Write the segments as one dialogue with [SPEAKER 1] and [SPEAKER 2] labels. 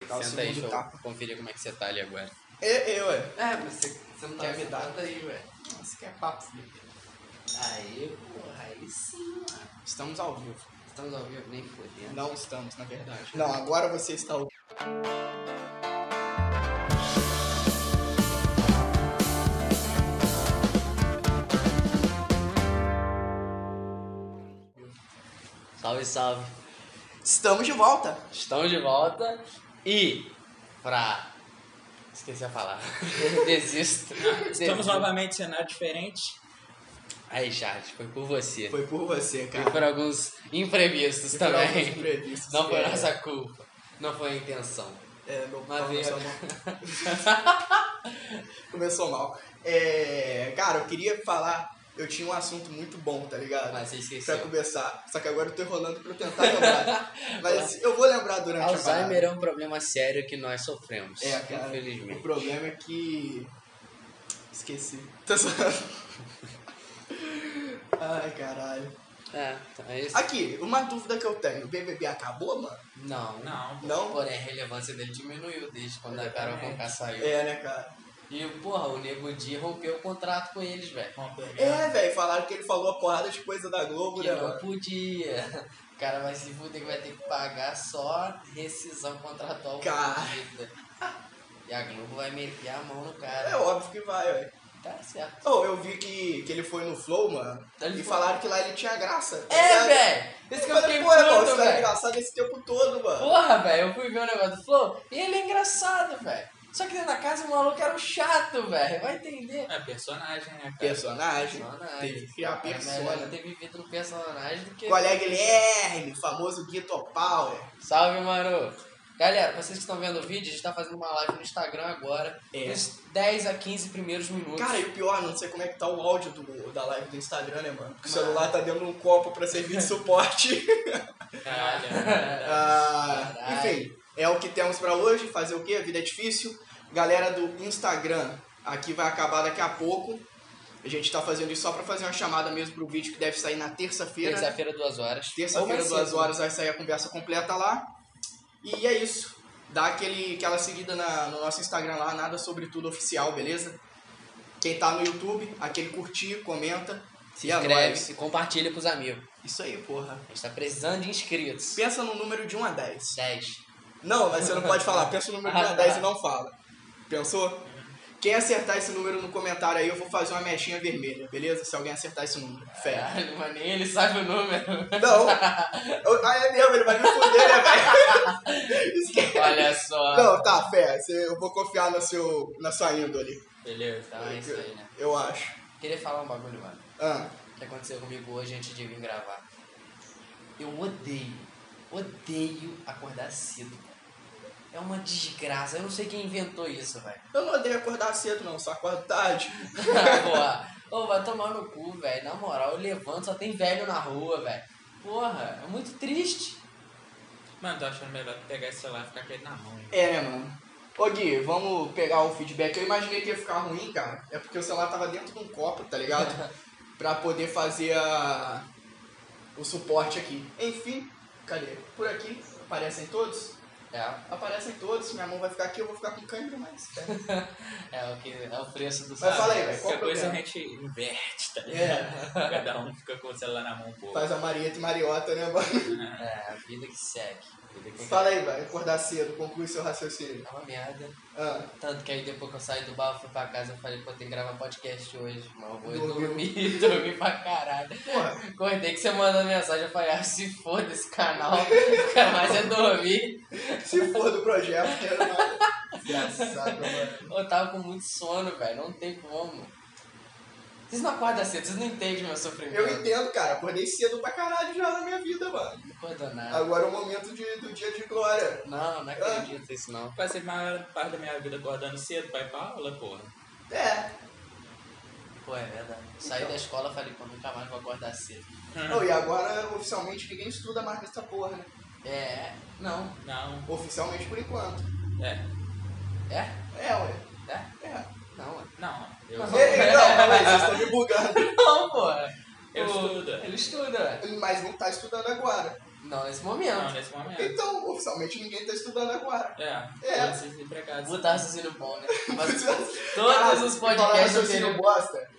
[SPEAKER 1] Dá Tá o
[SPEAKER 2] Senta aí, deixa
[SPEAKER 1] segundo
[SPEAKER 2] eu
[SPEAKER 1] tapa.
[SPEAKER 2] conferir como é que você tá ali agora.
[SPEAKER 1] É, é, ué.
[SPEAKER 2] É, mas você, você não
[SPEAKER 1] Quer tá me dar?
[SPEAKER 2] sentado aí, ué.
[SPEAKER 1] Isso que é papo, filho.
[SPEAKER 2] Aí, porra, aí sim, mano.
[SPEAKER 1] Estamos ao vivo.
[SPEAKER 2] Estamos ao vivo, nem fodendo.
[SPEAKER 1] Não estamos, na verdade.
[SPEAKER 2] Não,
[SPEAKER 1] Não, agora você está ao
[SPEAKER 2] Salve, salve.
[SPEAKER 1] Estamos de volta.
[SPEAKER 2] Estamos de volta e pra... Esqueci a palavra. Desisto.
[SPEAKER 3] Estamos
[SPEAKER 2] Desisto.
[SPEAKER 3] novamente em cenário diferente.
[SPEAKER 2] Aí, Charles, foi por você.
[SPEAKER 1] Foi por você,
[SPEAKER 2] E
[SPEAKER 1] cara.
[SPEAKER 2] por alguns imprevistos
[SPEAKER 1] Foi por
[SPEAKER 2] também.
[SPEAKER 1] alguns imprevistos,
[SPEAKER 2] Não foi
[SPEAKER 1] é.
[SPEAKER 2] nossa culpa. Não foi a intenção.
[SPEAKER 1] É, meu
[SPEAKER 2] Mas
[SPEAKER 1] pau
[SPEAKER 2] veio.
[SPEAKER 1] começou mal. começou mal. É, cara, eu queria falar. Eu tinha um assunto muito bom, tá ligado?
[SPEAKER 2] Mas você
[SPEAKER 1] pra
[SPEAKER 2] esqueceu.
[SPEAKER 1] começar. Só que agora eu tô enrolando pra eu tentar lembrar. Mas eu vou lembrar durante
[SPEAKER 2] Alzheimer
[SPEAKER 1] a
[SPEAKER 2] é um problema sério que nós sofremos.
[SPEAKER 1] parada. É, cara. O
[SPEAKER 2] Infelizmente.
[SPEAKER 1] problema é que. Esqueci. Tô zoando. Ai, caralho.
[SPEAKER 2] É, então é isso.
[SPEAKER 1] Aqui, uma dúvida que eu tenho. O BBB acabou, mano?
[SPEAKER 2] Não,
[SPEAKER 3] Não.
[SPEAKER 1] Não?
[SPEAKER 2] Porém, a relevância dele diminuiu desde quando a Carol
[SPEAKER 3] Exatamente.
[SPEAKER 2] Conká saiu.
[SPEAKER 1] É, né, cara?
[SPEAKER 2] E, porra, o Nego Di rompeu o contrato com eles, velho.
[SPEAKER 1] É, velho. Falaram que ele falou a porrada de coisa da Globo,
[SPEAKER 2] Que
[SPEAKER 1] né,
[SPEAKER 2] não
[SPEAKER 1] mano?
[SPEAKER 2] podia. O cara vai se fuder que vai ter que pagar só rescisão contratual.
[SPEAKER 1] Cara.
[SPEAKER 2] fudida. E a Globo vai meter a mão no
[SPEAKER 1] É
[SPEAKER 2] cara.
[SPEAKER 1] óbvio que vai, velho.
[SPEAKER 2] Tá certo.
[SPEAKER 1] Oh, eu vi que, que ele foi no Flow, mano.
[SPEAKER 2] Ele
[SPEAKER 1] e
[SPEAKER 2] foi.
[SPEAKER 1] falaram que lá ele tinha graça. tá
[SPEAKER 2] É,
[SPEAKER 1] ligado?
[SPEAKER 2] velho! Esse
[SPEAKER 1] Eu
[SPEAKER 2] que eu
[SPEAKER 1] falei,
[SPEAKER 2] fiquei
[SPEAKER 1] pô, irmão,
[SPEAKER 2] puto,
[SPEAKER 1] você tá
[SPEAKER 2] velho.
[SPEAKER 1] engraçado esse tempo todo, mano.
[SPEAKER 2] Porra, velho, eu fui ver o negócio do Flow e ele é engraçado, velho. Só que dentro da casa o maluco era um chato, velho. Vai entender.
[SPEAKER 3] É personagem, né, cara?
[SPEAKER 1] personagem.
[SPEAKER 2] Personagem.
[SPEAKER 1] Teve que criar
[SPEAKER 2] É melhor eu
[SPEAKER 1] persona.
[SPEAKER 2] ter vivido no personagem do que.
[SPEAKER 1] né? Qual é Guilherme, famoso Guito Power?
[SPEAKER 2] Salve, mano! Galera, vocês que estão vendo o vídeo, a gente tá fazendo uma live no Instagram agora.
[SPEAKER 1] É.
[SPEAKER 2] Dos 10 a 15 primeiros minutos.
[SPEAKER 1] Cara, e o pior, não sei como é que tá o áudio do- da live do Instagram, né, mano? Porque o celular tá dentro de um copo pra servir de suporte.
[SPEAKER 3] Caralho, é.
[SPEAKER 1] Ah,
[SPEAKER 2] Caralho.
[SPEAKER 1] enfim, é o que temos pra hoje. Fazer o quê? A vida é difícil. Galera do Instagram, aqui vai acabar daqui a pouco. A gente tá fazendo isso só pra fazer uma chamada mesmo pro vídeo que deve sair na terça-feira. né?
[SPEAKER 2] terça-feira, duas horas. Ou
[SPEAKER 1] Terça-feira,
[SPEAKER 2] mais
[SPEAKER 1] duas
[SPEAKER 2] cedo.
[SPEAKER 1] horas, vai sair a conversa completa lá. E é isso. Dá aquele, aquela seguida na- no nosso Instagram lá, nada sobre tudo oficial, beleza? Quem tá no YouTube, aquele curtir, comenta.
[SPEAKER 2] Se
[SPEAKER 1] E é
[SPEAKER 2] inscreve-se,
[SPEAKER 1] nóis.
[SPEAKER 2] compartilha pros amigos.
[SPEAKER 1] Isso aí, porra.
[SPEAKER 2] A gente tá precisando de inscritos.
[SPEAKER 1] Pensa no número de 1 a 10.
[SPEAKER 2] 10.
[SPEAKER 1] Não, mas você não pode falar. Pensa no número de 1 a
[SPEAKER 2] Ah,
[SPEAKER 1] 10
[SPEAKER 2] tá.
[SPEAKER 1] e não fala. Pensou? Quem acertar esse número no comentário aí, eu vou fazer uma mechinha vermelha, beleza? Se alguém acertar esse número. Fé.
[SPEAKER 2] Caralho, mas nem ele sabe o número.
[SPEAKER 1] Não! Eu- Ah, é mesmo, ele vai me foder, né, velho? Esquece.
[SPEAKER 2] Olha só.
[SPEAKER 1] Não, tá, fé, você- eu vou confiar no seu, na sua índole,
[SPEAKER 3] Beleza.
[SPEAKER 2] Então é isso aí, né?
[SPEAKER 1] eu acho.
[SPEAKER 2] Queria falar um bagulho, mano.
[SPEAKER 1] Ah,
[SPEAKER 2] que aconteceu comigo hoje antes de vir gravar. Eu odeio, odeio acordar cedo. cara. É uma desgraça. Eu não sei quem inventou isso, velho.
[SPEAKER 1] eu não odeio acordar cedo, não, só acordo tarde.
[SPEAKER 2] Porra. Ô, vai tomar no cu, velho. Na moral, eu levanto, só tem velho na rua, velho. Porra, é muito triste.
[SPEAKER 3] Mano, tô achando melhor pegar esse celular e ficar com ele na mão. hein?
[SPEAKER 1] É, né, mano? Ô Gui, vamos pegar o feedback. Eu imaginei que ia ficar ruim, cara. É porque o celular tava dentro de um copo, tá ligado? pra poder fazer a... o suporte aqui. Enfim, cadê? Por aqui, aparecem todos?
[SPEAKER 2] É,
[SPEAKER 1] Aparecem todos, minha mão vai ficar aqui, eu vou ficar com câmera, mas... tá.
[SPEAKER 2] é o que é o preço do
[SPEAKER 1] Mas fala aí,
[SPEAKER 2] salário.
[SPEAKER 1] velho, qual o
[SPEAKER 3] Qualquer coisa a
[SPEAKER 1] problema?
[SPEAKER 3] gente inverte, tá ligado?
[SPEAKER 1] É,
[SPEAKER 3] Cada um fica com o celular na mão um pouco.
[SPEAKER 1] faz a Marieta e Mariota, né, mano?
[SPEAKER 2] É, a vida que segue. Vida que
[SPEAKER 1] Fala aí, velho, acordar cedo, conclui seu raciocínio.
[SPEAKER 2] É uma merda.
[SPEAKER 1] Ah,
[SPEAKER 2] Tanto que aí depois que eu saí do bar, fui pra casa, eu falei, pô, tem que gravar podcast hoje, mano. Eu vou
[SPEAKER 1] Dormiu.
[SPEAKER 2] dormir, dormi pra caralho.
[SPEAKER 1] porra,
[SPEAKER 2] Acordei que você mandou mensagem, eu falei, ah, se foda esse canal, nunca mais é dormir.
[SPEAKER 1] se for do projeto, quero mais. Desgraçado, mano.
[SPEAKER 2] Eu tava com muito sono, velho, não tem como. Vocês não acordam cedo, vocês não entendem meu sofrimento.
[SPEAKER 1] Eu entendo, cara, acordei cedo pra caralho já na minha vida, mano.
[SPEAKER 2] Não acordo nada.
[SPEAKER 1] Agora é o momento de- do dia de glória.
[SPEAKER 2] Não, não acredito isso não.
[SPEAKER 3] Passei a maior parte da minha vida acordando cedo, pai pra aula, porra.
[SPEAKER 1] É.
[SPEAKER 2] Pô, é verdade. Saí da escola, falei, pô, nunca mais vou acordar cedo.
[SPEAKER 3] Hum,
[SPEAKER 1] Não, e agora, oficialmente, ninguém estuda mais nessa porra, né?
[SPEAKER 2] É, não.
[SPEAKER 3] Não,
[SPEAKER 1] Oficialmente, por enquanto.
[SPEAKER 3] é,
[SPEAKER 2] É?
[SPEAKER 1] É, ué.
[SPEAKER 2] É?
[SPEAKER 1] É.
[SPEAKER 2] Não, é.
[SPEAKER 3] não. Eu,
[SPEAKER 1] Ei, ei, não, não, vocês estão me bugando.
[SPEAKER 2] Não, pô.
[SPEAKER 3] eu
[SPEAKER 2] O-
[SPEAKER 3] estudo.
[SPEAKER 2] Ele estuda, velho.
[SPEAKER 1] Mas não tá estudando agora.
[SPEAKER 2] Não, nesse
[SPEAKER 3] Não,
[SPEAKER 2] momento.
[SPEAKER 3] nesse momento.
[SPEAKER 1] Então, oficialmente ninguém tá estudando agora.
[SPEAKER 3] É,
[SPEAKER 1] É.
[SPEAKER 3] é. esses empregados.
[SPEAKER 2] Botar raciocínio bom, né? Mas
[SPEAKER 1] Caralho,
[SPEAKER 2] todos os
[SPEAKER 1] e falar
[SPEAKER 2] podcasts eu
[SPEAKER 1] raciocínio
[SPEAKER 2] tenho...
[SPEAKER 1] bosta.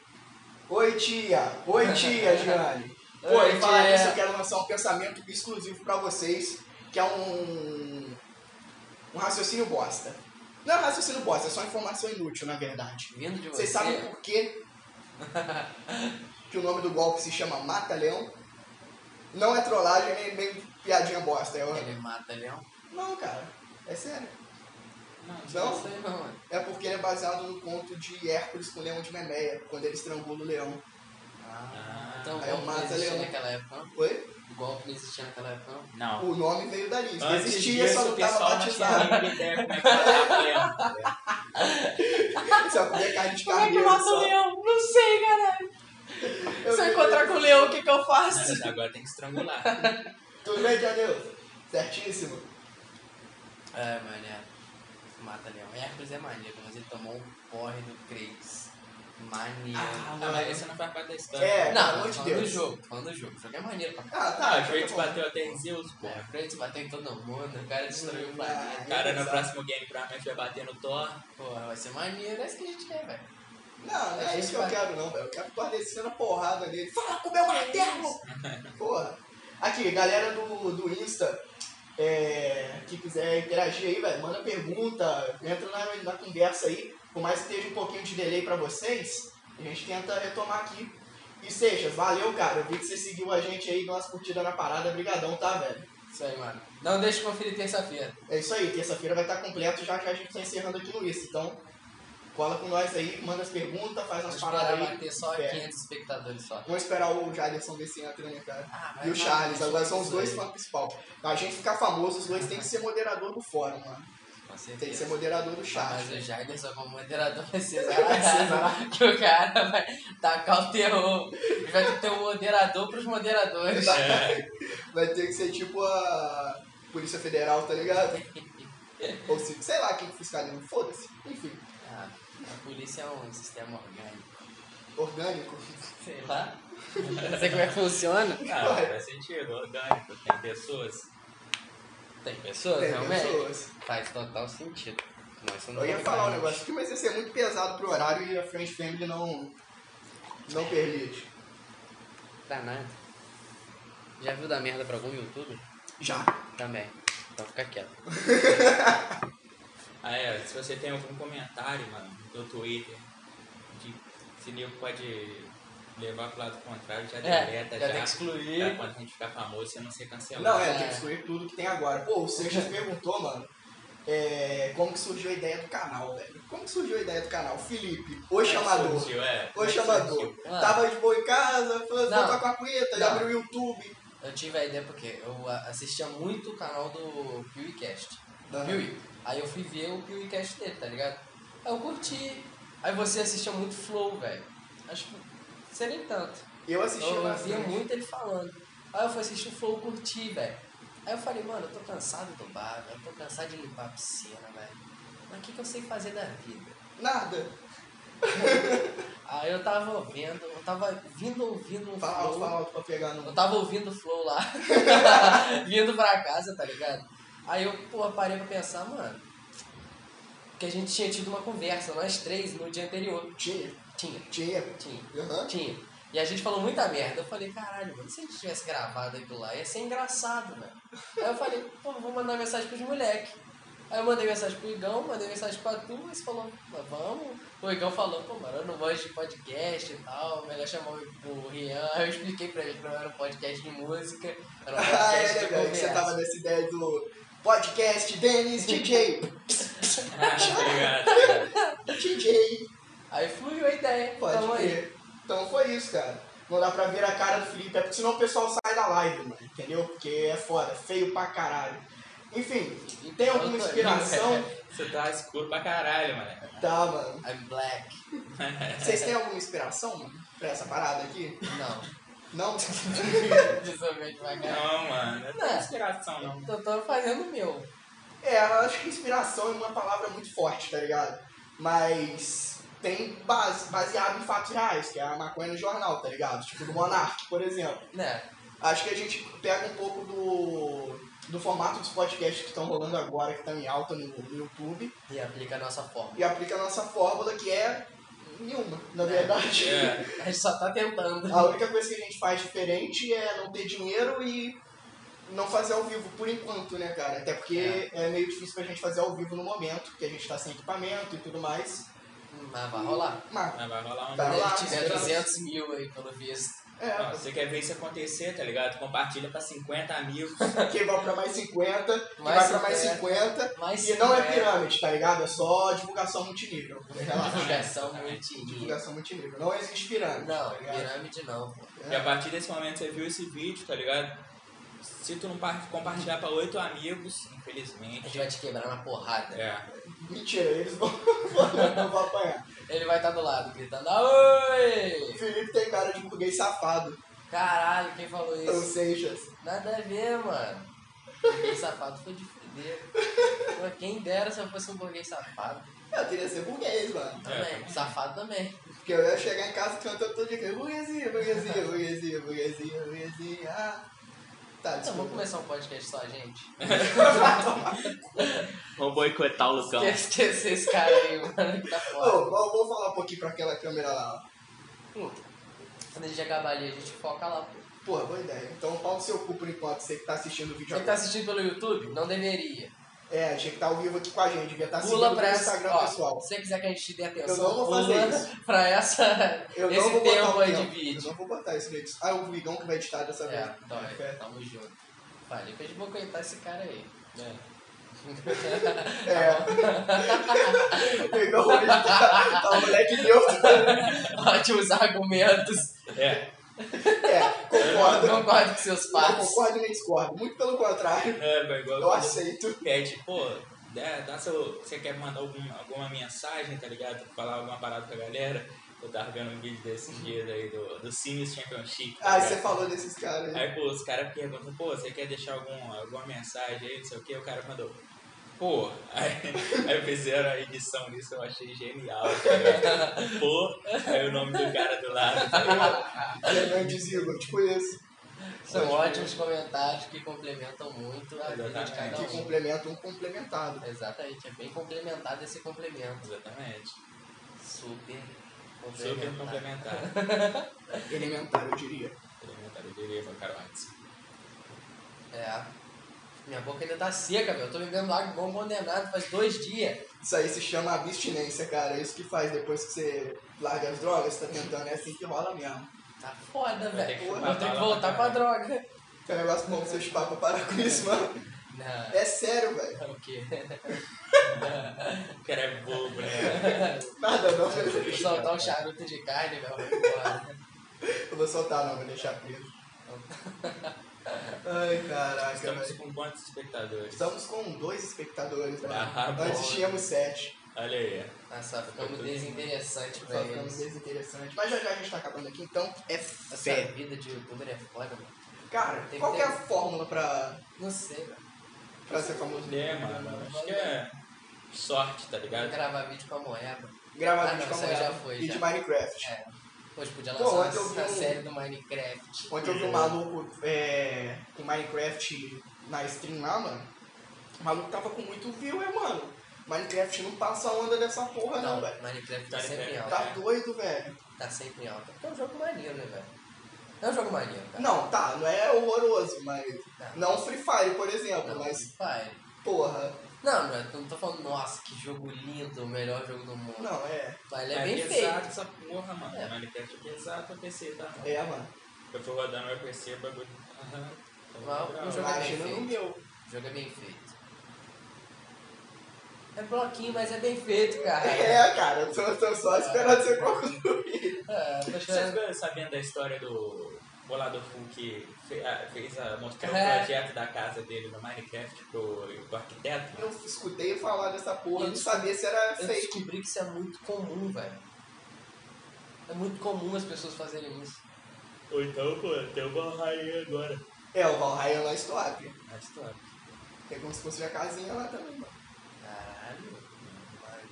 [SPEAKER 1] Oi, tia. Oi, tia, Gianni. Pô,
[SPEAKER 2] Oi,
[SPEAKER 1] e falar
[SPEAKER 2] tia.
[SPEAKER 1] isso, eu quero lançar um pensamento exclusivo pra vocês, que é um. um raciocínio bosta. Não é raciocínio bosta, é só informação inútil, na verdade.
[SPEAKER 2] Vindo de você.
[SPEAKER 1] Vocês sabem por quê que o nome do golpe se chama Mata Leão? Não é trollagem nem, nem piadinha bosta. É...
[SPEAKER 2] Ele mata leão?
[SPEAKER 1] Não, cara. É sério.
[SPEAKER 3] Não, isso
[SPEAKER 1] Não?
[SPEAKER 2] sei não, mano.
[SPEAKER 1] É porque ele é baseado no conto de Hércules com o Leão de Nemeia, quando ele estrangula o leão.
[SPEAKER 2] Ah, então
[SPEAKER 1] Aí eu
[SPEAKER 2] o golpe
[SPEAKER 1] mato
[SPEAKER 2] não existia
[SPEAKER 1] leão.
[SPEAKER 2] naquela época, não?
[SPEAKER 1] Oi?
[SPEAKER 2] O golpe não existia naquela época, não?
[SPEAKER 3] Não.
[SPEAKER 1] O nome veio dali. Não
[SPEAKER 3] Antes
[SPEAKER 1] existia,
[SPEAKER 3] disso,
[SPEAKER 1] só não
[SPEAKER 3] o
[SPEAKER 1] tava
[SPEAKER 3] pessoal Não
[SPEAKER 1] batizado.
[SPEAKER 3] tinha nem ideia como é que matava o leão.
[SPEAKER 1] Só comia carne de
[SPEAKER 2] é
[SPEAKER 1] carneiro. só.
[SPEAKER 2] leão? Não sei, caralho.
[SPEAKER 1] Eu-
[SPEAKER 2] com o leão, o que que eu faço?
[SPEAKER 3] Mas Agora tem que estrangular.
[SPEAKER 1] Ah, Tudo bem, Janeu? Certíssimo.
[SPEAKER 2] É, mané. Mata leão. Hércules é maneiro, mas ele tomou um porre do Kratos. Maneiro.
[SPEAKER 3] Ah, mas isso não faz parte da história.
[SPEAKER 1] É,
[SPEAKER 2] não,
[SPEAKER 1] pelo amor
[SPEAKER 2] tô
[SPEAKER 1] de
[SPEAKER 2] falando do
[SPEAKER 1] Deus.
[SPEAKER 2] jogo, tô falando do jogo. O jogo é maneiro pra
[SPEAKER 1] Ah,
[SPEAKER 3] Tá,
[SPEAKER 1] tá.
[SPEAKER 3] o Kratos
[SPEAKER 1] tá bom.
[SPEAKER 3] bateu até em Zeus, pô.
[SPEAKER 2] É, Kratos bateu em todo mundo, o cara destruiu o
[SPEAKER 1] Ah,
[SPEAKER 2] planeta.
[SPEAKER 3] Cara, no
[SPEAKER 1] exato.
[SPEAKER 3] próximo Game Promise vai bater no Thor.
[SPEAKER 2] Porra, vai ser maneiro, é isso que a gente quer, velho.
[SPEAKER 1] Não, não
[SPEAKER 2] A
[SPEAKER 1] é
[SPEAKER 2] gente
[SPEAKER 1] isso que eu
[SPEAKER 2] vai-
[SPEAKER 1] quero, não, velho. Eu quero ficar descendo a porrada nele. Fala com o meu martelo! Porra. Aqui, galera do, do Insta, é, que quiser interagir aí, velho, manda pergunta, entra na, na conversa aí. Por mais que esteja um pouquinho de delay pra vocês, a gente tenta retomar aqui. E Seixas, valeu, cara. Eu vi que você seguiu a gente aí, deu umas curtidas na parada. Brigadão, tá, velho?
[SPEAKER 2] Isso aí, mano. Não deixe de conferir terça-feira.
[SPEAKER 1] É isso aí, terça-feira vai estar completo, já que a gente tá encerrando aqui no Insta. Então, cola com nós aí, manda as perguntas, faz
[SPEAKER 2] Vamos
[SPEAKER 1] umas
[SPEAKER 2] esperar
[SPEAKER 1] paradas aí.
[SPEAKER 2] bater só
[SPEAKER 1] É.
[SPEAKER 2] 500 espectadores só.
[SPEAKER 1] Vamos esperar o Jaderson descer na treina, né, cara.
[SPEAKER 2] Ah, vai
[SPEAKER 1] E o
[SPEAKER 2] lá,
[SPEAKER 1] Charles,
[SPEAKER 2] gente,
[SPEAKER 1] agora são os
[SPEAKER 2] isso
[SPEAKER 1] dois
[SPEAKER 2] aí.
[SPEAKER 1] fãs principal. Pra gente ficar famoso, os dois tem que ser moderador do fórum, mano.
[SPEAKER 2] Com
[SPEAKER 1] Tem que ser
[SPEAKER 2] certeza.
[SPEAKER 1] moderador do
[SPEAKER 2] Ah, Mas
[SPEAKER 1] Charles.
[SPEAKER 2] o Jair só como moderador vai ser
[SPEAKER 1] Vai ser
[SPEAKER 2] zarado, que o cara vai tacar o terror. Vai ter que ter um moderador pros moderadores.
[SPEAKER 1] É.
[SPEAKER 2] é.
[SPEAKER 1] Vai ter que ser tipo a Polícia Federal, tá ligado? Ou se, sei lá quem que fiscaliza, foda-se. Enfim,
[SPEAKER 2] Ah, a polícia é um sistema orgânico.
[SPEAKER 1] orgânico.
[SPEAKER 2] Sei lá. Não sei como é que funciona.
[SPEAKER 3] Ah, faz sentido, orgânico. Tem pessoas.
[SPEAKER 2] Tem pessoas,
[SPEAKER 1] Tem
[SPEAKER 2] realmente.
[SPEAKER 1] pessoas.
[SPEAKER 2] Faz total sentido. Nós somos
[SPEAKER 1] Eu ia falar um
[SPEAKER 2] orgânicos.
[SPEAKER 1] negócio aqui, mas ia ser muito pesado pro horário e a French Family não, não tipo. permite.
[SPEAKER 2] Tá nada. Já viu da merda pra algum youtuber?
[SPEAKER 1] Já.
[SPEAKER 2] Também. Então fica quieto.
[SPEAKER 3] Ah, é. Se você tem algum comentário, mano, no Twitter, de se nego pode levar pro lado contrário, já deleta,
[SPEAKER 2] já
[SPEAKER 3] já.
[SPEAKER 2] tem que excluir.
[SPEAKER 3] Pra quando a gente ficar famoso, você não ser cancelado.
[SPEAKER 1] Não, é,
[SPEAKER 2] É.
[SPEAKER 1] tem que excluir tudo que tem agora. Pô, o Seixas perguntou, mano, é, como que surgiu a ideia do canal, velho. Como que surgiu a ideia do canal? Felipe, o chamador.
[SPEAKER 3] Surgiu, é.
[SPEAKER 1] O chamador.
[SPEAKER 2] Mano.
[SPEAKER 1] Tava de boa em casa, foi
[SPEAKER 2] Ah. Não.
[SPEAKER 1] voltar com a punheta, ele
[SPEAKER 2] Não.
[SPEAKER 1] abriu o YouTube.
[SPEAKER 2] Eu tive a ideia porque eu a- assistia muito o canal do PewCast.
[SPEAKER 1] Aham.
[SPEAKER 2] Pewie. Aí eu fui ver o PewCast dele, tá ligado? Aí eu curti. Aí você assistia muito Flow, velho. Acho que você nem tanto.
[SPEAKER 1] Eu
[SPEAKER 2] Eu
[SPEAKER 1] assisti
[SPEAKER 2] ouvia
[SPEAKER 1] bastante.
[SPEAKER 2] muito ele falando. Aí eu fui assistir o Flow, curti, velho. Aí eu falei, mano, eu tô cansado do bar, velho. eu tô cansado de limpar a piscina, velho. Mas o que, que eu sei fazer da vida?
[SPEAKER 1] Nada.
[SPEAKER 2] Aí eu tava ouvindo, eu tava vindo ouvindo um
[SPEAKER 1] Fala
[SPEAKER 2] Flow.
[SPEAKER 1] alto, fala alto pra pegar no...
[SPEAKER 2] Eu tava ouvindo o Flow lá, vindo pra casa, tá ligado? Aí eu, pô, parei pra pensar, mano, que a gente tinha tido uma conversa, nós três, no dia anterior.
[SPEAKER 1] Tinha,
[SPEAKER 2] Tinha,
[SPEAKER 1] tinha.
[SPEAKER 2] tinha,
[SPEAKER 1] Aham.
[SPEAKER 2] tinha. E a gente falou muita merda. Eu falei, caralho, mano, se a gente tivesse gravado aquilo lá, ia ser engraçado, velho. Aí eu falei, pô, vou mandar mensagem pros moleques. Aí eu mandei mensagem pro Igão, mandei mensagem pra tu, mas falou, "Mas vamos. O Igão falou, pô, mano, eu não manjo de podcast e tal, melhor chamar o o Rian. Aí eu expliquei pra ele que não era um podcast de música, era um
[SPEAKER 1] Ah, é,
[SPEAKER 2] podcast
[SPEAKER 1] né,
[SPEAKER 2] de
[SPEAKER 1] velho, que você
[SPEAKER 2] conversa.
[SPEAKER 1] tava nessa ideia do podcast Denis DJ.
[SPEAKER 3] Ah, Obrigado.
[SPEAKER 1] DJ.
[SPEAKER 2] Aí fluiu a ideia,
[SPEAKER 1] Pode
[SPEAKER 2] tamo aí.
[SPEAKER 1] crer. Então foi isso, cara. Não dá pra ver a cara do Felipe, é porque senão o pessoal sai da live, mano, entendeu? Porque é foda, feio pra caralho. Enfim, tem alguma
[SPEAKER 2] Eu tô aí.
[SPEAKER 1] inspiração?
[SPEAKER 3] Você tá escuro pra caralho, mano.
[SPEAKER 1] Tá, mano.
[SPEAKER 2] I'm black.
[SPEAKER 1] Vocês têm alguma inspiração, mano, pra essa parada aqui?
[SPEAKER 2] Não.
[SPEAKER 1] Não?
[SPEAKER 2] Desobediente vai ganhar.
[SPEAKER 3] Não, mano. Não tem inspiração, não.
[SPEAKER 2] Eu tô fazendo o meu.
[SPEAKER 1] É, eu acho que inspiração é uma palavra muito forte, tá ligado? Mas tem base, baseado em fatos reais, que é a maconha no jornal, tá ligado? Tipo do Monark, por exemplo.
[SPEAKER 2] Né?
[SPEAKER 1] Acho que a gente pega um pouco do, do formato dos podcasts que estão rolando agora, que estão em alta no, no YouTube,
[SPEAKER 2] E aplica a nossa forma.
[SPEAKER 1] e aplica a nossa fórmula, que é nenhuma, na verdade.
[SPEAKER 3] É,
[SPEAKER 2] A gente só tá tentando.
[SPEAKER 1] A única coisa que a gente faz diferente é não ter dinheiro e não fazer ao vivo por enquanto, né, cara? Até porque é, meio difícil pra gente fazer ao vivo no momento, porque a gente tá sem equipamento e tudo mais.
[SPEAKER 2] Mas Ah, vai rolar.
[SPEAKER 1] Mas,
[SPEAKER 3] mas vai rolar um
[SPEAKER 1] Tá.
[SPEAKER 3] dia.
[SPEAKER 1] rolar,
[SPEAKER 2] Deve tiver
[SPEAKER 1] esperamos.
[SPEAKER 2] 200 mil aí, pelo visto.
[SPEAKER 1] é,
[SPEAKER 3] Não, você quer ver isso acontecer, tá ligado? Compartilha pra 50 amigos.
[SPEAKER 1] que vai um pra mais 50, que
[SPEAKER 2] Mais
[SPEAKER 1] vai pra mais 50.
[SPEAKER 2] Mas
[SPEAKER 1] E não é
[SPEAKER 2] piranha.
[SPEAKER 1] pirâmide, tá ligado? É só divulgação multinível. né? Relaxa.
[SPEAKER 2] Divulgação multinível.
[SPEAKER 1] divulgação multinível. Não existe pirâmide.
[SPEAKER 2] Não,
[SPEAKER 1] tá ligado?
[SPEAKER 2] pirâmide não, pô.
[SPEAKER 1] É.
[SPEAKER 3] E a partir desse momento que você viu esse vídeo, tá ligado? Se tu não par- compartilhar pra oito amigos,
[SPEAKER 2] A
[SPEAKER 3] infelizmente.
[SPEAKER 2] gente vai te quebrar na porrada.
[SPEAKER 3] É.
[SPEAKER 1] Mentira, eles vão, não vão apanhar.
[SPEAKER 2] Ele vai estar do lado, gritando, oi!
[SPEAKER 1] O Felipe tem cara de burguês safado.
[SPEAKER 2] Caralho, quem falou
[SPEAKER 1] Ou
[SPEAKER 2] isso?
[SPEAKER 1] Seixas.
[SPEAKER 2] Nada a ver, mano. Burguês safado foi de fuder. Pô, Quem dera se eu fosse um burguês safado.
[SPEAKER 1] Eu queria ser burguês, mano.
[SPEAKER 2] Também, safado também.
[SPEAKER 1] Porque eu ia chegar em casa cantando todo dia. Burguesia, burguesia, burguesia, burguesia, burguesia. Ah. Tá,
[SPEAKER 2] Então, vamos
[SPEAKER 1] desculpa.
[SPEAKER 2] começar um podcast só, gente.
[SPEAKER 3] Vamos boicotar o Lucão.
[SPEAKER 2] Quer esquecer esse cara aí, mano, que tá fora.
[SPEAKER 1] Ô, vou, vou falar um pouquinho pra aquela câmera lá. ó.
[SPEAKER 2] Quando a gente acabar ali, a gente foca lá, pô.
[SPEAKER 1] Porra, boa ideia. Então, pau no seu cu por enquanto, você que tá assistindo o vídeo
[SPEAKER 2] Quem tá
[SPEAKER 1] agora.
[SPEAKER 2] assistindo pelo YouTube, não deveria.
[SPEAKER 1] É, achei que tá ao vivo aqui com a gente. Devia tá estar assistindo
[SPEAKER 2] Pula
[SPEAKER 1] pelo
[SPEAKER 2] pra essa.
[SPEAKER 1] Instagram
[SPEAKER 2] ó,
[SPEAKER 1] pessoal.
[SPEAKER 2] Se você quiser que a gente dê atenção,
[SPEAKER 1] Eu não vou
[SPEAKER 2] pula
[SPEAKER 1] fazer isso.
[SPEAKER 2] pra essa,
[SPEAKER 1] Eu
[SPEAKER 2] esse
[SPEAKER 1] não vou botar um
[SPEAKER 2] tempo
[SPEAKER 1] o
[SPEAKER 2] aí
[SPEAKER 1] Igão.
[SPEAKER 2] de vídeo.
[SPEAKER 1] Eu não vou botar isso vídeo. Ah, é o Igão que vai editar dessa vez.
[SPEAKER 2] É, então é,
[SPEAKER 1] É.
[SPEAKER 2] tamo junto. Falei pra gente boicotar esse cara aí. né? Tá
[SPEAKER 1] É. o Igão vai editar. Tá o moleque neutro.
[SPEAKER 2] Ótimos argumentos.
[SPEAKER 3] É.
[SPEAKER 1] É, concordo.
[SPEAKER 2] Não concordo com seus
[SPEAKER 1] Não
[SPEAKER 2] passos.
[SPEAKER 1] concordo nem discordo. Muito pelo contrário.
[SPEAKER 3] É, mas igual
[SPEAKER 1] Eu
[SPEAKER 3] quando
[SPEAKER 1] aceito.
[SPEAKER 3] tu pede, pô, tipo, dá, dá seu. Você quer mandar algum, alguma mensagem, tá ligado? Falar alguma parada pra galera? Eu tava vendo um vídeo desses dias aí do, do Sims Championship. tá
[SPEAKER 1] Ah,
[SPEAKER 3] ligado?
[SPEAKER 1] você falou desses caras.
[SPEAKER 2] É.
[SPEAKER 1] né?
[SPEAKER 3] Aí, pô, os caras perguntam, pô, você quer deixar algum, alguma mensagem aí, não sei o que, o cara mandou, pô, aí, aí fizeram a edição disso, eu achei genial, tá ligado? pô, aí o nome do cara do lado, tá ligado?
[SPEAKER 1] Fernandes Igor, eu te conheço.
[SPEAKER 2] São
[SPEAKER 1] Pode
[SPEAKER 2] ótimos comentários que complementam muito a vida de cada
[SPEAKER 1] Que
[SPEAKER 3] Exatamente.
[SPEAKER 2] um.
[SPEAKER 1] complementa um complementado.
[SPEAKER 2] Exatamente, é bem complementado esse complemento.
[SPEAKER 3] Exatamente.
[SPEAKER 2] Super
[SPEAKER 3] Super
[SPEAKER 2] complementado.
[SPEAKER 3] complementar. tá
[SPEAKER 1] Elementar, eu diria.
[SPEAKER 3] Complementar, eu diria pra Carol Watson.
[SPEAKER 2] É. Minha boca ainda tá seca, meu. Eu tô bebendo água igual um condenado faz dois dias.
[SPEAKER 1] Isso aí se chama abstinência, cara. É isso que faz depois que você larga as drogas, você tá tentando. É assim que rola mesmo.
[SPEAKER 2] Tá foda,
[SPEAKER 3] Vai ter
[SPEAKER 2] velho.
[SPEAKER 3] que
[SPEAKER 2] Vou
[SPEAKER 3] fumar
[SPEAKER 2] ter que
[SPEAKER 3] bala
[SPEAKER 2] voltar
[SPEAKER 3] pra
[SPEAKER 2] pra
[SPEAKER 3] caralho.
[SPEAKER 2] droga.
[SPEAKER 1] Tem um negócio bom pra seus papos parar com isso, mano.
[SPEAKER 2] Não.
[SPEAKER 1] É sério, velho.
[SPEAKER 2] É o quê?
[SPEAKER 3] O cara é bobo, né?
[SPEAKER 1] Nada
[SPEAKER 2] Vou
[SPEAKER 1] não, velho.
[SPEAKER 2] soltar um charuto de carne, meu. Vai embora.
[SPEAKER 1] Eu vou soltar não, vou deixar preso. Ai, caraca,
[SPEAKER 3] Estamos
[SPEAKER 1] velho.
[SPEAKER 3] com quantos espectadores?
[SPEAKER 1] Estamos com dois espectadores, mano.
[SPEAKER 3] Ah, bom.
[SPEAKER 1] Antes tínhamos sete.
[SPEAKER 3] Olha aí,
[SPEAKER 2] Nossa, ficamos desinteressante pra
[SPEAKER 1] Só ficamos
[SPEAKER 2] eles.
[SPEAKER 1] desinteressantes. Mas já já a gente tá acabando aqui, então é
[SPEAKER 2] Essa
[SPEAKER 1] fé.
[SPEAKER 2] vida de youtuber é foda, mano.
[SPEAKER 1] Cara,
[SPEAKER 2] Tem
[SPEAKER 1] qual
[SPEAKER 2] que
[SPEAKER 1] que é
[SPEAKER 2] ter-
[SPEAKER 1] a fórmula pra,
[SPEAKER 2] Não sei, velho.
[SPEAKER 1] pra ser famoso?
[SPEAKER 3] é, mano, acho que é sorte, tá
[SPEAKER 2] Vou
[SPEAKER 3] ligado?
[SPEAKER 2] gravar vídeo com a moeba.
[SPEAKER 1] Gravar
[SPEAKER 2] Ah, não,
[SPEAKER 1] vídeo com a
[SPEAKER 2] isso aí já
[SPEAKER 1] mulher
[SPEAKER 2] foi,
[SPEAKER 1] e
[SPEAKER 2] já.
[SPEAKER 1] de Minecraft.
[SPEAKER 2] É. Hoje podia
[SPEAKER 1] Pô,
[SPEAKER 2] lançar
[SPEAKER 1] ontem eu
[SPEAKER 2] uma,
[SPEAKER 1] vi
[SPEAKER 2] uma
[SPEAKER 1] um-
[SPEAKER 2] série do Minecraft.
[SPEAKER 1] Ontem eu vi um
[SPEAKER 3] Hum.
[SPEAKER 1] maluco é, com Minecraft na stream lá, mano. O maluco tava com muito view, é, mano. Minecraft não passa a onda dessa porra, não,
[SPEAKER 2] Não,
[SPEAKER 1] velho.
[SPEAKER 2] Minecraft tá
[SPEAKER 3] Minecraft.
[SPEAKER 2] sempre em alta.
[SPEAKER 1] Tá doido, velho.
[SPEAKER 2] Tá sempre em alta. Porque é um jogo maneiro, né, velho? É um jogo maneiro, cara.
[SPEAKER 1] Não, tá, não é horroroso, mas. Não Free Fire, por exemplo,
[SPEAKER 2] não,
[SPEAKER 1] mas.
[SPEAKER 2] vai.
[SPEAKER 1] Porra.
[SPEAKER 2] Não, não, eu não tô falando, nossa, que jogo lindo, o melhor jogo do mundo.
[SPEAKER 1] Não, é.
[SPEAKER 2] Mas ele é, bem
[SPEAKER 3] pesado
[SPEAKER 2] feito.
[SPEAKER 3] essa porra, mano.
[SPEAKER 2] É.
[SPEAKER 3] Minecraft é pesado pra PC, tá? mano?
[SPEAKER 1] É, mano.
[SPEAKER 3] Eu fui rodando meu PC, o bagulho. Aham. Tá
[SPEAKER 2] Mal,
[SPEAKER 3] legal.
[SPEAKER 2] um jogo é bem
[SPEAKER 1] Imagina no
[SPEAKER 2] feito.
[SPEAKER 1] meu.
[SPEAKER 2] O jogo é bem feito. É bloquinho, mas é bem feito, cara.
[SPEAKER 1] É, Ah. cara, eu tô, tô só esperando você concluir.
[SPEAKER 2] Ah, tô
[SPEAKER 3] Vocês
[SPEAKER 2] achando-
[SPEAKER 3] ficaram sabendo da história do Bolado Fu que fe- a- fez a, mostrou
[SPEAKER 2] É.
[SPEAKER 3] o projeto da casa dele no Minecraft pro, pro arquiteto?
[SPEAKER 1] Eu escutei falar dessa porra, não sabia se era
[SPEAKER 2] Eu
[SPEAKER 1] fake.
[SPEAKER 2] descobri que isso é muito comum, velho. É muito comum as pessoas fazerem isso.
[SPEAKER 3] Ou então, pô, tem uma rainha agora.
[SPEAKER 1] É, o Valhalla lá Stop.
[SPEAKER 3] Mas claro.
[SPEAKER 1] É como se fosse minha casinha lá também, mano.
[SPEAKER 2] Caralho.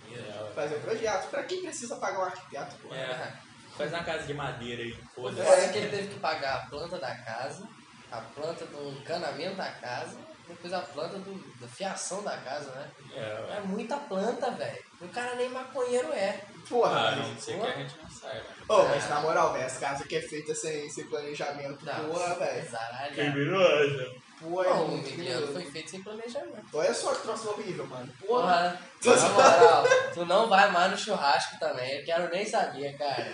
[SPEAKER 2] Maneiro. É.
[SPEAKER 1] Fazer um projeto. Pra quem precisa pagar um arquiteto, pô?
[SPEAKER 3] É. Faz uma casa de madeira aí,
[SPEAKER 2] Pô,
[SPEAKER 3] foda-se.
[SPEAKER 2] É, Parece que ele teve que pagar a planta da casa, a planta do encanamento da casa, depois a planta do- da fiação da casa, né?
[SPEAKER 3] É,
[SPEAKER 2] É
[SPEAKER 3] ué.
[SPEAKER 2] muita planta, velho. O cara nem maconheiro é.
[SPEAKER 1] Porra,
[SPEAKER 3] Ah,
[SPEAKER 1] velho.
[SPEAKER 3] não, você
[SPEAKER 2] Porra.
[SPEAKER 3] quer a gente não né? sai, velho.
[SPEAKER 1] Ô, mas na moral, velho, as casas que é feita sem, sem planejamento, porra, velho.
[SPEAKER 2] Zaralho.
[SPEAKER 3] Criminosa.
[SPEAKER 1] Pô, é
[SPEAKER 2] Não, o
[SPEAKER 1] muito
[SPEAKER 2] Miguel foi
[SPEAKER 1] perigoso.
[SPEAKER 2] feito sem planejamento.
[SPEAKER 1] Olha só que troço horrível, mano. Porra.
[SPEAKER 2] Porra, na moral, tu não vai mais no churrasco também. Eu quero nem saber, cara.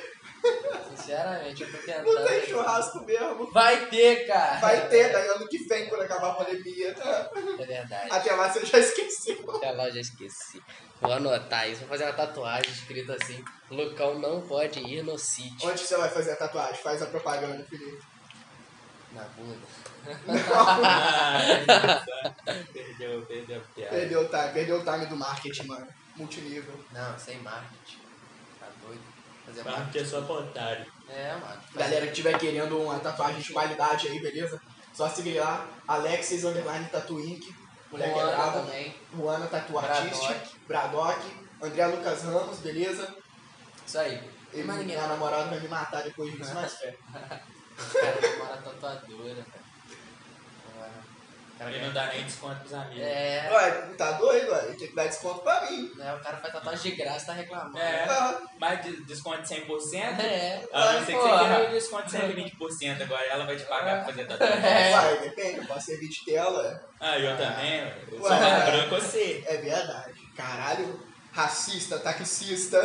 [SPEAKER 2] Sinceramente, eu tô tentando.
[SPEAKER 1] Não tem churrasco mesmo.
[SPEAKER 2] Vai ter, cara.
[SPEAKER 1] Vai ter, né? daí ano que vem, quando acabar a pandemia. Tá?
[SPEAKER 2] É verdade.
[SPEAKER 1] Até lá você já esqueceu.
[SPEAKER 2] Até lá eu já esqueci. Vou anotar isso, vou fazer uma tatuagem escrita assim: Lucão não pode ir no sítio.
[SPEAKER 1] Onde você vai fazer a tatuagem? Faz a propaganda, Felipe.
[SPEAKER 2] Na bunda.
[SPEAKER 3] Ah, perdeu, perdeu a piada.
[SPEAKER 1] Perdeu o time, perdeu o time do marketing, mano. Multinível.
[SPEAKER 2] Não, sem marketing. Tá doido? Fazer
[SPEAKER 3] Mas
[SPEAKER 2] marketing.
[SPEAKER 3] porque é só otário.
[SPEAKER 2] É, mano. fazer-
[SPEAKER 1] Galera que estiver querendo uma tatuagem de qualidade aí, beleza? Só seguir lá, Alexis Underline Tatu Inc. Moleque é
[SPEAKER 2] Moana
[SPEAKER 1] brava.
[SPEAKER 2] também.
[SPEAKER 1] Luana Tatu Artist. Bradock. André Lucas Ramos, beleza?
[SPEAKER 2] Isso aí.
[SPEAKER 1] Ele,
[SPEAKER 2] Mas ninguém
[SPEAKER 1] minha namorada vai me matar depois disso, mas fé.
[SPEAKER 2] Cara, namora tatuadora, velho. Namora- Cara,
[SPEAKER 3] Ele não dá nem desconto pros amigos.
[SPEAKER 2] É.
[SPEAKER 1] Ué, tá doido, ué? Tem que dar desconto pra mim.
[SPEAKER 2] né, o cara faz tatuagem de graça, tá reclamando.
[SPEAKER 3] É.
[SPEAKER 1] Ah,
[SPEAKER 3] Mas de- desconto 100%?
[SPEAKER 2] É.
[SPEAKER 3] A não ser Ah, que você
[SPEAKER 2] Porra.
[SPEAKER 3] queira o desconto de 120%. Agora ela vai te pagar pra fazer tatuagem.
[SPEAKER 2] É.
[SPEAKER 1] Vai, depende, eu posso servir de tela.
[SPEAKER 3] Ah, eu também. Eu sou
[SPEAKER 1] Ué.
[SPEAKER 3] mais branco você.
[SPEAKER 1] É verdade. Caralho, racista, taxista.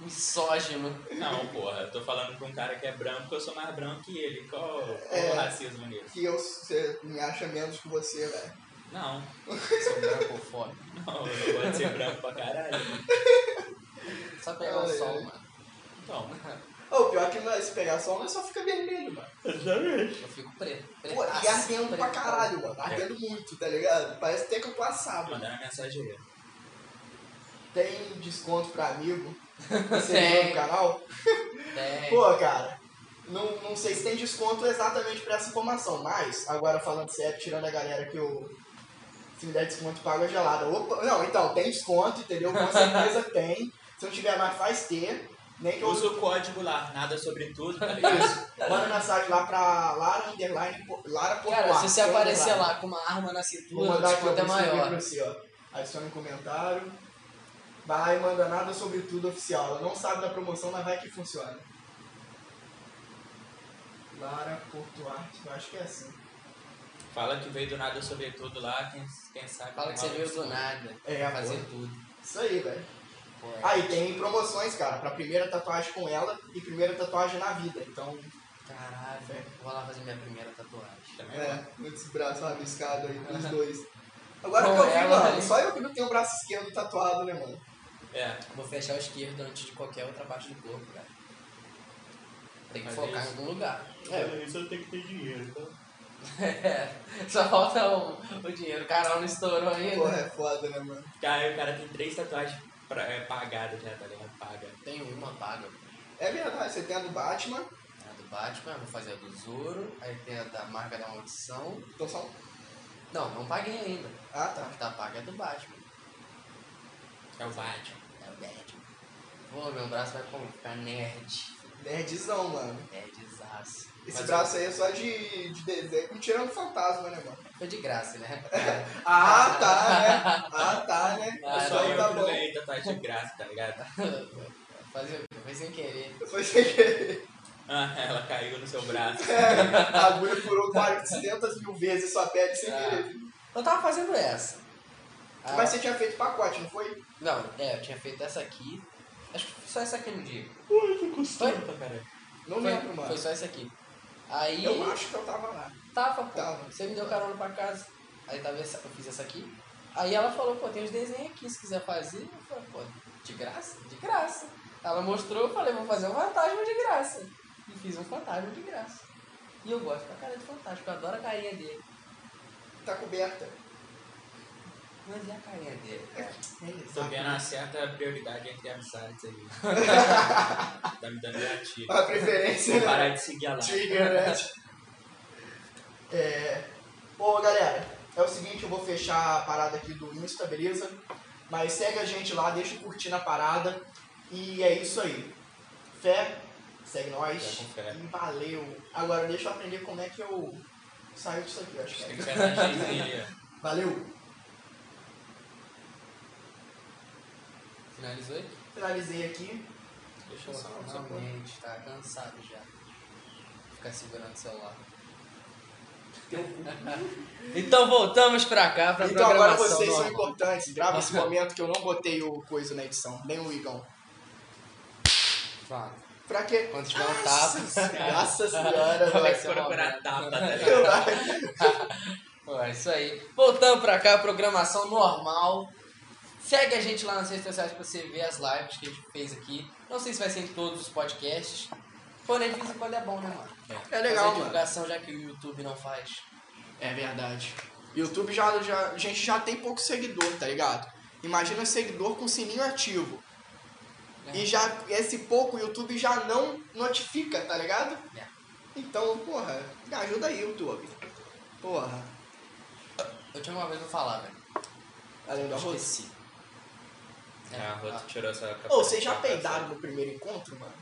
[SPEAKER 2] um Misógino.
[SPEAKER 3] Não, porra. Eu tô falando com um cara que é branco, que eu sou mais branco que ele. Qual, qual
[SPEAKER 1] É.
[SPEAKER 3] o racismo nisso?
[SPEAKER 1] Que eu, você me acha menos que você, velho.
[SPEAKER 3] Não.
[SPEAKER 2] Sou brancofóbico.
[SPEAKER 3] Não, eu não gosto de ser branco pra caralho.
[SPEAKER 2] Só pegar o
[SPEAKER 1] Ai,
[SPEAKER 2] sol,
[SPEAKER 1] ai.
[SPEAKER 2] mano.
[SPEAKER 3] Então,
[SPEAKER 1] Ô, pior que nós, se pegar sol, nós só fica vermelho, mano.
[SPEAKER 3] exatamente.
[SPEAKER 2] Eu fico preto. preto É.
[SPEAKER 1] Pô, e ardendo pra caralho, mano. Ardendo muito, tá ligado? Parece até que eu tô assado.
[SPEAKER 3] tá
[SPEAKER 2] Uhum.
[SPEAKER 3] Mandando mensagem aí.
[SPEAKER 1] Tem desconto pra amigo? Você
[SPEAKER 2] Tem.
[SPEAKER 1] viu no canal?
[SPEAKER 2] Tem.
[SPEAKER 1] Pô, cara, não, não sei se tem desconto exatamente pra essa informação, mas, agora falando sério, tirando a galera que eu. Se me der desconto, pago a gelada. Opa, não, então, tem desconto, entendeu? Com certeza tem. Se não tiver mais, faz ter. Nem que eu
[SPEAKER 3] Usa o código lá, nada sobre tudo, tá ligado?
[SPEAKER 1] isso. Manda mensagem lá pra Lara Underline Po- Lara
[SPEAKER 2] Cara,
[SPEAKER 1] Popular,
[SPEAKER 2] se você
[SPEAKER 1] Underline.
[SPEAKER 2] aparecer lá com uma arma na
[SPEAKER 1] é Vou
[SPEAKER 2] cintura, o
[SPEAKER 1] mandar aqui
[SPEAKER 2] desconto é
[SPEAKER 1] eu vou escrever pra
[SPEAKER 2] maior.
[SPEAKER 1] você, ó. Adiciona um comentário. Vai lá e manda nada sobre tudo oficial. Ela não sabe da promoção, mas vai que funciona. Lara Portuarte, eu acho que é assim.
[SPEAKER 3] Fala que veio do nada sobre tudo lá, quem, quem sabe.
[SPEAKER 2] Fala que você veio do nada.
[SPEAKER 1] É,
[SPEAKER 2] Vai fazer
[SPEAKER 1] amor.
[SPEAKER 2] tudo.
[SPEAKER 1] Isso aí, velho.
[SPEAKER 2] Pô,
[SPEAKER 1] Aí tem promoções, cara, pra primeira tatuagem com ela e primeira tatuagem na vida. Então,
[SPEAKER 2] Caralho,
[SPEAKER 1] É.
[SPEAKER 2] vou lá fazer minha primeira tatuagem.
[SPEAKER 3] Também é.
[SPEAKER 1] é, muitos braços rabiscados aí dos dois. Agora
[SPEAKER 2] Com
[SPEAKER 1] que eu vi,
[SPEAKER 2] ela,
[SPEAKER 1] mano,
[SPEAKER 2] né?
[SPEAKER 1] só eu que não tenho o braço esquerdo tatuado, né, mano?
[SPEAKER 3] É,
[SPEAKER 2] Vou fechar o esquerdo antes de qualquer outra parte do corpo, cara. Tem que
[SPEAKER 3] Mas
[SPEAKER 2] focar
[SPEAKER 3] isso-
[SPEAKER 2] em algum lugar.
[SPEAKER 1] É.
[SPEAKER 3] Isso eu tenho que ter dinheiro, tá?
[SPEAKER 2] É, só falta o, o dinheiro. O canal não estourou ainda.
[SPEAKER 1] Porra, é foda, né, mano?
[SPEAKER 3] Cara, o cara tem três tatuagens pra, é, pagadas já, tá ligado? Paga.
[SPEAKER 2] Tem uma paga.
[SPEAKER 1] É verdade, você tem a do Batman,
[SPEAKER 2] A do Batman, vou fazer a do Zoro. Aí tem a da marca da maldição.
[SPEAKER 1] então só um.
[SPEAKER 2] Não, não paguei ainda.
[SPEAKER 1] Ah,
[SPEAKER 2] A
[SPEAKER 1] tá.
[SPEAKER 2] que tá paga é a do Batman.
[SPEAKER 3] É o Batman.
[SPEAKER 2] É o Batman. Pô, meu braço vai como? ficar nerd.
[SPEAKER 1] Nerdzão, mano.
[SPEAKER 2] Nerdzaço.
[SPEAKER 1] Esse
[SPEAKER 2] Mas
[SPEAKER 1] braço aí é só de, de desenho, tirando fantasma, né, mano?
[SPEAKER 2] Foi de graça, né?
[SPEAKER 1] Ah, tá, né? Ah, tá, né?
[SPEAKER 2] Ah,
[SPEAKER 1] Isso
[SPEAKER 3] só
[SPEAKER 1] aí
[SPEAKER 3] eu
[SPEAKER 1] tá
[SPEAKER 3] que
[SPEAKER 1] bom.
[SPEAKER 3] ganhei tatuagem de graça, tá ligado?
[SPEAKER 2] Fazer o quê? Foi sem querer.
[SPEAKER 1] Foi sem querer.
[SPEAKER 3] Ah, ela caiu no seu braço.
[SPEAKER 1] A agulha furou 400 mil vezes sua pele sem
[SPEAKER 2] Ah.
[SPEAKER 1] querer.
[SPEAKER 2] Eu tava fazendo essa. Ah,
[SPEAKER 1] Mas você tinha feito pacote, não foi?
[SPEAKER 2] Não, é, eu tinha feito essa aqui. Acho que foi só essa aqui no dia.
[SPEAKER 3] Ui, que costura pra caralho.
[SPEAKER 1] Não
[SPEAKER 2] foi,
[SPEAKER 1] lembro, mano.
[SPEAKER 2] Foi só essa aqui. Aí.
[SPEAKER 1] Eu acho que eu tava lá.
[SPEAKER 2] Tava, pô.
[SPEAKER 1] Tava.
[SPEAKER 2] Você me deu carona pra casa. Aí tava essa, eu fiz essa aqui. Aí ela falou, pô, tem uns desenhos aqui, se quiser fazer. Eu falei, pô, de graça? De graça. Ela mostrou, eu falei, vou fazer um fantasma de graça. E fiz um fantasma de graça. E eu gosto pra cara de fantasma, eu adoro a carinha dele.
[SPEAKER 1] Tá coberta.
[SPEAKER 2] Mas e a carinha dele, cara?
[SPEAKER 1] Tá
[SPEAKER 3] Tô vendo uma certa prioridade entre amizades aí. tá me dando gatilho.
[SPEAKER 1] A preferência,
[SPEAKER 3] Vou
[SPEAKER 1] né?
[SPEAKER 3] parar de seguir a live.
[SPEAKER 1] Trigger, né? É. Ô, galera, é o seguinte, eu vou fechar a parada aqui do Insta, beleza? Mas segue a gente lá, deixa o curtir na parada. E é isso aí. Fé, segue nós.
[SPEAKER 3] Fé com fé.
[SPEAKER 1] E valeu. Agora deixa eu aprender como é que eu Saiu disso aqui, acho
[SPEAKER 3] Tem
[SPEAKER 1] que
[SPEAKER 3] que
[SPEAKER 1] é.
[SPEAKER 3] ser na cheirinha.
[SPEAKER 1] Valeu.
[SPEAKER 2] Finalizou aí?
[SPEAKER 1] Finalizei aqui.
[SPEAKER 3] Deixa eu só só pôr.
[SPEAKER 2] Realmente, tá cansado já. Ficar segurando o celular. então voltamos pra cá, pra
[SPEAKER 1] Então agora
[SPEAKER 2] programação
[SPEAKER 1] vocês são
[SPEAKER 2] normal.
[SPEAKER 1] importantes. Grava esse momento que eu não botei o coisa na edição, nem o Igão.
[SPEAKER 2] Fala.
[SPEAKER 1] Pra quê?
[SPEAKER 2] Quando tiver um
[SPEAKER 1] Nossa
[SPEAKER 2] tapa. é
[SPEAKER 1] senhora, Nossa senhora,
[SPEAKER 3] Vai
[SPEAKER 1] vai um
[SPEAKER 2] ser uma
[SPEAKER 3] procurar
[SPEAKER 2] merda.
[SPEAKER 3] tapa, tá ligado?
[SPEAKER 1] ser
[SPEAKER 2] Ó, É isso aí. Voltando pra cá, programação normal. Segue a gente lá nas redes sociais pra você ver as lives que a gente fez aqui. Não sei se vai ser em todos os podcasts. Porém, de vez em quando é bom, né, mano?
[SPEAKER 1] É
[SPEAKER 2] Fazer
[SPEAKER 1] legal, mano.
[SPEAKER 2] divulgação, já que o YouTube não faz.
[SPEAKER 1] É verdade. YouTube já, já. A gente já tem pouco seguidor, tá ligado? Imagina seguidor com sininho ativo.
[SPEAKER 2] É.
[SPEAKER 1] E já esse pouco o YouTube já não notifica, tá ligado?
[SPEAKER 2] É.
[SPEAKER 1] Então, porra, me ajuda aí, YouTube. Porra.
[SPEAKER 2] Eu tinha uma vez pra falar, velho.
[SPEAKER 1] Além do
[SPEAKER 2] Eu
[SPEAKER 1] arroz.
[SPEAKER 2] Esqueci. É,
[SPEAKER 3] Ah, Roto tirou tá essa
[SPEAKER 1] Ô, vocês já peidaram no primeiro encontro, mano?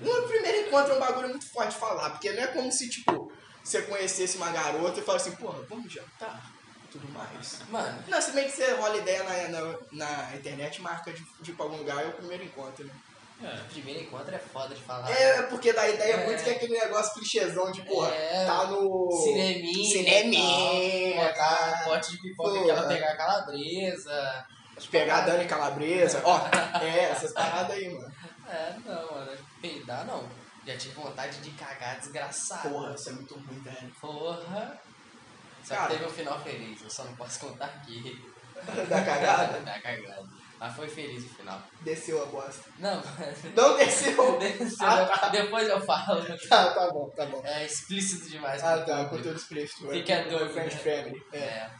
[SPEAKER 1] No primeiro encontro é um bagulho muito forte de falar, porque não é como se, tipo, você conhecesse uma garota e falasse assim, porra, vamos jantar e tudo mais.
[SPEAKER 2] Mano,
[SPEAKER 1] Não, se bem que você rola ideia na, na, na internet, marca de, de ir pra algum lugar, é o primeiro encontro, né?
[SPEAKER 3] É.
[SPEAKER 2] primeiro encontro é foda de falar.
[SPEAKER 1] É, porque da ideia
[SPEAKER 2] É.
[SPEAKER 1] muito que é aquele negócio clichêzão de, porra,
[SPEAKER 2] É.
[SPEAKER 1] tá no...
[SPEAKER 2] Cineminha.
[SPEAKER 1] Cineminha,
[SPEAKER 2] e tal. Botar
[SPEAKER 1] tá.
[SPEAKER 2] um pote de pipoca
[SPEAKER 1] Pô.
[SPEAKER 2] que ela pegar a calabresa.
[SPEAKER 1] Pegar a Dani Calabresa, ó, é, essas paradas aí, mano.
[SPEAKER 2] É, não, mano. Peidar não. Já tive vontade de cagar desgraçado.
[SPEAKER 1] Porra, isso é muito ruim, velho.
[SPEAKER 2] Porra. Só
[SPEAKER 1] Cara.
[SPEAKER 2] que teve um final feliz, eu só não posso contar aqui.
[SPEAKER 1] Da cagada,
[SPEAKER 2] Tá cagado. Mas foi feliz o final.
[SPEAKER 1] desceu a bosta.
[SPEAKER 2] Não,
[SPEAKER 1] tá.
[SPEAKER 2] mano.
[SPEAKER 1] Não desceu! Ah, tá.
[SPEAKER 2] Depois eu falo.
[SPEAKER 1] Tá, tá bom, tá bom.
[SPEAKER 2] É explícito demais.
[SPEAKER 1] Ah,
[SPEAKER 2] pro
[SPEAKER 1] tá,
[SPEAKER 2] público.
[SPEAKER 1] conteúdo explícito.
[SPEAKER 2] Fica
[SPEAKER 1] é,
[SPEAKER 2] doido,
[SPEAKER 1] Friends
[SPEAKER 2] né?
[SPEAKER 1] Family. É.
[SPEAKER 2] É.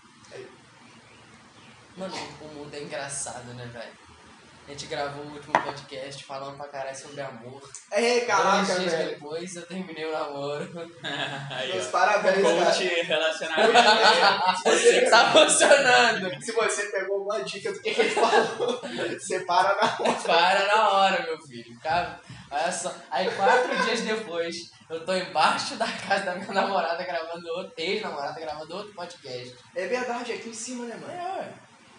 [SPEAKER 2] Mano, o mundo é engraçado, né, velho? A gente gravou o último podcast falando pra caralho sobre amor.
[SPEAKER 1] É, caraca,
[SPEAKER 2] Dois dias
[SPEAKER 1] velho.
[SPEAKER 2] depois eu terminei o namoro.
[SPEAKER 3] Aí,
[SPEAKER 1] Meus
[SPEAKER 3] ó.
[SPEAKER 1] parabéns, cara.
[SPEAKER 3] Coach relacionamento.
[SPEAKER 1] Você-
[SPEAKER 2] tá funcionando!
[SPEAKER 1] É, Se você pegou alguma dica do que ele falou, separa na hora.
[SPEAKER 2] Para na hora, meu filho. Cara, olha só. Aí quatro dias depois, eu tô embaixo da casa da minha namorada gravando outro. Ex-namorada gravando outro podcast. "Ah,
[SPEAKER 1] É verdade, é aqui em cima, né, mano?
[SPEAKER 2] ué.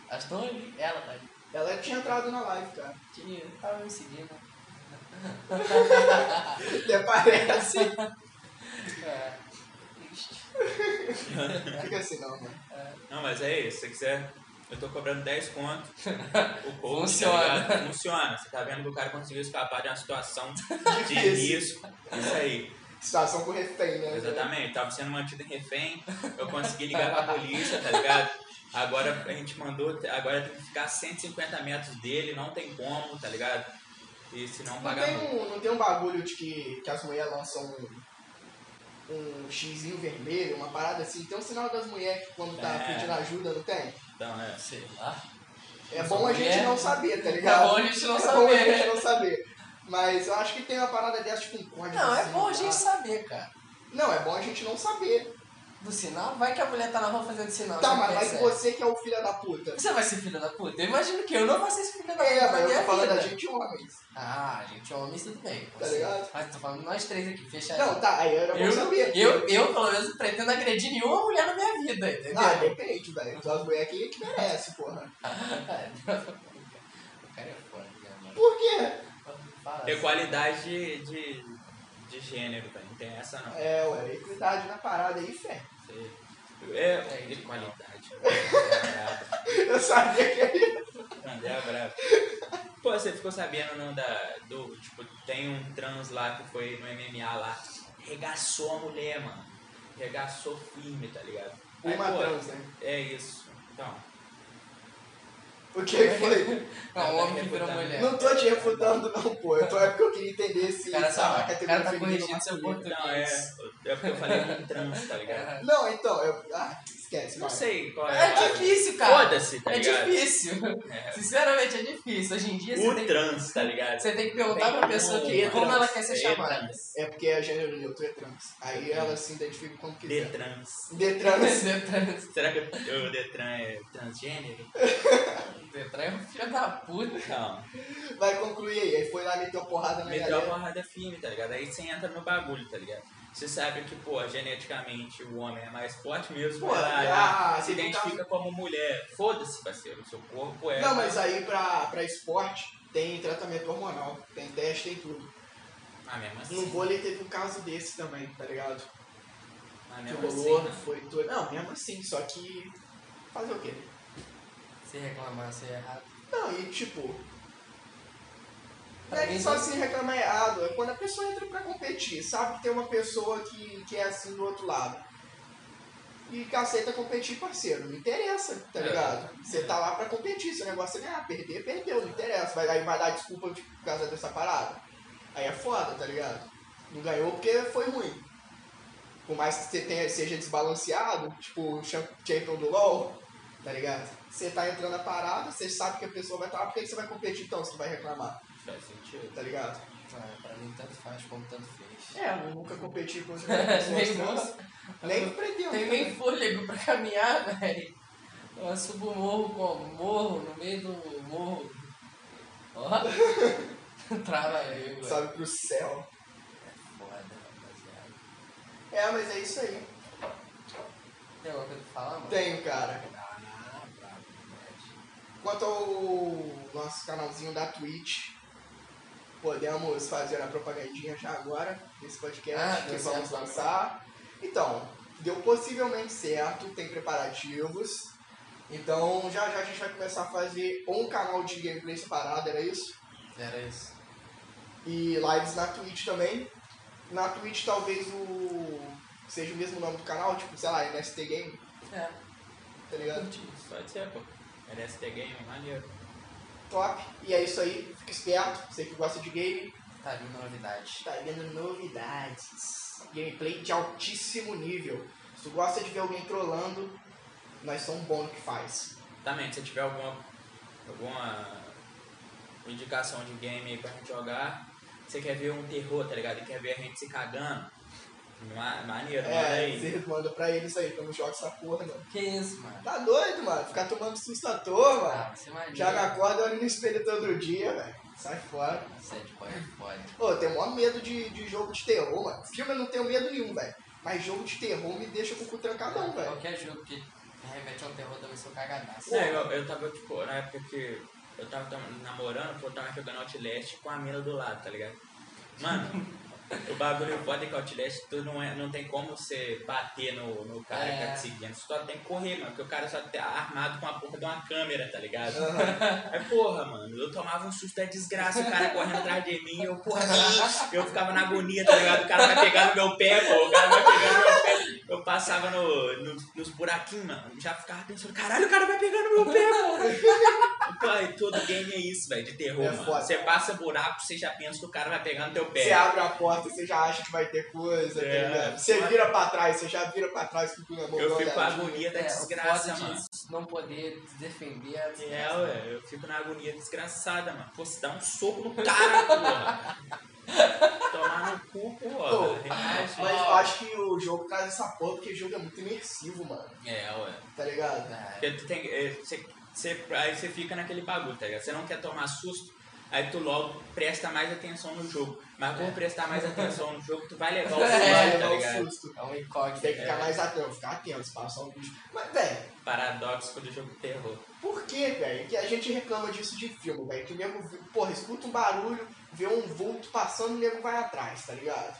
[SPEAKER 2] Elas estão ali. Ela tá ali.
[SPEAKER 1] Ela tinha entrado na live, cara.
[SPEAKER 2] Tinha. Tava me seguindo.
[SPEAKER 1] Até parece.
[SPEAKER 2] É. Triste.
[SPEAKER 1] Fica assim, não, mano.
[SPEAKER 3] Não, mas é isso. Se você quiser, eu tô cobrando 10 conto. O coach,
[SPEAKER 2] Funciona.
[SPEAKER 3] Tá ligado? Funciona. Você tá vendo que o cara conseguiu escapar de uma situação de
[SPEAKER 1] Difícil.
[SPEAKER 3] risco. Isso aí.
[SPEAKER 1] Situação com refém, né?
[SPEAKER 3] Exatamente. Tava sendo mantido em refém. Eu consegui ligar pra polícia, tá ligado? Agora a gente mandou. Agora tem que ficar 150 metros dele. Não tem como, tá ligado? E se não
[SPEAKER 1] Não
[SPEAKER 3] pagar
[SPEAKER 1] tem,
[SPEAKER 3] multa.
[SPEAKER 1] um, não tem um bagulho de que, que as mulheres lançam um, um xizinho vermelho, uma parada assim. Tem um sinal das mulheres que quando tá
[SPEAKER 3] É.
[SPEAKER 1] pedindo ajuda, não tem?
[SPEAKER 3] Então, é.
[SPEAKER 2] Sei lá.
[SPEAKER 1] É bom a gente
[SPEAKER 2] Mulher.
[SPEAKER 1] não saber, tá ligado?
[SPEAKER 2] É bom a gente não
[SPEAKER 1] É bom a gente
[SPEAKER 2] saber.
[SPEAKER 1] não saber. Mas eu acho que tem uma parada dessa, tipo um código.
[SPEAKER 2] Não, é
[SPEAKER 1] assim,
[SPEAKER 2] bom a
[SPEAKER 1] tá?
[SPEAKER 2] gente saber, cara.
[SPEAKER 1] Não, é bom a gente não saber.
[SPEAKER 2] Do sinal, vai que a mulher tá na rua fazendo sinal.
[SPEAKER 1] tá,
[SPEAKER 2] você
[SPEAKER 1] mas vai que
[SPEAKER 2] percebe.
[SPEAKER 1] você que é o filho da puta.
[SPEAKER 2] Você vai ser filha da puta? Eu imagino que eu não vou ser esse filho da puta.
[SPEAKER 1] É,
[SPEAKER 2] na
[SPEAKER 1] mas eu
[SPEAKER 2] minha
[SPEAKER 1] tô falando
[SPEAKER 2] vida.
[SPEAKER 1] da gente homens.
[SPEAKER 2] Ah, gente, homem, tudo bem.
[SPEAKER 1] Tá ligado?
[SPEAKER 2] Mas tô falando nós três aqui, fechado.
[SPEAKER 1] Não, tá, aí era bom
[SPEAKER 2] É. eu,
[SPEAKER 1] saber.
[SPEAKER 2] eu, eu, pelo menos, pretendo agredir nenhuma mulher na minha vida, entendeu? É.
[SPEAKER 1] Ah, depende, velho. Tem umas mulheres que, que merece, porra.
[SPEAKER 2] o cara é foda, né, mano?
[SPEAKER 1] Por quê?
[SPEAKER 2] Fala assim.
[SPEAKER 3] Equalidade de, de, de gênero, velho. Não tem essa não.
[SPEAKER 1] É, ué, equidade na parada aí, fé.
[SPEAKER 3] Você- É,
[SPEAKER 2] É,
[SPEAKER 3] de
[SPEAKER 2] de
[SPEAKER 3] qualidade. Brabo.
[SPEAKER 1] Eu sabia que ele.
[SPEAKER 3] André é brabo. Pô, você ficou sabendo não, da, do. Tipo, tem um trans lá que foi no MMA lá. Regaçou a mulher, mano. Regaçou firme, tá ligado? Aí,
[SPEAKER 1] Uma
[SPEAKER 3] pô,
[SPEAKER 1] trans, né?
[SPEAKER 3] É isso. Então,
[SPEAKER 1] O que ele foi?
[SPEAKER 2] Não, o homem que virou mulher.
[SPEAKER 1] Não tô te refutando, não, pô. Eu tô é porque eu queria entender se
[SPEAKER 2] É. O cara,
[SPEAKER 1] se é uma
[SPEAKER 2] sabe, o cara tá
[SPEAKER 1] feminina ou
[SPEAKER 2] corrigindo seu
[SPEAKER 1] masculina.
[SPEAKER 2] português.
[SPEAKER 3] não é, é porque eu falei um trans, tá ligado?
[SPEAKER 2] É.
[SPEAKER 1] Não, então, eu. Ah, esquece.
[SPEAKER 3] Não
[SPEAKER 1] vai.
[SPEAKER 3] sei qual é.
[SPEAKER 2] É difícil, cara.
[SPEAKER 3] Foda-se, tá
[SPEAKER 2] É
[SPEAKER 3] ligado?
[SPEAKER 2] difícil.
[SPEAKER 3] É.
[SPEAKER 2] Sinceramente, é difícil. Hoje em dia você
[SPEAKER 3] O
[SPEAKER 2] tem,
[SPEAKER 3] trans, tá ligado?
[SPEAKER 2] você tem que perguntar pra pessoa que- é
[SPEAKER 1] Tem um-
[SPEAKER 2] como ela quer ser
[SPEAKER 3] Tem um-
[SPEAKER 2] chamada.
[SPEAKER 1] É porque é gênero neutro, é trans. Aí
[SPEAKER 2] Uhum.
[SPEAKER 3] Trans.
[SPEAKER 1] ela se identifica como
[SPEAKER 3] De
[SPEAKER 1] quiser.
[SPEAKER 3] trans.
[SPEAKER 1] Detrans.
[SPEAKER 2] Detran,
[SPEAKER 3] Será que o Detran é transgênero?
[SPEAKER 2] Detran é um filho da puta.
[SPEAKER 3] Não.
[SPEAKER 1] Vai concluir aí. Aí foi lá meteu porrada na
[SPEAKER 3] Meteu a
[SPEAKER 1] galera.
[SPEAKER 3] porrada firme, tá ligado? Aí você entra no bagulho, tá ligado? Você sabe que, pô, geneticamente o homem é mais forte mesmo,
[SPEAKER 1] Pô,
[SPEAKER 3] vai lá,
[SPEAKER 1] ah,
[SPEAKER 3] né? se
[SPEAKER 1] tem muita-
[SPEAKER 3] identifica como mulher. Foda-se, parceiro, seu corpo é.
[SPEAKER 1] Não, mas aí pra, pra esporte tem tratamento hormonal, tem teste, tem tudo.
[SPEAKER 3] Ah, mesmo assim.
[SPEAKER 1] No vôlei teve um caso desse também, tá ligado?
[SPEAKER 3] Ah,
[SPEAKER 1] Que
[SPEAKER 3] mesmo
[SPEAKER 1] rolou,
[SPEAKER 3] assim, né?
[SPEAKER 1] foi tudo. Não, mesmo assim, só que. Fazer o quê?
[SPEAKER 2] Se reclamar, se errado.
[SPEAKER 1] Não, e tipo. Não
[SPEAKER 2] Pra
[SPEAKER 1] é
[SPEAKER 2] mim,
[SPEAKER 1] que só
[SPEAKER 2] não-
[SPEAKER 1] se reclamar errado, é quando a pessoa entra pra competir, sabe que tem uma pessoa que, que é assim do outro lado. E que aceita competir, parceiro, não interessa, tá
[SPEAKER 3] É.
[SPEAKER 1] ligado? Você tá lá pra competir, seu negócio é ganhar, perder, perdeu, não interessa. Vai, aí vai dar desculpa de- por causa dessa parada. Aí é foda, tá ligado? Não ganhou porque foi ruim. Por mais que você tenha, seja desbalanceado, tipo o champ- champion do LoL, tá ligado? Você tá entrando na parada, você sabe que a pessoa vai estar lá, por que que você vai competir então se tu vai reclamar,
[SPEAKER 3] Faz sentido.
[SPEAKER 1] tá ligado?
[SPEAKER 2] Ah, pra mim, tanto faz como tanto fez.
[SPEAKER 1] É, eu nunca competi com os
[SPEAKER 2] É, nem
[SPEAKER 1] pessoas.
[SPEAKER 2] moço,
[SPEAKER 1] Nem pretendo.
[SPEAKER 2] tem
[SPEAKER 1] também.
[SPEAKER 2] nem fôlego pra caminhar, velho. Eu subo o morro com morro, no meio do morro. Ó. Trava aí, velho.
[SPEAKER 1] Sabe pro céu.
[SPEAKER 2] Foda, rapaziada.
[SPEAKER 1] É, mas é isso aí.
[SPEAKER 2] Tem alguma coisa pra falar, mano?
[SPEAKER 1] Tenho, cara.
[SPEAKER 2] Ah, bravo, verdade.
[SPEAKER 1] Quanto ao nosso canalzinho da Twitch, podemos fazer a propagandinha já agora nesse podcast
[SPEAKER 2] Ah,
[SPEAKER 1] que
[SPEAKER 2] deu
[SPEAKER 1] vamos
[SPEAKER 2] certo.
[SPEAKER 1] lançar. Então, deu possivelmente certo, tem preparativos. Então, já já a gente vai começar a fazer um canal de gameplay separado, era isso?
[SPEAKER 2] Era isso.
[SPEAKER 1] E lives na Twitch também. Na Twitch talvez o seja o mesmo nome do canal, tipo, sei lá, NST Game,
[SPEAKER 2] É,
[SPEAKER 1] tá ligado?
[SPEAKER 2] curti isso.
[SPEAKER 3] Pode ser, pô. NST Game, maneiro.
[SPEAKER 1] Top. E é isso aí, fica esperto, você que gosta de game.
[SPEAKER 2] Tá vindo novidade.
[SPEAKER 1] Tá vendo novidades. Gameplay de altíssimo nível. Se tu gosta de ver alguém trolando, nós somos bons no que faz.
[SPEAKER 3] Também, se tiver alguma, alguma indicação de game aí pra gente jogar, você quer ver um terror, tá ligado? E quer ver a gente se cagando, ma maneiro, manda
[SPEAKER 1] É,
[SPEAKER 3] aí.
[SPEAKER 1] você manda pra eles aí, que eu não jogo essa porra, não.
[SPEAKER 2] Que isso, mano?
[SPEAKER 1] Tá doido, mano? Ficar tomando susto à toa, mano.
[SPEAKER 2] Ah, você imagina.
[SPEAKER 1] Joga a corda, olha no espelho todo dia, velho. Sai fora.
[SPEAKER 2] Sad boy é foda.
[SPEAKER 1] Pô, eu tenho maior medo de, de jogo de terror, mano. Filme eu não tenho medo nenhum, velho. Mas jogo de terror me deixa com o cu trancadão, velho.
[SPEAKER 2] Qualquer jogo que remete ao terror um também sou cagadaço.
[SPEAKER 3] É, eu, eu tava, tipo, na época que eu tava tam- namorando, pô, eu tava jogando Outlast com a mina do lado, tá ligado? Mano, o bagulho foda é que Outlast, tu não, é, não tem como você bater no, no cara que tá
[SPEAKER 2] É.
[SPEAKER 3] te seguindo, tu só tem que correr, mano, porque o cara só tá armado com a porra de uma câmera, tá ligado? É porra, mano, eu tomava um susto da desgraça, o cara correndo atrás de mim, eu, porra, assim, eu ficava na agonia, tá ligado? O cara vai pegar no meu pé, pô, o cara vai pegar no meu pé. Eu passava no, no- nos buraquinhos, mano, já ficava pensando, caralho, o cara vai pegar no meu pé, mano. Pai, todo game é isso, velho, de terror,
[SPEAKER 1] É
[SPEAKER 3] mano.
[SPEAKER 1] foda.
[SPEAKER 3] Você passa buraco, você já pensa que o cara vai pegar no teu pé.
[SPEAKER 1] Você abre a porta, você já acha que vai ter coisa,
[SPEAKER 3] É.
[SPEAKER 1] tá ligado? Você vira pra trás, você já vira pra trás com o cu na mão.
[SPEAKER 3] Eu
[SPEAKER 1] igual
[SPEAKER 3] fico com a
[SPEAKER 1] garoto.
[SPEAKER 3] agonia da
[SPEAKER 2] É,
[SPEAKER 3] desgraça,
[SPEAKER 2] o foda
[SPEAKER 3] mano.
[SPEAKER 2] de não poder defender a
[SPEAKER 3] É,
[SPEAKER 2] desgraça.
[SPEAKER 3] ué, eu fico na agonia desgraçada, mano. Pô, se dá um soco no cara, porra. Tomar no cu,
[SPEAKER 1] Pô,
[SPEAKER 3] porra. né? Reage.
[SPEAKER 1] Mas eu acho que o jogo traz essa porra porque o jogo é muito imersivo, mano.
[SPEAKER 3] É, ué.
[SPEAKER 1] Tá ligado?
[SPEAKER 2] Ah,
[SPEAKER 3] Porque tu tem, é, você, você- aí você fica naquele bagulho, tá ligado? Você não quer tomar susto, aí tu logo presta mais atenção no jogo. Mas por prestar mais atenção no jogo, tu vai levar o
[SPEAKER 2] É,
[SPEAKER 1] É. vai
[SPEAKER 3] susto, tá
[SPEAKER 1] levar o
[SPEAKER 3] ligado?
[SPEAKER 1] susto.
[SPEAKER 2] É um
[SPEAKER 1] Tem
[SPEAKER 2] incógnito.
[SPEAKER 1] que ficar mais atento, ficar atento, se passar um bicho. Mas, velho,
[SPEAKER 3] Paradoxo do jogo de terror.
[SPEAKER 1] por que, velho? Que a gente reclama disso de filme, velho. Que o nego, porra, escuta um barulho, vê um vulto passando, o nego vai atrás, tá ligado?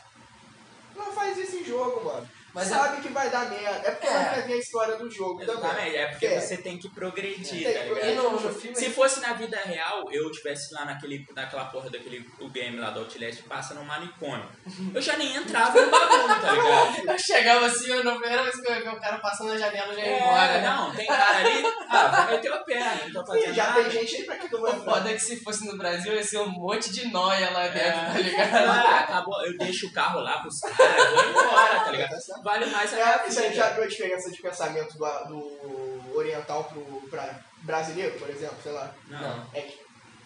[SPEAKER 1] Não faz isso em jogo, mano.
[SPEAKER 3] é-
[SPEAKER 2] Mas
[SPEAKER 1] Sabe que vai dar merda. É porque
[SPEAKER 2] É.
[SPEAKER 1] não vai ver a história do jogo também.
[SPEAKER 3] Exatamente, é porque
[SPEAKER 1] É.
[SPEAKER 3] você tem que progredir,
[SPEAKER 1] Tem
[SPEAKER 3] tá
[SPEAKER 1] que
[SPEAKER 3] ligado?
[SPEAKER 2] E no, no filme.
[SPEAKER 3] Se fosse na vida real, eu tivesse lá naquele, naquela porra daquele o game lá do Outlast passa no manicômio. Eu já nem entrava no bagulho, tá ligado?
[SPEAKER 2] Eu chegava assim, eu, na primeira vez que eu vi o cara passando na janela, eu já ia
[SPEAKER 3] É,
[SPEAKER 2] embora.
[SPEAKER 3] Não, tem cara ali, ah, vai meter o pé, não tô
[SPEAKER 1] Sim,
[SPEAKER 3] fazendo
[SPEAKER 1] já
[SPEAKER 3] nada.
[SPEAKER 1] tem gente aí pra que eu vou
[SPEAKER 2] O
[SPEAKER 1] entrar.
[SPEAKER 2] foda é que se fosse no Brasil, ia ser um monte de noia lá dentro,
[SPEAKER 3] É.
[SPEAKER 2] tá ligado?
[SPEAKER 3] Ah, acabou, eu deixo o carro lá pros caras, vou embora, tá ligado? Vale mais a minha
[SPEAKER 1] É, isso aí já viu a diferença de pensamento do, do oriental pro pra brasileiro, por exemplo, sei lá.
[SPEAKER 3] Não.
[SPEAKER 1] É que,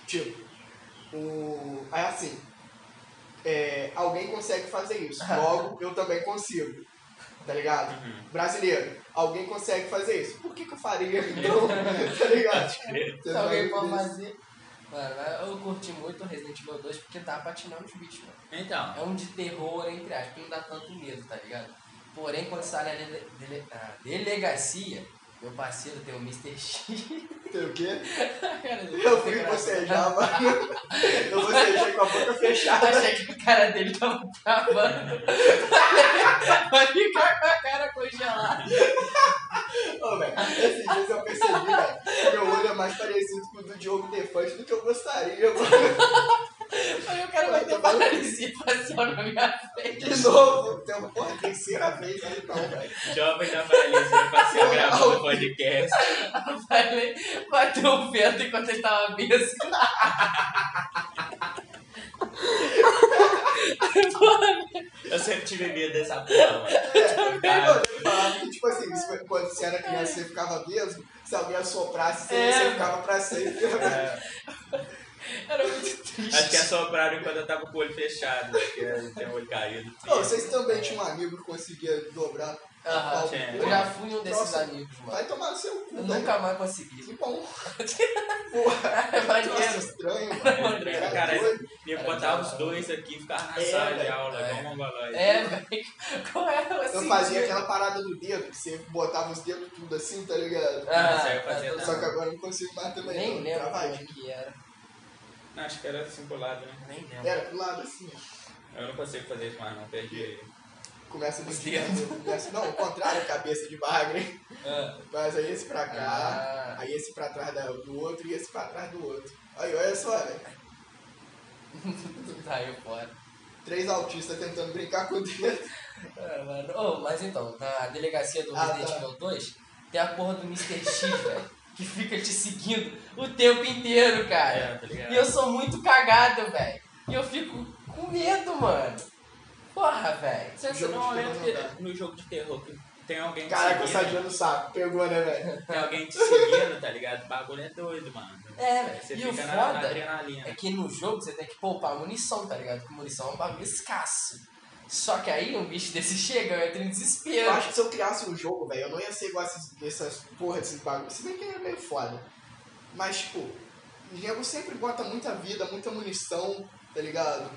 [SPEAKER 1] tipo, o. É assim. é, alguém consegue fazer isso. Logo, eu também consigo. Tá ligado?
[SPEAKER 3] Uhum.
[SPEAKER 1] Brasileiro, alguém consegue fazer isso. Por que, que eu faria então? tá ligado?
[SPEAKER 3] crer.
[SPEAKER 1] Você
[SPEAKER 2] Se alguém
[SPEAKER 1] vai-
[SPEAKER 2] for fazer. Mano, mas eu curti muito Resident Evil 2 porque dá pra tirar os bichos, mano.
[SPEAKER 3] Então,
[SPEAKER 2] É um de terror, entre aspas, não dá tanto medo, tá ligado? Porém, quando sai na dele- dele- na delegacia, meu parceiro tem o Mr. X.
[SPEAKER 1] Tem o quê?
[SPEAKER 2] Cara,
[SPEAKER 1] Eu fui
[SPEAKER 2] engraçado.
[SPEAKER 1] bocejar, mano. Eu bocejei com a boca fechada.
[SPEAKER 2] Achei que a cara dele tava travando. Vai ficar com a cara congelada.
[SPEAKER 1] Ô, velho, esses dias eu percebi, velho, que meu olho é mais parecido com o do Diogo Defante do que eu gostaria, mano.
[SPEAKER 2] Aí o cara vai ter paralisia facial na minha frente.
[SPEAKER 1] De novo, então, porra, terceira vez, né, então, velho.
[SPEAKER 3] jovem tá da paralisia facial gravando podcast.
[SPEAKER 2] Falei, bateu o um vento enquanto ele tava bêbado.
[SPEAKER 3] Eu sempre tive medo dessa porra, mano.
[SPEAKER 1] Mano, É,
[SPEAKER 3] Cara,
[SPEAKER 1] eu falava que, tipo assim, isso foi quando você era criança, você ficava mesmo, se alguém assoprasse, você,
[SPEAKER 2] É,
[SPEAKER 1] você
[SPEAKER 2] mano.
[SPEAKER 1] ficava pra sempre, né? velho.
[SPEAKER 3] é,
[SPEAKER 2] Era muito
[SPEAKER 3] acho que é
[SPEAKER 2] triste.
[SPEAKER 3] assopraram quando eu tava com o olho fechado, né, que eu tenho o olho caído.
[SPEAKER 1] Ô, vocês também tinham um amigo que conseguia dobrar
[SPEAKER 3] é
[SPEAKER 2] Aham,
[SPEAKER 1] o
[SPEAKER 3] tinha.
[SPEAKER 2] Eu já fui um desses
[SPEAKER 1] Nossa,
[SPEAKER 2] amigos, mano.
[SPEAKER 1] Vai tomar no seu cu,
[SPEAKER 2] Eu
[SPEAKER 1] velho.
[SPEAKER 2] nunca mais consegui.
[SPEAKER 1] Que bom. Porra,
[SPEAKER 2] É
[SPEAKER 1] troço
[SPEAKER 2] maneiro.
[SPEAKER 1] estranho,
[SPEAKER 2] É
[SPEAKER 1] mano.
[SPEAKER 2] maneiro,
[SPEAKER 1] Era
[SPEAKER 3] cara.
[SPEAKER 1] doido.
[SPEAKER 3] Me
[SPEAKER 2] Era
[SPEAKER 3] botava os
[SPEAKER 2] bizarro.
[SPEAKER 3] dois aqui, ficava na
[SPEAKER 1] É,
[SPEAKER 3] sala de
[SPEAKER 1] velho,
[SPEAKER 3] aula,
[SPEAKER 2] é.
[SPEAKER 3] igual um mongoloide.
[SPEAKER 2] É, velho. Qual era o assim?
[SPEAKER 1] Eu
[SPEAKER 2] sentido?
[SPEAKER 1] fazia aquela parada do dedo, que você botava os dedos tudo assim, tá ligado?
[SPEAKER 2] Ah,
[SPEAKER 3] Isso aí eu fazia
[SPEAKER 2] tá,
[SPEAKER 3] também.
[SPEAKER 1] Só que agora eu não consigo mais também.
[SPEAKER 2] Nem
[SPEAKER 1] não,
[SPEAKER 2] lembro como é
[SPEAKER 1] travadinho.
[SPEAKER 2] que era.
[SPEAKER 3] Não, acho que era simbolado, né?
[SPEAKER 2] Nem lembro.
[SPEAKER 1] Era pro lado assim, ó.
[SPEAKER 3] Eu não consigo fazer isso mais, não. Perdi.
[SPEAKER 1] Começa do
[SPEAKER 2] Os
[SPEAKER 1] dedo, começa... Não, o contrário, cabeça de bagre.
[SPEAKER 2] Ah,
[SPEAKER 1] Mas aí esse pra cá,
[SPEAKER 2] Ah.
[SPEAKER 1] aí esse pra trás da- do outro e esse pra trás do outro. Aí, olha só, né? velho.
[SPEAKER 2] tá, eu fora.
[SPEAKER 1] Três autistas tentando brincar com o dedo.
[SPEAKER 2] Ah, mano. Ô, mas então, na delegacia do
[SPEAKER 1] Ah,
[SPEAKER 2] Resident
[SPEAKER 1] tá.
[SPEAKER 2] Evil 2, tem a porra do Mr. X, velho, que fica te seguindo o tempo inteiro, cara.
[SPEAKER 3] É, tá ligado?
[SPEAKER 2] Ah, E eu sou muito cagado, velho. E eu fico com medo, mano. Porra, velho.
[SPEAKER 3] Você
[SPEAKER 1] Jogo
[SPEAKER 3] não
[SPEAKER 1] de
[SPEAKER 3] olha
[SPEAKER 1] terror,
[SPEAKER 3] que-
[SPEAKER 1] cara.
[SPEAKER 3] no jogo de terror que tem alguém te
[SPEAKER 1] Caraca, o
[SPEAKER 3] seguindo.
[SPEAKER 1] sadia no saco. Pegou, né, velho?
[SPEAKER 3] Tem alguém te seguindo, tá ligado? O bagulho é doido, mano.
[SPEAKER 2] É, velho.
[SPEAKER 3] Você
[SPEAKER 2] E o
[SPEAKER 3] fica na, na
[SPEAKER 2] foda
[SPEAKER 3] adrenalina.
[SPEAKER 2] É que no jogo você tem que poupar munição, tá ligado? Porque munição é um bagulho escasso. Só que aí um bicho desse chega, eu entro em desespero.
[SPEAKER 1] Eu acho que se eu criasse um jogo, velho, eu não ia ser igual essas, essas porra desses bagulhos. Se bem que é meio foda. Mas, tipo, o nego sempre bota muita vida, muita munição, tá ligado?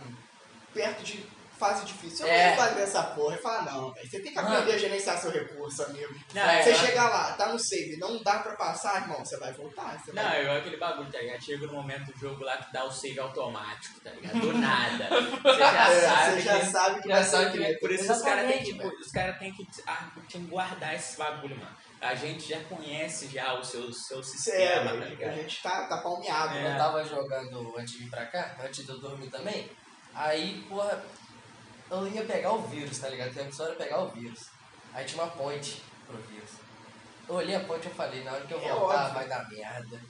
[SPEAKER 1] Perto de fase difícil. Eu
[SPEAKER 2] É.
[SPEAKER 1] não vou fazer essa porra e falar, não, velho. Você tem que aprender a gerenciar seu recurso, amigo.
[SPEAKER 3] Não, é,
[SPEAKER 1] você
[SPEAKER 3] eu-
[SPEAKER 1] chegar lá, tá no save, não dá pra passar, irmão, você vai voltar. Você
[SPEAKER 3] Não,
[SPEAKER 1] vai...
[SPEAKER 3] eu aquele bagulho, tá ligado? Chega no momento do jogo lá que dá o save automático, tá ligado? Do nada. Você já
[SPEAKER 1] É, você
[SPEAKER 3] sabe
[SPEAKER 1] já
[SPEAKER 3] que-
[SPEAKER 1] sabe que
[SPEAKER 2] já
[SPEAKER 1] vai
[SPEAKER 2] sabe
[SPEAKER 1] ser
[SPEAKER 2] que-
[SPEAKER 1] treta.
[SPEAKER 3] Por isso os caras têm
[SPEAKER 2] Exatamente,
[SPEAKER 3] que,
[SPEAKER 2] velho.
[SPEAKER 3] os cara tem que ah, tem que guardar esse bagulho, mano. A gente já conhece já o seu, seu
[SPEAKER 1] Isso é,
[SPEAKER 3] sistema, tá
[SPEAKER 1] velho. A
[SPEAKER 3] ligado?
[SPEAKER 1] gente tá, tá palmeado,
[SPEAKER 3] É.
[SPEAKER 1] né?
[SPEAKER 2] Eu tava jogando antes de vir pra cá, antes de eu dormir também. Aí, porra, eu ia pegar o vírus, tá ligado? Porque A missão era pegar o vírus. Aí tinha uma ponte pro vírus. Eu olhei a ponte e falei, na hora que eu
[SPEAKER 1] É
[SPEAKER 2] voltar
[SPEAKER 1] óbvio.
[SPEAKER 2] vai dar merda.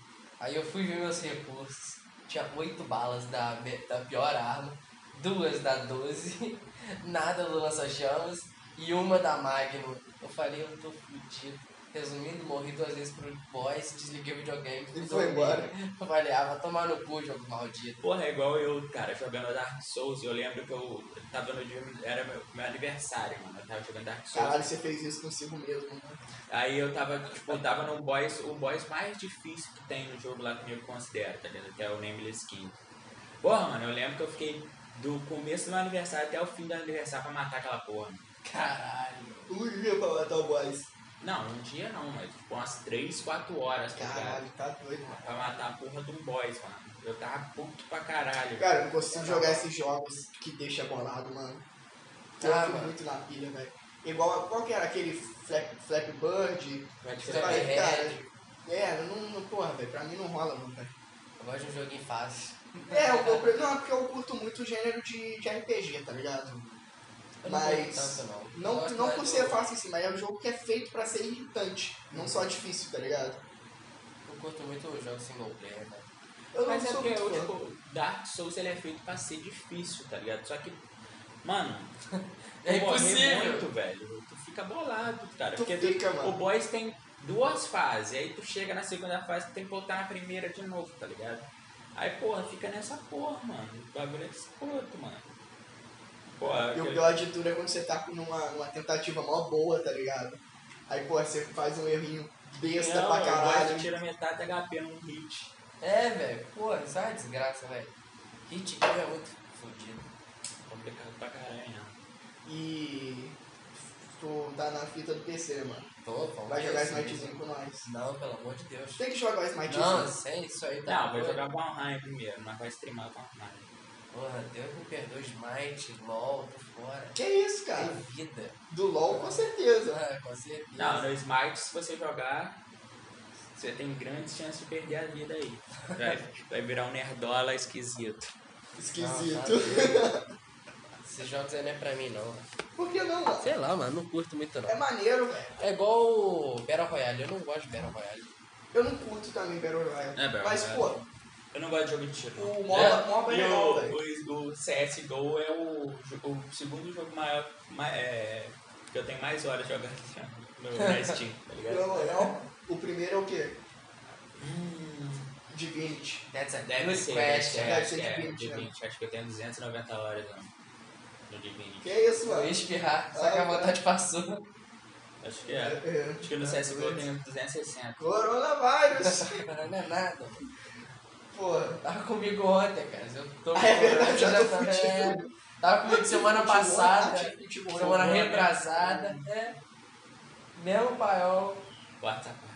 [SPEAKER 2] Aí eu fui ver meus recursos. Tinha oito balas da, me- da pior arma, duas da 12, nada do lança-chamas e uma da Magnum. Eu falei, eu tô fudido. Resumindo, morri duas vezes pro boss, desliguei o videogame. fui
[SPEAKER 1] E foi
[SPEAKER 2] dormir.
[SPEAKER 1] embora.
[SPEAKER 2] Eu falei, ah, vai tomar no cu, jogo maldito.
[SPEAKER 3] Porra, é igual eu, cara, jogando Dark Souls. Eu lembro que eu tava no dia, era meu, meu aniversário, mano. Eu tava jogando Dark Souls.
[SPEAKER 1] Caralho, você fez isso consigo mesmo, né?
[SPEAKER 3] Aí eu tava, tipo, eu tava no boss, o boss mais difícil que tem no jogo lá que eu considero, tá ligado? Que é o Nameless King. Porra, mano, eu lembro que eu fiquei do começo do meu aniversário até o fim do aniversário pra matar aquela porra. mano.
[SPEAKER 2] Caralho.
[SPEAKER 1] Um dia pra matar o boss.
[SPEAKER 3] Não, um dia não, mas tipo, umas 3, 4 horas, tá ligado?
[SPEAKER 1] Caralho, tá doido, mano.
[SPEAKER 3] Pra matar a porra de um boss, mano. Eu tava puto pra caralho.
[SPEAKER 1] Cara, eu não consigo jogar esses jogos que deixa bolado, mano. Eu
[SPEAKER 2] Ah,
[SPEAKER 1] fico
[SPEAKER 2] mano.
[SPEAKER 1] muito na pilha, velho. Vel qual que era aquele Flap, Flap Bird?
[SPEAKER 3] Vai te
[SPEAKER 1] Você
[SPEAKER 3] levar-
[SPEAKER 1] vai,
[SPEAKER 2] Flappy
[SPEAKER 1] cara. É, não, não porra, velho. Pra mim não rola, não, velho.
[SPEAKER 2] Eu gosto de um joguinho fácil.
[SPEAKER 1] É, eu comprei. Não, é porque eu curto muito o gênero de, de RPG, tá ligado?
[SPEAKER 2] Eu não
[SPEAKER 1] Mas.
[SPEAKER 2] gosto tanto, não. Eu
[SPEAKER 1] Não,
[SPEAKER 2] gosto
[SPEAKER 1] não
[SPEAKER 2] mais
[SPEAKER 1] por
[SPEAKER 2] do-
[SPEAKER 1] ser fácil assim, mas é um jogo que é feito pra ser irritante, não só difícil, tá ligado?
[SPEAKER 2] Eu curto muito o jogo single player, né?
[SPEAKER 1] Eu
[SPEAKER 3] Mas
[SPEAKER 1] não
[SPEAKER 3] é
[SPEAKER 1] sou
[SPEAKER 3] porque
[SPEAKER 1] muito
[SPEAKER 3] eu,
[SPEAKER 1] fã.
[SPEAKER 3] tipo, Dark Souls ele é feito pra ser difícil, tá ligado? Só que, mano,
[SPEAKER 2] É
[SPEAKER 3] tu morrer
[SPEAKER 2] impossível.
[SPEAKER 3] muito, velho. Tu fica bolado, cara.
[SPEAKER 1] Tu
[SPEAKER 3] porque
[SPEAKER 1] fica,
[SPEAKER 3] o
[SPEAKER 1] mano.
[SPEAKER 3] boys tem duas fases, aí tu chega na segunda fase, tu tem que voltar na primeira de novo, tá ligado? Aí, porra, fica nessa porra, mano. O bagulho é escroto, mano. Porra,
[SPEAKER 1] E o
[SPEAKER 3] aquele-
[SPEAKER 1] pior de tudo é quando você tá com uma, uma tentativa mó boa, tá ligado? Aí, pô, você faz um errinho besta
[SPEAKER 3] Não,
[SPEAKER 1] pra
[SPEAKER 3] o boss
[SPEAKER 1] caralho.
[SPEAKER 3] tira metade da HP num um hit.
[SPEAKER 2] É, velho. Pô, isso é uma desgraça, velho. Hit kill é muito fodido.
[SPEAKER 3] Complicado pra caralho, né?
[SPEAKER 1] E. Tu tá na fita do PC, mano.
[SPEAKER 2] Tô, vamos
[SPEAKER 1] Vai
[SPEAKER 2] ver
[SPEAKER 1] jogar
[SPEAKER 2] isso aí.
[SPEAKER 1] Smitezinho com nós.
[SPEAKER 2] Não, pelo amor de Deus.
[SPEAKER 1] Tem que jogar o Smitezinho.
[SPEAKER 2] Não, sem isso aí tá.
[SPEAKER 3] Não, vai
[SPEAKER 2] doido.
[SPEAKER 3] jogar com Online primeiro, mas vai streamar com Online.
[SPEAKER 2] Porra, Deus me perdoe, Smite, LOL, tô fora.
[SPEAKER 1] Que isso,
[SPEAKER 2] Tem
[SPEAKER 1] cara?
[SPEAKER 2] vida.
[SPEAKER 1] Do LOL, com certeza.
[SPEAKER 2] Ah, com certeza.
[SPEAKER 3] Não, é no Smite, se você jogar, você tem grandes chances de perder a vida aí. Vai, vai virar um nerdola esquisito.
[SPEAKER 1] Esquisito.
[SPEAKER 2] Não, tá doido. Esses jogos aí não é pra mim, não.
[SPEAKER 1] Por que não, mano?
[SPEAKER 2] Sei lá, mano, não curto muito, não.
[SPEAKER 1] É maneiro, velho.
[SPEAKER 2] É igual o Battle Royale, eu não gosto de Battle Royale.
[SPEAKER 1] Eu não curto também Battle Royale.
[SPEAKER 3] É, Battle
[SPEAKER 1] Mas,
[SPEAKER 3] Royale.
[SPEAKER 1] pô,
[SPEAKER 3] Eu não gosto de jogo de tiro. não.
[SPEAKER 1] o MOBA,
[SPEAKER 2] É.
[SPEAKER 1] MOBA é
[SPEAKER 3] E
[SPEAKER 1] legal, velho.
[SPEAKER 3] o, o, o CSGO é o, jo- o segundo jogo maior ma- é, que eu tenho mais horas jogando no, na Steam, tá
[SPEAKER 1] Battle
[SPEAKER 3] ligado?
[SPEAKER 1] Royale, o primeiro é o quê?
[SPEAKER 3] Hum.
[SPEAKER 1] Divinity.
[SPEAKER 2] That's a
[SPEAKER 3] Deve
[SPEAKER 2] good
[SPEAKER 3] ser,
[SPEAKER 2] question.
[SPEAKER 3] é,
[SPEAKER 1] deve ser
[SPEAKER 3] é,
[SPEAKER 1] Divinity, né?
[SPEAKER 3] Divinity. Acho que eu tenho 290 horas no, no Divinity.
[SPEAKER 1] Que isso,
[SPEAKER 2] Eu
[SPEAKER 1] mano?
[SPEAKER 2] ia espirrar, só
[SPEAKER 1] Ah,
[SPEAKER 2] que a
[SPEAKER 1] tá.
[SPEAKER 2] vontade passou.
[SPEAKER 3] Acho que é.
[SPEAKER 1] É.
[SPEAKER 3] Acho que no CSGO eu tenho 260.
[SPEAKER 1] Coronavírus.
[SPEAKER 2] Não é nada.
[SPEAKER 1] Porra.
[SPEAKER 2] Tava comigo ontem, cara. Eu tô
[SPEAKER 1] Ah, é verdade, já tô
[SPEAKER 2] tava-
[SPEAKER 1] fudido.
[SPEAKER 2] é, Tava comigo semana
[SPEAKER 1] Futebol,
[SPEAKER 2] passada,
[SPEAKER 1] tá? Futebol,
[SPEAKER 2] semana
[SPEAKER 1] né?
[SPEAKER 2] retrasada. É. Mesmo paiol.
[SPEAKER 3] Quarta parte.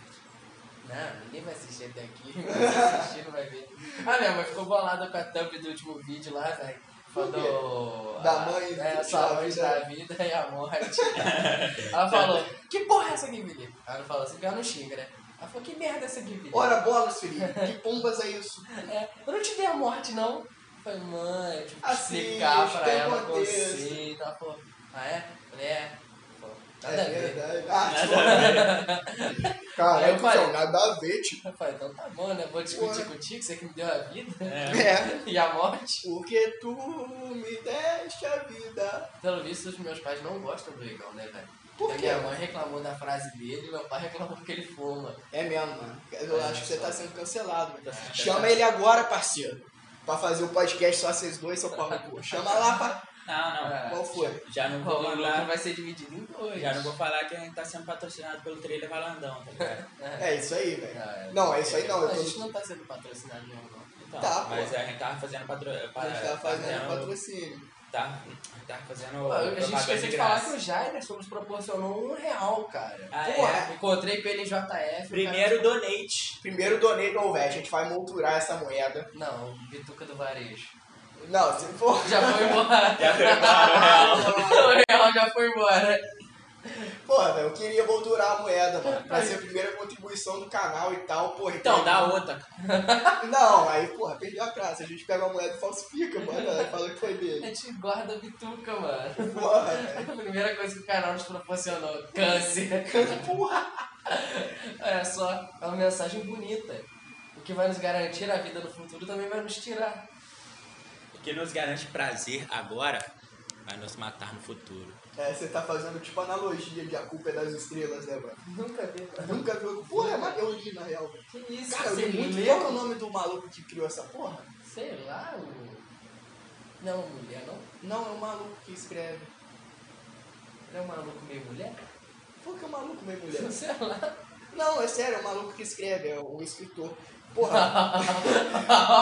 [SPEAKER 2] Não, ninguém vai assistir até aqui. Vai assistir, não vai ver. Ah, minha mãe ficou bolada com a thumb do último vídeo lá, velho.
[SPEAKER 1] Por quê?
[SPEAKER 2] Falou.
[SPEAKER 1] Da
[SPEAKER 2] a-
[SPEAKER 1] mãe
[SPEAKER 2] É, a
[SPEAKER 1] do
[SPEAKER 2] sua
[SPEAKER 1] Chaves,
[SPEAKER 2] mãe
[SPEAKER 1] né?
[SPEAKER 2] da vida e a morte. Ela falou: Que porra é essa aqui, Felipe? Aí ela falou assim: porque Ela não xinga, né? Ela falou: Que merda é essa aqui, Felipe?
[SPEAKER 1] Ora bolas, filho. Que pombas é isso?
[SPEAKER 2] É, eu não te dei a morte, não. Eu falei, mãe, eu tive que
[SPEAKER 1] Assim,
[SPEAKER 2] explicar pra
[SPEAKER 1] tem
[SPEAKER 2] ela o
[SPEAKER 1] contexto.
[SPEAKER 2] conceito. Ela falou, ah, é? Eu falei, é. Falou,
[SPEAKER 1] É
[SPEAKER 2] Nada a ver.
[SPEAKER 1] verdade. Ah, tipo,
[SPEAKER 2] Aí eu
[SPEAKER 1] Caralho,
[SPEAKER 2] falei-
[SPEAKER 1] cuzão, nada a ver, tipo.
[SPEAKER 2] Eu falei, então tá bom, né? Vou discutir
[SPEAKER 1] Ué.
[SPEAKER 2] contigo, você que me deu a vida
[SPEAKER 3] É.
[SPEAKER 1] É.
[SPEAKER 2] e a morte.
[SPEAKER 1] Porque tu me deste a vida.
[SPEAKER 2] Pelo visto, os meus pais não gostam do Igão, né, velho?
[SPEAKER 1] Por
[SPEAKER 2] Então,
[SPEAKER 1] quê?
[SPEAKER 2] Minha mãe reclamou da frase dele e meu pai reclamou que ele fuma.
[SPEAKER 1] É mesmo, mano. Eu acho que você tá sendo cancelado.
[SPEAKER 3] Tá
[SPEAKER 1] velho.
[SPEAKER 3] sendo
[SPEAKER 1] Chama
[SPEAKER 3] cancelado.
[SPEAKER 1] ele agora, parceiro. Pra fazer o podcast só vocês dois, seu pau no cu. Chama lá pra...
[SPEAKER 3] Não, não.
[SPEAKER 2] Ah,
[SPEAKER 1] Qual foi?
[SPEAKER 3] Já não
[SPEAKER 2] Pô,
[SPEAKER 3] vou
[SPEAKER 2] o lucro
[SPEAKER 3] mandar.
[SPEAKER 2] vai ser dividido em dois.
[SPEAKER 3] Já não vou falar que a gente tá sendo patrocinado pelo trailer Valandão, tá ligado?
[SPEAKER 2] É.
[SPEAKER 1] É isso aí, velho.
[SPEAKER 2] Ah, é.
[SPEAKER 1] Não, é isso aí não.
[SPEAKER 2] A
[SPEAKER 1] Eu
[SPEAKER 2] gente
[SPEAKER 1] tô...
[SPEAKER 2] não tá sendo patrocinado mesmo, não.
[SPEAKER 3] Então,
[SPEAKER 1] Tá, pô.
[SPEAKER 3] mas a gente tava fazendo patro...
[SPEAKER 1] A gente tá fazendo patrocínio.
[SPEAKER 3] Tá, tá fazendo.
[SPEAKER 2] Pô, a gente
[SPEAKER 3] propaganda
[SPEAKER 2] esqueceu de falar
[SPEAKER 3] graça.
[SPEAKER 2] que o Jair só nos proporcionou um real, cara.
[SPEAKER 3] Ah,
[SPEAKER 1] Pô,
[SPEAKER 3] é.
[SPEAKER 1] é.
[SPEAKER 2] Encontrei com ele em JF.
[SPEAKER 3] Primeiro donate.
[SPEAKER 1] Primeiro donei do Ovete, a gente vai moldurar essa moeda.
[SPEAKER 2] o cara- Não, Bituca do Varejo.
[SPEAKER 1] Não, se for...
[SPEAKER 2] Já foi embora.
[SPEAKER 3] Já foi embora, o real.
[SPEAKER 2] o real já foi embora.
[SPEAKER 1] Porra, velho, eu queria moldurar a moeda, mano. Pra ser a primeira contribuição do canal e tal, porra.
[SPEAKER 3] Então,
[SPEAKER 1] dá
[SPEAKER 3] dá outra.
[SPEAKER 1] Não, aí, porra, perdeu a praça. A gente pega a moeda e falsifica, mano. Aí Fala que foi
[SPEAKER 2] A
[SPEAKER 1] dele.
[SPEAKER 2] gente guarda a Bituca, mano.
[SPEAKER 1] Porra,
[SPEAKER 2] A
[SPEAKER 1] velho.
[SPEAKER 2] primeira coisa que o canal nos proporcionou: câncer.
[SPEAKER 1] Porra.
[SPEAKER 2] Olha só, é uma mensagem bonita. O que vai nos garantir a vida no futuro também vai nos tirar.
[SPEAKER 3] O que nos garante prazer agora vai nos matar no futuro.
[SPEAKER 1] É, você tá fazendo tipo analogia de A Culpa é das Estrelas, né, mano?
[SPEAKER 2] Nunca vi, mano.
[SPEAKER 1] Nunca viu. Porra, é uma teoria, na real, velho.
[SPEAKER 2] Que isso,
[SPEAKER 1] Cara, eu
[SPEAKER 2] você
[SPEAKER 1] li muito.
[SPEAKER 2] leu?
[SPEAKER 1] Qual que é o nome do maluco que criou essa porra?
[SPEAKER 2] Sei lá, o. Não, mulher não.
[SPEAKER 1] Não, é o maluco que escreve.
[SPEAKER 2] Ele é um maluco meio mulher?
[SPEAKER 1] Por que é o maluco, minha mulher?
[SPEAKER 2] Sei lá.
[SPEAKER 1] Não, é sério, é o maluco que escreve, é o escritor. Porra,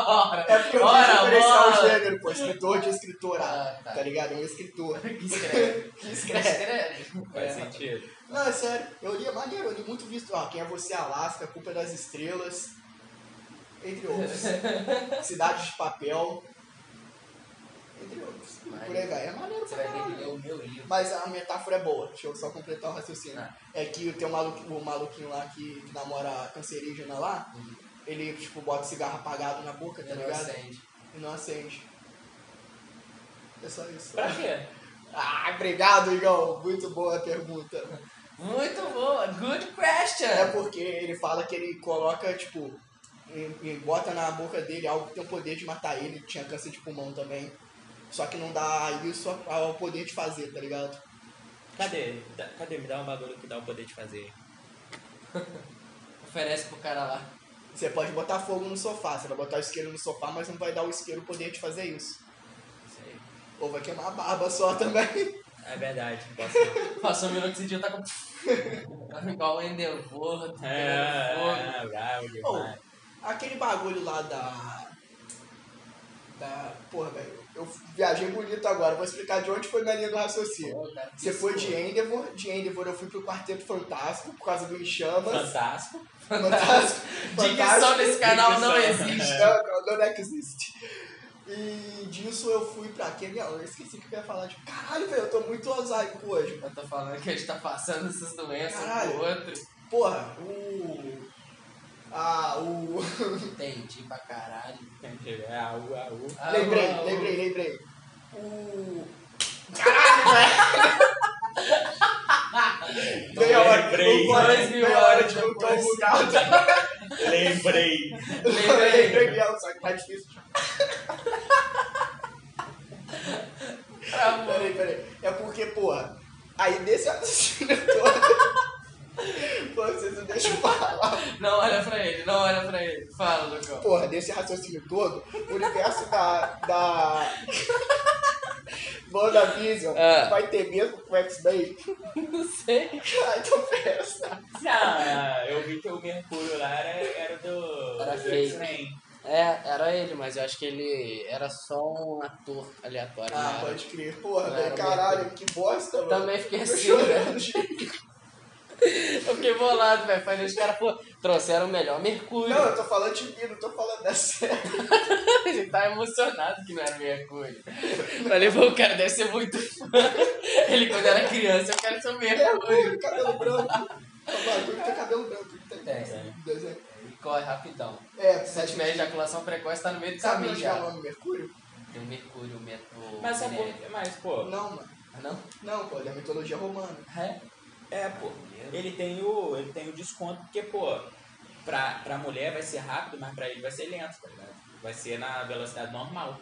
[SPEAKER 2] Ora,
[SPEAKER 1] é porque eu quis
[SPEAKER 2] ora,
[SPEAKER 1] diferenciar
[SPEAKER 2] ora.
[SPEAKER 1] o um gênero, pô. Escritor de escritora,
[SPEAKER 2] Ah, tá.
[SPEAKER 1] tá. ligado? É um escritor.
[SPEAKER 2] Que escreve. Que escreve.
[SPEAKER 3] Faz
[SPEAKER 1] É.
[SPEAKER 3] sentido.
[SPEAKER 1] Não, é sério. Eu li, é maneiro, eu li muito visto. Ah, quem é você, Alaska, Culpa das Estrelas, entre outros. Cidade de Papel, entre outros.
[SPEAKER 2] Maneiro.
[SPEAKER 1] Por aí vai. É maneiro
[SPEAKER 2] Você
[SPEAKER 1] pra
[SPEAKER 2] vai ter que
[SPEAKER 1] caralho.
[SPEAKER 2] ler o meu livro.
[SPEAKER 1] Mas a metáfora é boa, deixa eu só completar o raciocínio.
[SPEAKER 2] Ah.
[SPEAKER 1] É que tem um maluco, o maluquinho lá que namora a cancerígena lá, ele tipo bota cigarro apagado na boca, tá ligado?
[SPEAKER 2] Inocente.
[SPEAKER 1] E não acende. É só isso.
[SPEAKER 3] Pra quê?
[SPEAKER 1] Ah, obrigado, Igão. Muito boa a pergunta.
[SPEAKER 2] Muito boa. Good question.
[SPEAKER 1] É porque ele fala que ele coloca, tipo, e, e bota na boca dele algo que tem o poder de matar ele, que tinha câncer de pulmão também. Só que não dá isso ao poder de fazer, tá ligado?
[SPEAKER 3] Cadê? Dá- Cadê? Me dá um bagulho que dá o poder de fazer.
[SPEAKER 2] Oferece pro cara lá.
[SPEAKER 1] Você pode botar fogo no sofá, você vai botar o isqueiro no sofá, mas não vai dar o isqueiro o poder de fazer isso.
[SPEAKER 3] Isso aí.
[SPEAKER 1] Ou vai queimar a barba só também.
[SPEAKER 3] É verdade. Posso...
[SPEAKER 2] Passou um minuto esse dia, tá com. Tá Igual o Endeavor.
[SPEAKER 3] é, é, bravo
[SPEAKER 1] Ou,
[SPEAKER 3] demais.
[SPEAKER 1] Aquele bagulho lá da. Da. Porra, velho. Eu viajei bonito agora, vou explicar de onde foi minha linha do raciocínio.
[SPEAKER 2] Pô, cara, que
[SPEAKER 1] Você foi de
[SPEAKER 2] escuro.
[SPEAKER 1] Endeavor, de Endeavor eu fui pro Quarteto Fantástico por causa do Enchamas.
[SPEAKER 3] Fantástico.
[SPEAKER 1] Fantástico.
[SPEAKER 2] Dicção nesse canal não
[SPEAKER 3] Dicção.
[SPEAKER 2] existe.
[SPEAKER 1] Não, não, não é que existe. E disso eu fui pra Kenya, eu esqueci o que eu ia falar. Tipo, caralho, velho, eu tô muito osaico hoje.
[SPEAKER 2] Eu tô falando que a gente tá passando essas doenças
[SPEAKER 1] Caralho.
[SPEAKER 2] pro outro.
[SPEAKER 1] Porra, o. Ah, o.
[SPEAKER 2] Entendi pra caralho.
[SPEAKER 3] Entendi, É au, au.
[SPEAKER 2] Ah,
[SPEAKER 1] lembrei,
[SPEAKER 2] o-
[SPEAKER 1] lembrei, lembrei. O. Caralho, velho! Veio a hora-
[SPEAKER 3] Lembrei.
[SPEAKER 1] o Corinthians
[SPEAKER 2] Dois mil
[SPEAKER 1] veio a hora
[SPEAKER 2] horas
[SPEAKER 1] de eu
[SPEAKER 2] depois.
[SPEAKER 1] comungar.
[SPEAKER 3] Lembrei.
[SPEAKER 2] Lembrei.
[SPEAKER 1] Lembrei, Biel, só que tá difícil.
[SPEAKER 2] Pra
[SPEAKER 1] Peraí, peraí. É porque, porra, aí desse assassino todo. Pô, vocês não deixam eu falar.
[SPEAKER 2] Não olha pra ele, não olha pra ele. Fala, Lucão.
[SPEAKER 1] Porra, desse raciocínio todo, o universo da. da. WandaVision
[SPEAKER 2] Ah.
[SPEAKER 1] vai ter mesmo com o X-Men.
[SPEAKER 2] Não sei.
[SPEAKER 1] Ai, tô festa.
[SPEAKER 3] Ah, eu vi que o Mercúrio lá era, era do.
[SPEAKER 2] Era
[SPEAKER 3] do
[SPEAKER 2] fake.
[SPEAKER 3] X-Men.
[SPEAKER 2] É, era ele, mas eu acho que ele era só um ator aleatório.
[SPEAKER 1] Ah,
[SPEAKER 2] né?
[SPEAKER 1] pode crer. Porra,
[SPEAKER 2] Não
[SPEAKER 1] velho,
[SPEAKER 2] era
[SPEAKER 1] caralho, que bosta, mano.
[SPEAKER 2] Também fiquei
[SPEAKER 1] Tô
[SPEAKER 2] assim,
[SPEAKER 1] chorando.
[SPEAKER 2] Eu fiquei bolado, velho. Falei, os caras, pô, trouxeram o melhor Mercúrio.
[SPEAKER 1] Não, eu tô falando de mim, não tô falando da série.
[SPEAKER 2] Ele tá emocionado que não era Mercúrio. Falei, pô, o cara deve ser muito fã. Ele, quando era criança, eu quero ser o
[SPEAKER 1] É
[SPEAKER 2] Mercúrio.
[SPEAKER 1] ruim, cabelo branco. O bagulho tem cabelo branco. Tem.
[SPEAKER 2] Tem.
[SPEAKER 1] Desenho.
[SPEAKER 2] E corre rapidão.
[SPEAKER 1] É,
[SPEAKER 2] Se tiver
[SPEAKER 1] meses.
[SPEAKER 2] ejaculação precoce, tá no meio do
[SPEAKER 1] Sabe
[SPEAKER 2] caminho
[SPEAKER 1] onde é
[SPEAKER 2] já.
[SPEAKER 1] o nome Mercúrio?
[SPEAKER 2] Tem o Mercúrio, um o Mercúrio.
[SPEAKER 3] Mas, é
[SPEAKER 2] Minerva.
[SPEAKER 3] por- mas, pô,
[SPEAKER 1] Não, mano.
[SPEAKER 2] Não?
[SPEAKER 1] Não, pô, ele é mitologia romana.
[SPEAKER 2] É?
[SPEAKER 3] é, pô. Ele tem o. Ele tem o desconto, porque, pô, pra, pra mulher vai ser rápido, mas pra ele vai ser lento, tá ligado? Vai ser na velocidade normal.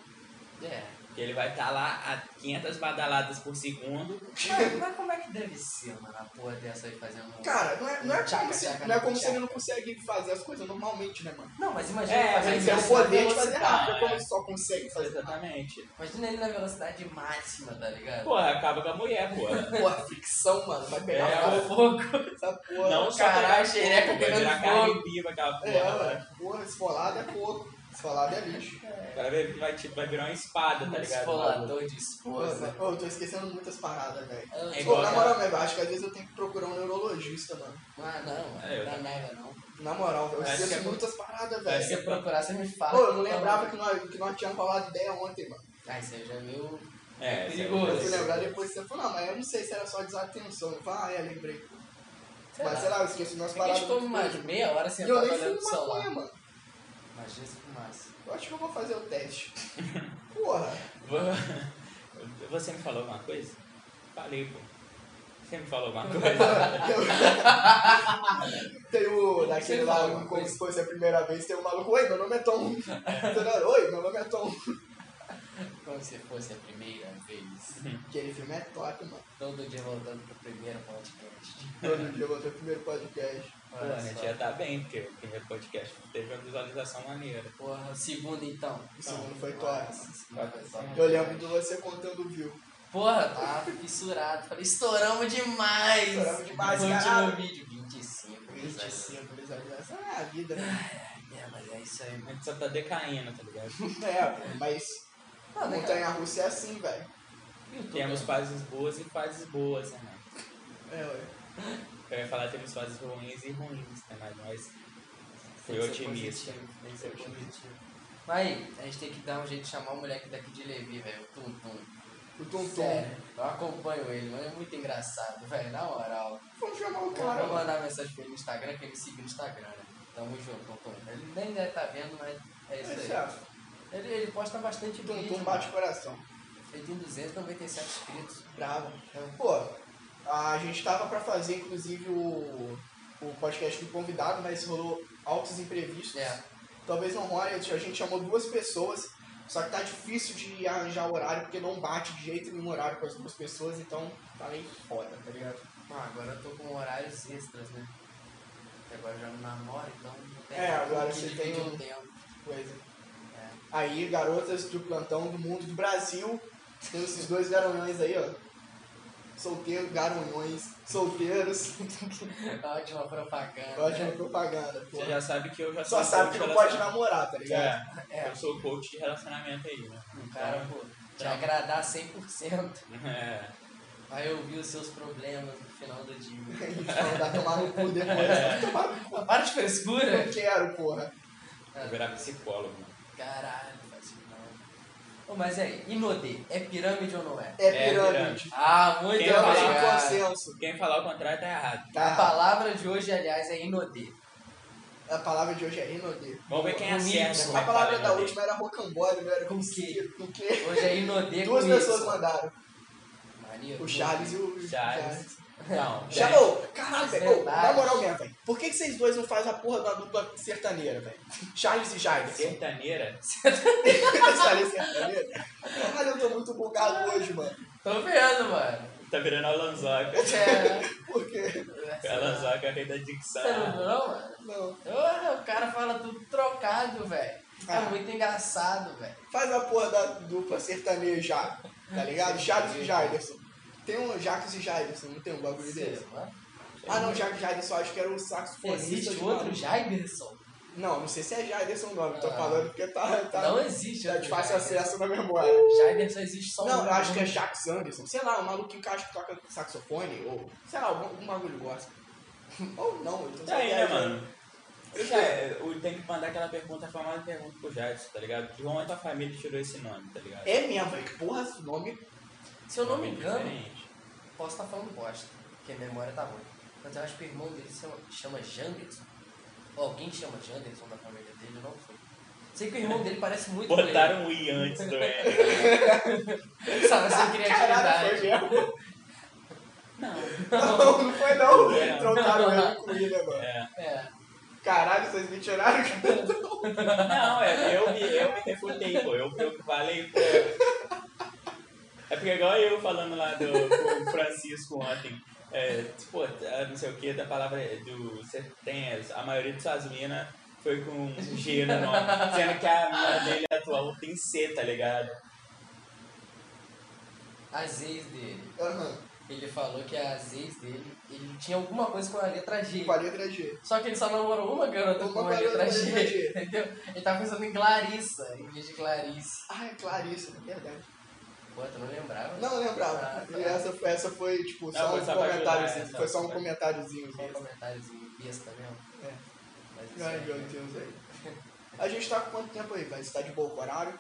[SPEAKER 2] É.
[SPEAKER 3] Porque ele vai estar lá a 500 badaladas por segundo.
[SPEAKER 2] Mas, mas como é que deve ser, mano, a porra dessa aí fazendo... um-
[SPEAKER 1] Cara, não é, não é
[SPEAKER 2] Tchaca,
[SPEAKER 1] como, se,
[SPEAKER 2] tchaca,
[SPEAKER 1] não é como
[SPEAKER 2] tchaca.
[SPEAKER 1] se ele não consegue fazer as coisas normalmente, né, mano?
[SPEAKER 2] Não, mas um imagina
[SPEAKER 3] É,
[SPEAKER 2] ele
[SPEAKER 3] mas
[SPEAKER 2] fazendo
[SPEAKER 1] Ele tem o
[SPEAKER 2] isso na
[SPEAKER 1] poder de fazer
[SPEAKER 2] velocidade.
[SPEAKER 1] rápido, é como ele só consegue fazer rápido.
[SPEAKER 3] Exatamente.
[SPEAKER 2] Imagina ele na velocidade máxima, tá ligado?
[SPEAKER 3] Porra, acaba com a mulher, pô.
[SPEAKER 1] Porra, fricção, mano, vai
[SPEAKER 3] É,
[SPEAKER 1] pegar
[SPEAKER 3] o
[SPEAKER 1] é,
[SPEAKER 2] fogo.
[SPEAKER 1] essa porra.
[SPEAKER 3] Não só
[SPEAKER 2] Caralho,
[SPEAKER 3] pegar
[SPEAKER 2] xereca
[SPEAKER 3] fogo, vai
[SPEAKER 2] pegando
[SPEAKER 3] virar
[SPEAKER 2] fogo.
[SPEAKER 3] carne viva aquela porra. né?
[SPEAKER 1] É,
[SPEAKER 3] velho.
[SPEAKER 1] mano, porra, esfolado é pouco, esfolado é lixo.
[SPEAKER 3] O cara vai, vai, tipo, vai virar uma espada, tá ligado?
[SPEAKER 2] Esfolador de
[SPEAKER 1] Porra,
[SPEAKER 2] esposa.
[SPEAKER 1] pô, eu tô esquecendo muitas paradas, velho.
[SPEAKER 2] Eu
[SPEAKER 3] É
[SPEAKER 2] digo,
[SPEAKER 1] Pô,
[SPEAKER 3] igual
[SPEAKER 1] na
[SPEAKER 3] a-
[SPEAKER 1] moral mesmo, acho que às vezes eu tenho que procurar um neurologista, mano.
[SPEAKER 2] Ah, não,
[SPEAKER 3] É, eu
[SPEAKER 2] não é
[SPEAKER 3] também.
[SPEAKER 2] nada não.
[SPEAKER 1] Na moral, eu
[SPEAKER 3] Acho que
[SPEAKER 1] esqueço
[SPEAKER 3] é-
[SPEAKER 1] muitas paradas,
[SPEAKER 3] É,
[SPEAKER 2] Se você
[SPEAKER 1] velho.
[SPEAKER 2] procurar, você me fala.
[SPEAKER 1] Pô, eu não lembrava que nós, que nós tínhamos falado ideia ontem, mano.
[SPEAKER 2] Ah, isso aí já viu.
[SPEAKER 3] É, isso é
[SPEAKER 2] Perigoso.
[SPEAKER 1] Eu fui
[SPEAKER 3] perigoso.
[SPEAKER 1] lembrar depois você falou, não, mas eu não sei se era só desatenção. Eu falei, ah, é, lembrei.
[SPEAKER 2] Sei
[SPEAKER 1] mas
[SPEAKER 2] lá. tipo,
[SPEAKER 1] sei lá, eu esqueci umas
[SPEAKER 2] A
[SPEAKER 1] paradas.
[SPEAKER 2] gente come mais
[SPEAKER 1] muito.
[SPEAKER 2] meia hora
[SPEAKER 1] E
[SPEAKER 2] sentado
[SPEAKER 1] eu nem
[SPEAKER 2] olhando pro
[SPEAKER 1] fui maconha,
[SPEAKER 2] celular.
[SPEAKER 1] mano.
[SPEAKER 2] Imagina se fumasse.
[SPEAKER 1] Eu acho que eu vou fazer o teste. Porra.
[SPEAKER 3] Vo- Você me falou alguma coisa? Falei, pô. Você me falou alguma coisa?
[SPEAKER 1] Tem o,
[SPEAKER 2] Você
[SPEAKER 1] daquele
[SPEAKER 2] fala
[SPEAKER 1] lá,
[SPEAKER 2] alguma
[SPEAKER 1] como
[SPEAKER 2] coisa?
[SPEAKER 1] se fosse a primeira vez, tem o maluco, oi, meu nome é Tom. Você não, oi, meu nome é Tom.
[SPEAKER 2] Como se fosse a primeira vez.
[SPEAKER 1] Aquele filme é top, mano.
[SPEAKER 2] Todo dia voltando pro primeiro podcast.
[SPEAKER 1] Todo dia eu vou ter o primeiro podcast.
[SPEAKER 3] Pô, a gente
[SPEAKER 2] só.
[SPEAKER 3] já tá bem, porque o primeiro podcast teve uma visualização maneira.
[SPEAKER 2] Porra, o segundo então.
[SPEAKER 1] O segundo
[SPEAKER 2] Não,
[SPEAKER 1] foi
[SPEAKER 2] nossa,
[SPEAKER 1] top.
[SPEAKER 2] o segundo foi top.
[SPEAKER 1] Eu lembro de você contando view.
[SPEAKER 2] Porra, tá fissurado. Falei, estouramos demais.
[SPEAKER 1] Estouramos demais,
[SPEAKER 2] No
[SPEAKER 1] caralho.
[SPEAKER 2] último vídeo, 25.
[SPEAKER 1] 25 visualizações. Ah, é a vida, né?
[SPEAKER 2] É, mas é isso aí,
[SPEAKER 3] A
[SPEAKER 2] mano.
[SPEAKER 3] gente só tá decaindo, tá ligado?
[SPEAKER 1] É, pô, mas
[SPEAKER 2] Não, né, cara?
[SPEAKER 1] montanha russa é assim, velho.
[SPEAKER 2] YouTube,
[SPEAKER 3] Temos
[SPEAKER 2] né?
[SPEAKER 3] fases boas e fases boas também.
[SPEAKER 1] É, ué.
[SPEAKER 3] Eu ia falar temos fases ruins e ruins, né? Mas nós
[SPEAKER 2] Tem
[SPEAKER 3] fui
[SPEAKER 2] que ser
[SPEAKER 3] otimista.
[SPEAKER 2] positivo, Tem que
[SPEAKER 3] Fui
[SPEAKER 2] ser
[SPEAKER 3] otimista.
[SPEAKER 2] positivo. Mas aí, a gente tem que dar um jeito de chamar o moleque daqui de Levi, velho. O Tum Tum.
[SPEAKER 1] O Tom Tom.
[SPEAKER 2] Sério, eu acompanho ele, mas é muito engraçado, velho. Na moral.
[SPEAKER 1] Vamos chamar o
[SPEAKER 2] Eu
[SPEAKER 1] um cara,
[SPEAKER 2] vou
[SPEAKER 1] mano.
[SPEAKER 2] mandar mensagem pra ele no Instagram, que ele siga no Instagram, né? Tamo junto, Tum Tum. Ele nem deve estar vendo, mas é
[SPEAKER 1] Esse
[SPEAKER 2] isso
[SPEAKER 1] é
[SPEAKER 2] aí. Ele, ele posta bastante
[SPEAKER 1] Tum
[SPEAKER 2] vídeo.
[SPEAKER 1] Tum
[SPEAKER 2] mano.
[SPEAKER 1] bate coração.
[SPEAKER 2] Ele tem 297 inscritos.
[SPEAKER 1] Bravo. Pô, a gente tava pra fazer, inclusive, o, o podcast do convidado, mas rolou altos imprevistos.
[SPEAKER 2] É.
[SPEAKER 1] Talvez não role, a gente chamou duas pessoas, só que tá difícil de arranjar horário, porque não bate de jeito nenhum horário com as duas pessoas, então tá meio foda, tá ligado?
[SPEAKER 2] Ah, agora eu tô com horários extras, né? Porque agora eu já não namoro, então não tem
[SPEAKER 1] É,
[SPEAKER 2] como
[SPEAKER 1] agora
[SPEAKER 2] que
[SPEAKER 1] você
[SPEAKER 2] dividir
[SPEAKER 1] tem
[SPEAKER 2] o
[SPEAKER 1] um-
[SPEAKER 2] tempo.
[SPEAKER 1] Coisa.
[SPEAKER 2] É.
[SPEAKER 1] Aí, garotas do plantão do mundo do Brasil, tem esses dois garanhões aí, ó. solteiro, garanhões, solteiros.
[SPEAKER 2] Tá Ótima propaganda.
[SPEAKER 1] Ótima propaganda, pô.
[SPEAKER 3] Você já sabe que eu já sou um
[SPEAKER 1] Só sabe que
[SPEAKER 3] coach
[SPEAKER 1] não
[SPEAKER 3] de
[SPEAKER 1] pode namorar, tá ligado?
[SPEAKER 3] relacionamento.
[SPEAKER 2] É.
[SPEAKER 3] É, eu sou coach de relacionamento aí, né?
[SPEAKER 2] O cara, pô, te agradar 100%.
[SPEAKER 3] É.
[SPEAKER 2] Vai ouvir os seus problemas no final do dia.
[SPEAKER 1] Então dá tomar no cu depois. Tomar no cu.
[SPEAKER 2] Para de frescura!
[SPEAKER 1] Não quero, porra.
[SPEAKER 3] Vou virar psicólogo, mano.
[SPEAKER 2] Caralho, faz isso não. Ô, mas aí, Inodê, é pirâmide ou não é?
[SPEAKER 1] É
[SPEAKER 3] É
[SPEAKER 1] pirâmide.
[SPEAKER 2] Ah, muito
[SPEAKER 3] Quem vai
[SPEAKER 1] Pirâmide
[SPEAKER 3] falar?
[SPEAKER 1] de
[SPEAKER 2] obrigado.
[SPEAKER 1] consenso.
[SPEAKER 3] Quem falar o contrário tá errado.
[SPEAKER 1] Tá
[SPEAKER 2] A
[SPEAKER 1] errado.
[SPEAKER 2] palavra de hoje, aliás, é Inodê.
[SPEAKER 1] A palavra de hoje é inodê.
[SPEAKER 3] Vamos ver quem
[SPEAKER 2] Um
[SPEAKER 3] acerta.
[SPEAKER 2] Y.
[SPEAKER 3] como é
[SPEAKER 1] A
[SPEAKER 3] que
[SPEAKER 1] palavra
[SPEAKER 3] fala,
[SPEAKER 1] da
[SPEAKER 3] né?
[SPEAKER 1] última era rocambole, não era
[SPEAKER 2] Com quê?
[SPEAKER 1] Com quê?
[SPEAKER 2] Hoje é Inodê
[SPEAKER 1] Duas
[SPEAKER 2] com
[SPEAKER 1] pessoas
[SPEAKER 2] Y.
[SPEAKER 1] mandaram.
[SPEAKER 2] Maneiro.
[SPEAKER 1] O Charles e o
[SPEAKER 3] Charles. Não.
[SPEAKER 1] Já,
[SPEAKER 3] gente,
[SPEAKER 1] ô, caralho, velho. ô, Na
[SPEAKER 2] É. Verdade.
[SPEAKER 1] moral mesmo, velho. Por que, que vocês dois não fazem a porra da dupla sertaneira, velho? Charles e Jair.
[SPEAKER 3] Sertaneira?
[SPEAKER 1] Charles sertaneira. Caralho, eu tô muito bugado hoje, mano.
[SPEAKER 2] Tô vendo, mano.
[SPEAKER 3] Tá virando a Lanzoca.
[SPEAKER 2] É.
[SPEAKER 1] Por quê?
[SPEAKER 3] A Lanzoca é rei da
[SPEAKER 2] Você não
[SPEAKER 3] dicção.
[SPEAKER 2] viu, não, mano?
[SPEAKER 1] Não.
[SPEAKER 2] Porra, o cara fala tudo trocado, velho. É
[SPEAKER 1] Ah.
[SPEAKER 2] muito engraçado, velho.
[SPEAKER 1] Faz a porra da dupla sertaneja, tá ligado? Charles e Jairson. Tem um Jacques e Jairson, não tem um bagulho desse? Ah, não, Jacques e Jairson, acho que era o saxofonista.
[SPEAKER 2] Existe
[SPEAKER 1] de
[SPEAKER 2] outro
[SPEAKER 1] maluco.
[SPEAKER 2] Jaiberson?
[SPEAKER 1] Não, não sei se é Jairson o nome, tô
[SPEAKER 2] Ah.
[SPEAKER 1] falando porque tá, tá,
[SPEAKER 2] Não existe
[SPEAKER 1] tá
[SPEAKER 2] outro
[SPEAKER 1] de fácil
[SPEAKER 2] Jaiberson.
[SPEAKER 1] acesso na memória.
[SPEAKER 2] Jaiberson existe só
[SPEAKER 1] Não,
[SPEAKER 2] um.
[SPEAKER 1] eu acho que é Jacques Anderson. Sei lá, um maluquinho que eu acho que toca saxofone, ou sei lá, algum, algum bagulho gosta. ou não, então
[SPEAKER 3] Tá aí, né, mano? Eu já, eu tenho que mandar aquela pergunta, a famosa pergunta pro Jadson, tá ligado? De onde tua família tirou esse nome, tá ligado?
[SPEAKER 1] É mesmo, velho. Que porra, esse nome. é-
[SPEAKER 2] Se eu não me
[SPEAKER 3] Nome
[SPEAKER 2] engano,
[SPEAKER 3] diferente.
[SPEAKER 2] posso estar falando bosta, porque a memória tá ruim. Mas eu acho que o irmão dele se chama- chama Janderson. Ou alguém chama Janderson da família dele, eu não sei. Sei que o irmão dele parece muito com ele.
[SPEAKER 3] Botaram o I antes do N.
[SPEAKER 2] Sabe, sem
[SPEAKER 1] Caralho, foi
[SPEAKER 2] criatividade.
[SPEAKER 1] mesmo.
[SPEAKER 3] é Não.
[SPEAKER 1] Não, não foi não.
[SPEAKER 3] É.
[SPEAKER 1] Trocaram ele com ele, né, mano.
[SPEAKER 3] É.
[SPEAKER 2] É.
[SPEAKER 1] Caralho, vocês me tiraram.
[SPEAKER 3] Não, é, eu me, eu me refutei, pô. Eu, eu falei, pô. É porque igual eu falando lá do, com o Francisco ontem. É, pô, ah, não sei o que, da palavra do. Você tem as- a maioria de suas minas foi com um G no nome. Sendo que a mina dele atual tem C, tá ligado?
[SPEAKER 2] As ex dele.
[SPEAKER 1] Aham.
[SPEAKER 2] Ele falou que as ex dele, ele tinha alguma coisa com a letra G.
[SPEAKER 1] Com a letra G.
[SPEAKER 2] Só que ele só namorou uma garota
[SPEAKER 1] Uma
[SPEAKER 2] com uma
[SPEAKER 1] garota
[SPEAKER 2] letra
[SPEAKER 1] com letra
[SPEAKER 2] G,
[SPEAKER 1] G.
[SPEAKER 2] entendeu? Ele tá pensando em Clarissa, em vez de Clarice.
[SPEAKER 1] Ah, é Clarissa, na verdade.
[SPEAKER 2] Pô, tu não lembrava?
[SPEAKER 1] Não, eu
[SPEAKER 2] Ah,
[SPEAKER 1] lembrava.
[SPEAKER 2] tá.
[SPEAKER 1] E essa, foi- essa foi, tipo,
[SPEAKER 3] Não,
[SPEAKER 1] só
[SPEAKER 3] foi
[SPEAKER 1] um
[SPEAKER 3] só pra
[SPEAKER 1] comentáriozinho.
[SPEAKER 3] ajudar, é,
[SPEAKER 1] foi
[SPEAKER 3] só-
[SPEAKER 1] só um
[SPEAKER 3] foi-
[SPEAKER 1] comentáriozinho.
[SPEAKER 2] Só um
[SPEAKER 1] mesmo.
[SPEAKER 2] comentáriozinho besta mesmo.
[SPEAKER 1] É.
[SPEAKER 2] Mas isso
[SPEAKER 1] Ai,
[SPEAKER 2] aí,
[SPEAKER 1] meu
[SPEAKER 2] né?
[SPEAKER 1] Deus, velho. A gente tá com quanto tempo aí, velho? Você tá de boa com o horário?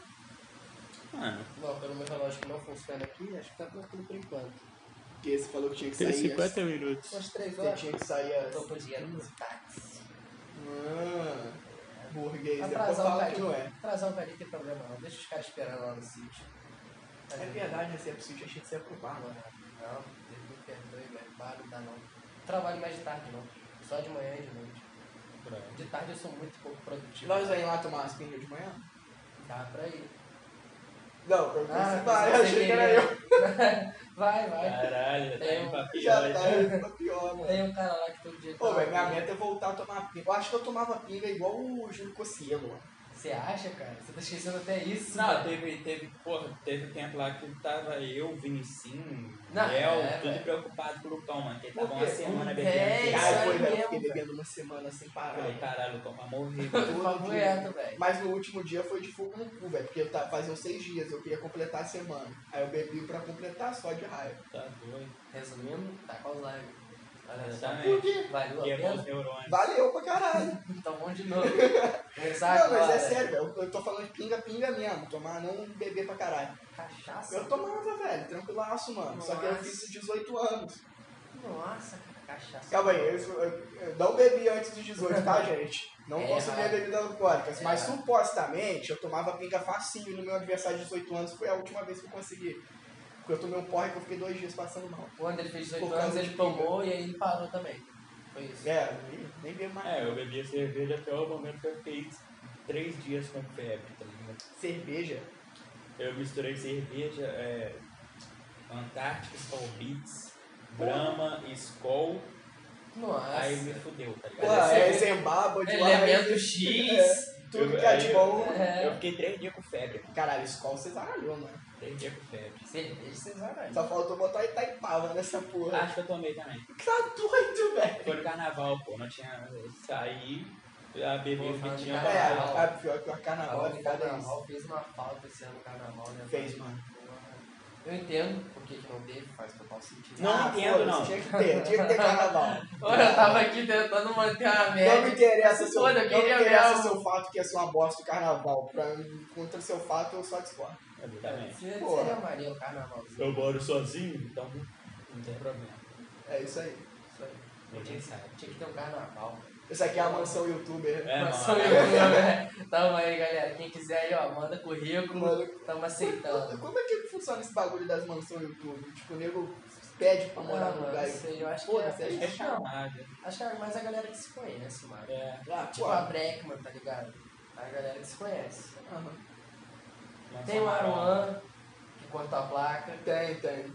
[SPEAKER 3] Mano.
[SPEAKER 2] Não, pelo meu relógio não funciona aqui, acho que tá tranquilo por enquanto.
[SPEAKER 1] Porque você falou que tinha que
[SPEAKER 3] é
[SPEAKER 1] sair. às-
[SPEAKER 3] minutos.
[SPEAKER 2] Umas três
[SPEAKER 1] Você
[SPEAKER 2] horas.
[SPEAKER 1] tinha que sair
[SPEAKER 2] Eu
[SPEAKER 1] às...
[SPEAKER 2] tô com dinheiro no táxi.
[SPEAKER 1] Ah, burguês. Depois
[SPEAKER 2] Atrasar o
[SPEAKER 3] um
[SPEAKER 1] fala que não
[SPEAKER 2] carinho.
[SPEAKER 1] é.
[SPEAKER 2] Atrasar o carinho tem problema não. Deixa os caras esperando lá no sítio. Tá
[SPEAKER 1] É
[SPEAKER 2] ligado?
[SPEAKER 1] verdade, né? Você é possível, achei que você ia pro bar, mano.
[SPEAKER 2] Não, Deus me perdoe, velho. Para, não dá não. Trabalho mais de tarde não. Só de manhã e de noite. De tarde eu sou muito pouco produtivo.
[SPEAKER 1] Nós vamos lá tomar umas pingas de manhã?
[SPEAKER 2] Dá pra ir.
[SPEAKER 1] Não, pra mim você Ah, vai.
[SPEAKER 2] Ah, você
[SPEAKER 1] Eu achei que era eu.
[SPEAKER 2] queria. vai, vai.
[SPEAKER 3] Caralho, tá
[SPEAKER 2] É,
[SPEAKER 3] em papel.
[SPEAKER 1] Já tá indo pra pior, mano.
[SPEAKER 2] Tem um cara lá que todo dia.
[SPEAKER 1] Pô,
[SPEAKER 2] tá
[SPEAKER 1] velho, minha
[SPEAKER 2] aqui.
[SPEAKER 1] meta é voltar a tomar pinga. Eu acho que eu tomava pinga igual o Júlio Cossielo, mano.
[SPEAKER 2] Você acha, cara? Você tá esquecendo até isso?
[SPEAKER 3] Não,
[SPEAKER 2] velho.
[SPEAKER 3] teve, teve, porra, teve um tempo lá que tava eu, Vinicinho,
[SPEAKER 2] Não,
[SPEAKER 3] Léo,
[SPEAKER 2] é,
[SPEAKER 3] tudo
[SPEAKER 2] velho.
[SPEAKER 3] preocupado com o Lucão, mano, é que ele tá
[SPEAKER 1] Por
[SPEAKER 3] tava
[SPEAKER 1] quê?
[SPEAKER 3] uma semana
[SPEAKER 2] Um
[SPEAKER 3] bebendo.
[SPEAKER 2] dez,
[SPEAKER 3] Cara,
[SPEAKER 1] Cara,
[SPEAKER 2] aí
[SPEAKER 1] foi, velho. Eu
[SPEAKER 2] mesmo,
[SPEAKER 1] fiquei
[SPEAKER 2] velho.
[SPEAKER 1] bebendo uma semana sem
[SPEAKER 3] eu
[SPEAKER 1] parar.
[SPEAKER 3] Falei, caralho, Lucão vai morrer.
[SPEAKER 1] Todo
[SPEAKER 2] Por favor,
[SPEAKER 1] dia.
[SPEAKER 2] é, velho.
[SPEAKER 1] Mas no último dia foi de fogo no cu, velho. Porque eu tava, faziam seis dias, eu queria completar a semana. Aí eu bebi pra completar só de raiva.
[SPEAKER 3] Tá doido.
[SPEAKER 2] Resumindo, tá com Alzheimer. Olha só.
[SPEAKER 1] Por
[SPEAKER 3] Exatamente. é
[SPEAKER 1] quê?
[SPEAKER 2] Valeu a
[SPEAKER 3] Quebrou os
[SPEAKER 2] pena?
[SPEAKER 3] neurônios.
[SPEAKER 1] Valeu pra caralho.
[SPEAKER 2] Tá bom de novo. Começar
[SPEAKER 1] Não, mas
[SPEAKER 2] Tá agora.
[SPEAKER 1] é sério, velho. Eu tô falando de pinga-pinga mesmo. Tomar não beber pra caralho.
[SPEAKER 2] Cachaça.
[SPEAKER 1] Eu tomava, velho. Tranquilaço, mano. Só que eu fiz os 18 anos.
[SPEAKER 2] Nossa, cara, cachaça.
[SPEAKER 1] Calma aí, eu, eu- eu não bebi antes dos 18, tá, gente? Não
[SPEAKER 2] É
[SPEAKER 1] consumia
[SPEAKER 2] errado.
[SPEAKER 1] bebida alcoólica.
[SPEAKER 2] É
[SPEAKER 1] mas
[SPEAKER 2] errado.
[SPEAKER 1] supostamente eu tomava pinga facinho no meu aniversário de 18 anos. Foi a última vez que eu consegui. Porque eu tomei um porre que eu fiquei dois dias passando mal.
[SPEAKER 2] Quando ele fez 18
[SPEAKER 1] Por causa
[SPEAKER 2] anos, ele
[SPEAKER 1] de
[SPEAKER 2] tomou e aí ele parou também. Foi isso.
[SPEAKER 1] É, nem, nem bebo mais.
[SPEAKER 3] É, eu bebi cerveja até o momento que eu fiquei três dias com febre, tá ligado?
[SPEAKER 1] Cerveja.
[SPEAKER 3] Eu misturei cerveja, é, Antártica, Skol Beats,
[SPEAKER 1] Porra.
[SPEAKER 3] Brahma, Skol,
[SPEAKER 2] Nossa.
[SPEAKER 3] aí me fudeu, tá ligado?
[SPEAKER 1] Pô,
[SPEAKER 2] Mas é
[SPEAKER 1] é
[SPEAKER 2] cerveja-
[SPEAKER 1] Zembaba de lá.
[SPEAKER 2] Elemento
[SPEAKER 1] é-
[SPEAKER 2] X.
[SPEAKER 1] É. tudo
[SPEAKER 3] Eu-
[SPEAKER 1] que é
[SPEAKER 3] aí
[SPEAKER 1] de
[SPEAKER 3] eu-
[SPEAKER 1] bom.
[SPEAKER 2] É.
[SPEAKER 3] Eu fiquei três dias com febre.
[SPEAKER 1] Caralho, escola vocês aralhou, mano.
[SPEAKER 3] Três dias com febre.
[SPEAKER 2] Cerveja, vocês aralham.
[SPEAKER 1] Só faltou botar Itaipava nessa porra.
[SPEAKER 2] Ah.
[SPEAKER 3] Acho que eu tomei também.
[SPEAKER 1] Tá doido, velho.
[SPEAKER 3] Foi no carnaval, pô. Não tinha. Saí, a bebi o
[SPEAKER 2] Pô,
[SPEAKER 3] que tinha.
[SPEAKER 1] É,
[SPEAKER 2] Carnaval.
[SPEAKER 1] a a pior que o carnaval
[SPEAKER 2] Carnaval,
[SPEAKER 1] é cada isso.
[SPEAKER 2] Ah, carnaval fez uma falta esse ano, carnaval, né?
[SPEAKER 1] Fez, mano.
[SPEAKER 2] Eu entendo por que, que não teve, faz total sentido.
[SPEAKER 3] Não
[SPEAKER 1] Ah,
[SPEAKER 3] entendo,
[SPEAKER 1] foda-se,
[SPEAKER 3] não. tá
[SPEAKER 1] Tinha que ter, tinha que ter carnaval.
[SPEAKER 2] Olha, eu tava aqui tentando manter a
[SPEAKER 1] Não me
[SPEAKER 2] média.
[SPEAKER 1] interessa seu, não
[SPEAKER 2] Foda,
[SPEAKER 1] me
[SPEAKER 2] eu queria
[SPEAKER 1] interessa
[SPEAKER 2] ver
[SPEAKER 1] seu fato que é sua bosta do carnaval. Pra mim, contra seu fato, eu só discordo.
[SPEAKER 3] Eu também.
[SPEAKER 2] Seria
[SPEAKER 1] Pô.
[SPEAKER 2] seria Maria o carnavalzinho.
[SPEAKER 3] Eu moro sozinho, então não tem problema.
[SPEAKER 1] É isso aí.
[SPEAKER 2] Isso aí.
[SPEAKER 3] Ninguém sabe.
[SPEAKER 2] Tinha que ter um carnaval.
[SPEAKER 1] Isso aqui é a mansão youtuber.
[SPEAKER 3] É,
[SPEAKER 2] Mas sou
[SPEAKER 3] mano.
[SPEAKER 2] eu, né? Tamo aí, galera. Quem quiser aí, ó, manda currículo.
[SPEAKER 1] Mano,
[SPEAKER 2] Tamo
[SPEAKER 1] como,
[SPEAKER 2] aceitando.
[SPEAKER 1] como é que funciona esse bagulho das mansões youtuber? Tipo, o nego pede pra morar
[SPEAKER 2] Ah,
[SPEAKER 1] no
[SPEAKER 2] mano,
[SPEAKER 1] lugar.
[SPEAKER 2] não sei, eu acho que
[SPEAKER 1] Foda-se,
[SPEAKER 2] é,
[SPEAKER 1] aí
[SPEAKER 3] É
[SPEAKER 2] acho que não.
[SPEAKER 3] chamada.
[SPEAKER 2] Acho que é mais a galera que se conhece, mano.
[SPEAKER 3] É.
[SPEAKER 1] Ah,
[SPEAKER 2] Tipo
[SPEAKER 1] pô.
[SPEAKER 2] a Breckman, tá ligado? A galera que se conhece.
[SPEAKER 1] Aham.
[SPEAKER 3] Nossa,
[SPEAKER 2] Tem o Aruan, que corta a placa.
[SPEAKER 1] Tem, tem.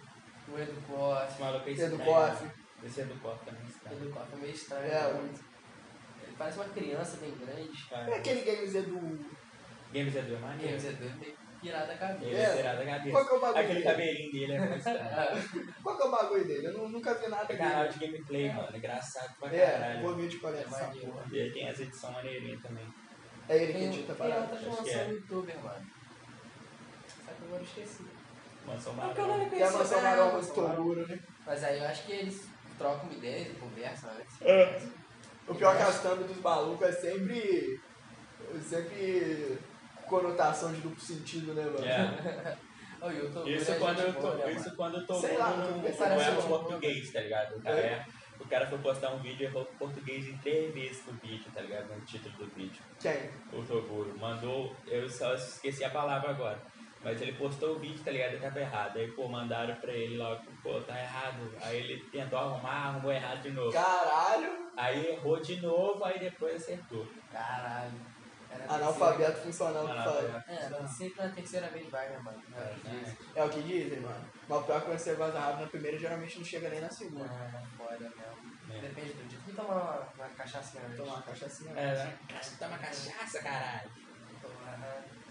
[SPEAKER 2] O Edu Costa.
[SPEAKER 3] Esse maluco é
[SPEAKER 1] Tem do
[SPEAKER 3] estranho,
[SPEAKER 1] coffee.
[SPEAKER 3] né? Esse é do coffee também, esse cara.
[SPEAKER 2] Edu Costa é meio estranho.
[SPEAKER 1] É,
[SPEAKER 2] né? Ele parece uma criança bem grande.
[SPEAKER 1] É aquele gamezinho do.
[SPEAKER 3] Games é do
[SPEAKER 2] E
[SPEAKER 3] maneiro.
[SPEAKER 2] o Zé Doido meio pirado a cabeça.
[SPEAKER 3] Ele é
[SPEAKER 1] É.
[SPEAKER 3] zerado a cabeça.
[SPEAKER 1] Qual que é o bagulho
[SPEAKER 3] Aquele
[SPEAKER 1] dele?
[SPEAKER 3] cabelinho dele é muito estranho.
[SPEAKER 1] Qual que é o bagulho dele? Eu nu- nunca vi nada
[SPEAKER 3] É canal de gameplay, mano. Engraçado pra
[SPEAKER 1] É,
[SPEAKER 3] caralho.
[SPEAKER 1] vou ver de
[SPEAKER 2] É
[SPEAKER 1] coleção.
[SPEAKER 2] maneiro.
[SPEAKER 3] E aí tem essa edição maneirinha também.
[SPEAKER 1] É ele que
[SPEAKER 2] Tem,
[SPEAKER 1] edita a
[SPEAKER 2] tem
[SPEAKER 1] parada.
[SPEAKER 2] outras
[SPEAKER 3] acho que
[SPEAKER 2] mansões
[SPEAKER 3] é.
[SPEAKER 2] no YouTube, mano. Só que agora eu esqueci.
[SPEAKER 3] Mansão
[SPEAKER 1] Ah,
[SPEAKER 2] Não, que eu não
[SPEAKER 3] Maromba.
[SPEAKER 1] Tem a
[SPEAKER 2] reconheci,
[SPEAKER 1] mansão
[SPEAKER 2] né?
[SPEAKER 1] maromba
[SPEAKER 2] Mansão
[SPEAKER 1] do Toguro, né?
[SPEAKER 2] Mas aí eu acho que eles trocam ideias e conversam né? antes.
[SPEAKER 3] É.
[SPEAKER 1] O pior que as thumb dos malucos é sempre. Sempre conotação de duplo sentido, né, mano?
[SPEAKER 3] É.
[SPEAKER 2] Ô, e o Toguro
[SPEAKER 3] Isso
[SPEAKER 2] é
[SPEAKER 3] quando
[SPEAKER 2] gente
[SPEAKER 3] eu
[SPEAKER 2] boa,
[SPEAKER 3] tô,
[SPEAKER 2] né,
[SPEAKER 3] isso
[SPEAKER 2] mano?
[SPEAKER 3] quando eu tô
[SPEAKER 1] Sei lá,
[SPEAKER 3] no,
[SPEAKER 1] eu
[SPEAKER 3] no,
[SPEAKER 1] tô pensando
[SPEAKER 3] erro
[SPEAKER 1] assim,
[SPEAKER 3] português, tá ligado? O cara,
[SPEAKER 1] É.
[SPEAKER 3] é- o cara foi postar um vídeo e errou o português em três vezes no vídeo, tá ligado? No título do vídeo.
[SPEAKER 1] Quem?
[SPEAKER 3] O Toguro mandou, eu só esqueci a palavra agora. Mas ele postou o vídeo, tá ligado? Ele tava errado. Aí, pô, mandaram pra ele lá, pô, tá errado. Aí ele tentou arrumar, arrumou errado de novo.
[SPEAKER 1] Caralho!
[SPEAKER 3] Aí errou de novo, aí depois acertou.
[SPEAKER 2] Caralho. Era a
[SPEAKER 1] Analfabeto funcional que fala.
[SPEAKER 3] Analfabeto.
[SPEAKER 2] terceira- É, sempre na terceira vez vai, né, mano? É o que diz.
[SPEAKER 1] É o que dizem, mano. Mas o pior é que quando você vaza rápido na primeira, geralmente não chega nem na segunda.
[SPEAKER 2] Ah, foda mesmo.
[SPEAKER 3] É.
[SPEAKER 2] Depende do dia. Tem que tomar uma, uma cachaça antes.
[SPEAKER 1] Tomar uma assim, cachaçinha.
[SPEAKER 3] É, né? Cacha- Toma cachaça, caralho.
[SPEAKER 2] Tomar nada.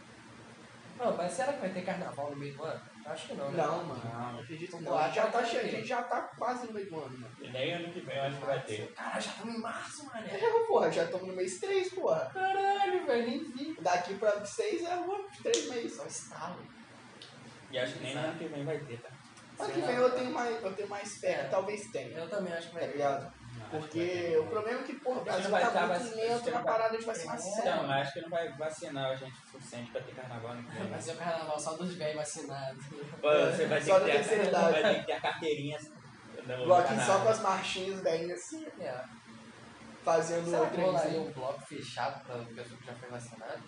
[SPEAKER 2] Não, mas será que vai ter carnaval no meio do ano? Acho que não, né?
[SPEAKER 1] Não, mano.
[SPEAKER 3] Não.
[SPEAKER 1] Não acredito que
[SPEAKER 2] Eu
[SPEAKER 1] não. A gente
[SPEAKER 2] acho
[SPEAKER 1] já
[SPEAKER 2] que
[SPEAKER 1] tá
[SPEAKER 2] vai
[SPEAKER 1] cheio, a
[SPEAKER 2] ter.
[SPEAKER 1] gente já tá quase no meio do ano, mano.
[SPEAKER 3] E nem ano que vem eu acho que vai ter.
[SPEAKER 2] Caralho, já estamos em março, mané.
[SPEAKER 1] É, porra, já estamos no mês 3, porra.
[SPEAKER 2] Caralho, velho, nem vi.
[SPEAKER 1] Daqui pra 6 é uns 3 meses.
[SPEAKER 2] Só estalo.
[SPEAKER 3] E acho que nem no ano que vem vai ter, tá?
[SPEAKER 1] Ano que
[SPEAKER 2] Será?
[SPEAKER 1] vem eu tenho mais, eu tenho mais fé, talvez tenha,
[SPEAKER 2] Eu também acho que
[SPEAKER 1] tá
[SPEAKER 2] vai ter.
[SPEAKER 1] ligado?
[SPEAKER 3] Não, acho que vai
[SPEAKER 1] Porque
[SPEAKER 3] ter.
[SPEAKER 1] o problema é que, porra, o Brasil
[SPEAKER 3] vai
[SPEAKER 1] tá
[SPEAKER 3] estar
[SPEAKER 1] muito
[SPEAKER 3] vac-
[SPEAKER 1] lento na
[SPEAKER 3] vai-
[SPEAKER 1] parada tipo assim, de
[SPEAKER 3] Então,
[SPEAKER 1] vacinação.
[SPEAKER 3] mas acho que não vai vacinar a gente o suficiente pra ter carnaval no clima.
[SPEAKER 2] Vai ser o carnaval só dos gays vacinados.
[SPEAKER 3] Você vai ter,
[SPEAKER 1] é, Só
[SPEAKER 3] que
[SPEAKER 1] da
[SPEAKER 3] ter a-
[SPEAKER 1] terceira idade.
[SPEAKER 3] vai ter que ter a carteirinha no
[SPEAKER 1] Bloquinho só
[SPEAKER 3] carnaval.
[SPEAKER 1] com as marchinhas daí, assim,
[SPEAKER 2] É.
[SPEAKER 1] fazendo
[SPEAKER 2] Será
[SPEAKER 1] o
[SPEAKER 2] que rolaria
[SPEAKER 1] trenzinho.
[SPEAKER 2] um bloco fechado pra pessoa que já foi vacinada?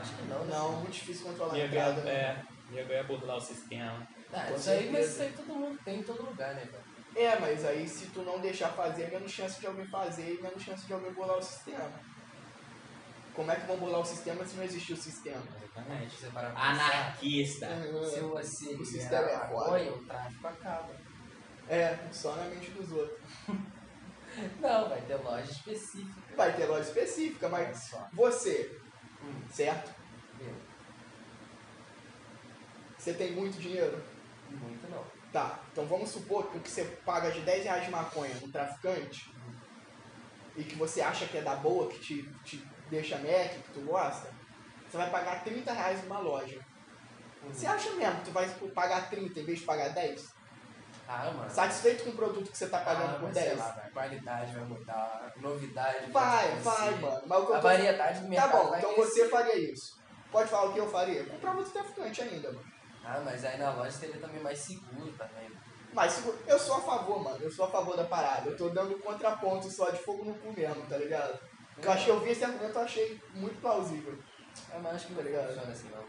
[SPEAKER 2] Acho que
[SPEAKER 3] Não.
[SPEAKER 2] não, né?
[SPEAKER 1] Não, muito difícil controlar a
[SPEAKER 3] Diego ia,
[SPEAKER 1] entrada. né?
[SPEAKER 3] é, Diego ia burlar o sistema.
[SPEAKER 2] Ah,
[SPEAKER 1] Com
[SPEAKER 2] isso aí, mas
[SPEAKER 1] certeza.
[SPEAKER 2] isso aí todo mundo tem em todo lugar, né, velho?
[SPEAKER 1] É, mas aí se tu não deixar fazer, é menos chance de alguém fazer e menos chance de alguém bolar o sistema. Como é que vão bolar o sistema se não existir o sistema?
[SPEAKER 3] Exatamente.
[SPEAKER 2] Você para pra pensar,
[SPEAKER 3] Anarquista.
[SPEAKER 2] Se
[SPEAKER 1] É,
[SPEAKER 2] você
[SPEAKER 1] Ah, O sistema
[SPEAKER 2] liberar
[SPEAKER 1] é
[SPEAKER 2] a
[SPEAKER 1] foda.
[SPEAKER 2] maconha, o tráfico acaba.
[SPEAKER 1] É, só na mente dos outros.
[SPEAKER 2] Não, vai ter loja específica.
[SPEAKER 1] Vai ter loja específica,
[SPEAKER 2] Olha
[SPEAKER 1] mas
[SPEAKER 2] só.
[SPEAKER 1] você,
[SPEAKER 2] Hum,
[SPEAKER 1] certo?
[SPEAKER 2] viu?
[SPEAKER 1] Você tem muito dinheiro?
[SPEAKER 2] Muito não.
[SPEAKER 1] Tá, então vamos supor que o que você paga de 10 reais de maconha no traficante e que você acha que é da boa, que te, te deixa mec, que tu gosta, você vai pagar 30 reais numa loja. Você acha mesmo que tu vai pagar 30 em vez de pagar 10?
[SPEAKER 2] Ah, mano.
[SPEAKER 1] Satisfeito com o produto que você tá pagando
[SPEAKER 2] Ah,
[SPEAKER 1] por
[SPEAKER 2] mas sei
[SPEAKER 1] 10?
[SPEAKER 2] lá, velho, qualidade vai mudar, novidade
[SPEAKER 1] Vai,
[SPEAKER 2] pode
[SPEAKER 1] vai,
[SPEAKER 2] crescer.
[SPEAKER 1] mano. Mas o que
[SPEAKER 2] A
[SPEAKER 1] eu tô...
[SPEAKER 2] variedade do
[SPEAKER 1] Tá
[SPEAKER 2] mercado
[SPEAKER 1] bom,
[SPEAKER 2] vai
[SPEAKER 1] então
[SPEAKER 2] crescer.
[SPEAKER 1] você faria isso. Pode falar o que eu faria? Comprar outro traficante ainda, mano.
[SPEAKER 2] Ah, mas aí na loja seria também mais seguro também.
[SPEAKER 1] Mas se- eu sou a favor, mano. Eu sou a favor da parada. Eu tô dando um contraponto só de fogo no cu mesmo, tá ligado? Eu achei, eu vi esse argumento, eu achei muito plausível.
[SPEAKER 2] É, mas acho que não
[SPEAKER 1] Tá ligado?
[SPEAKER 2] funciona assim, não.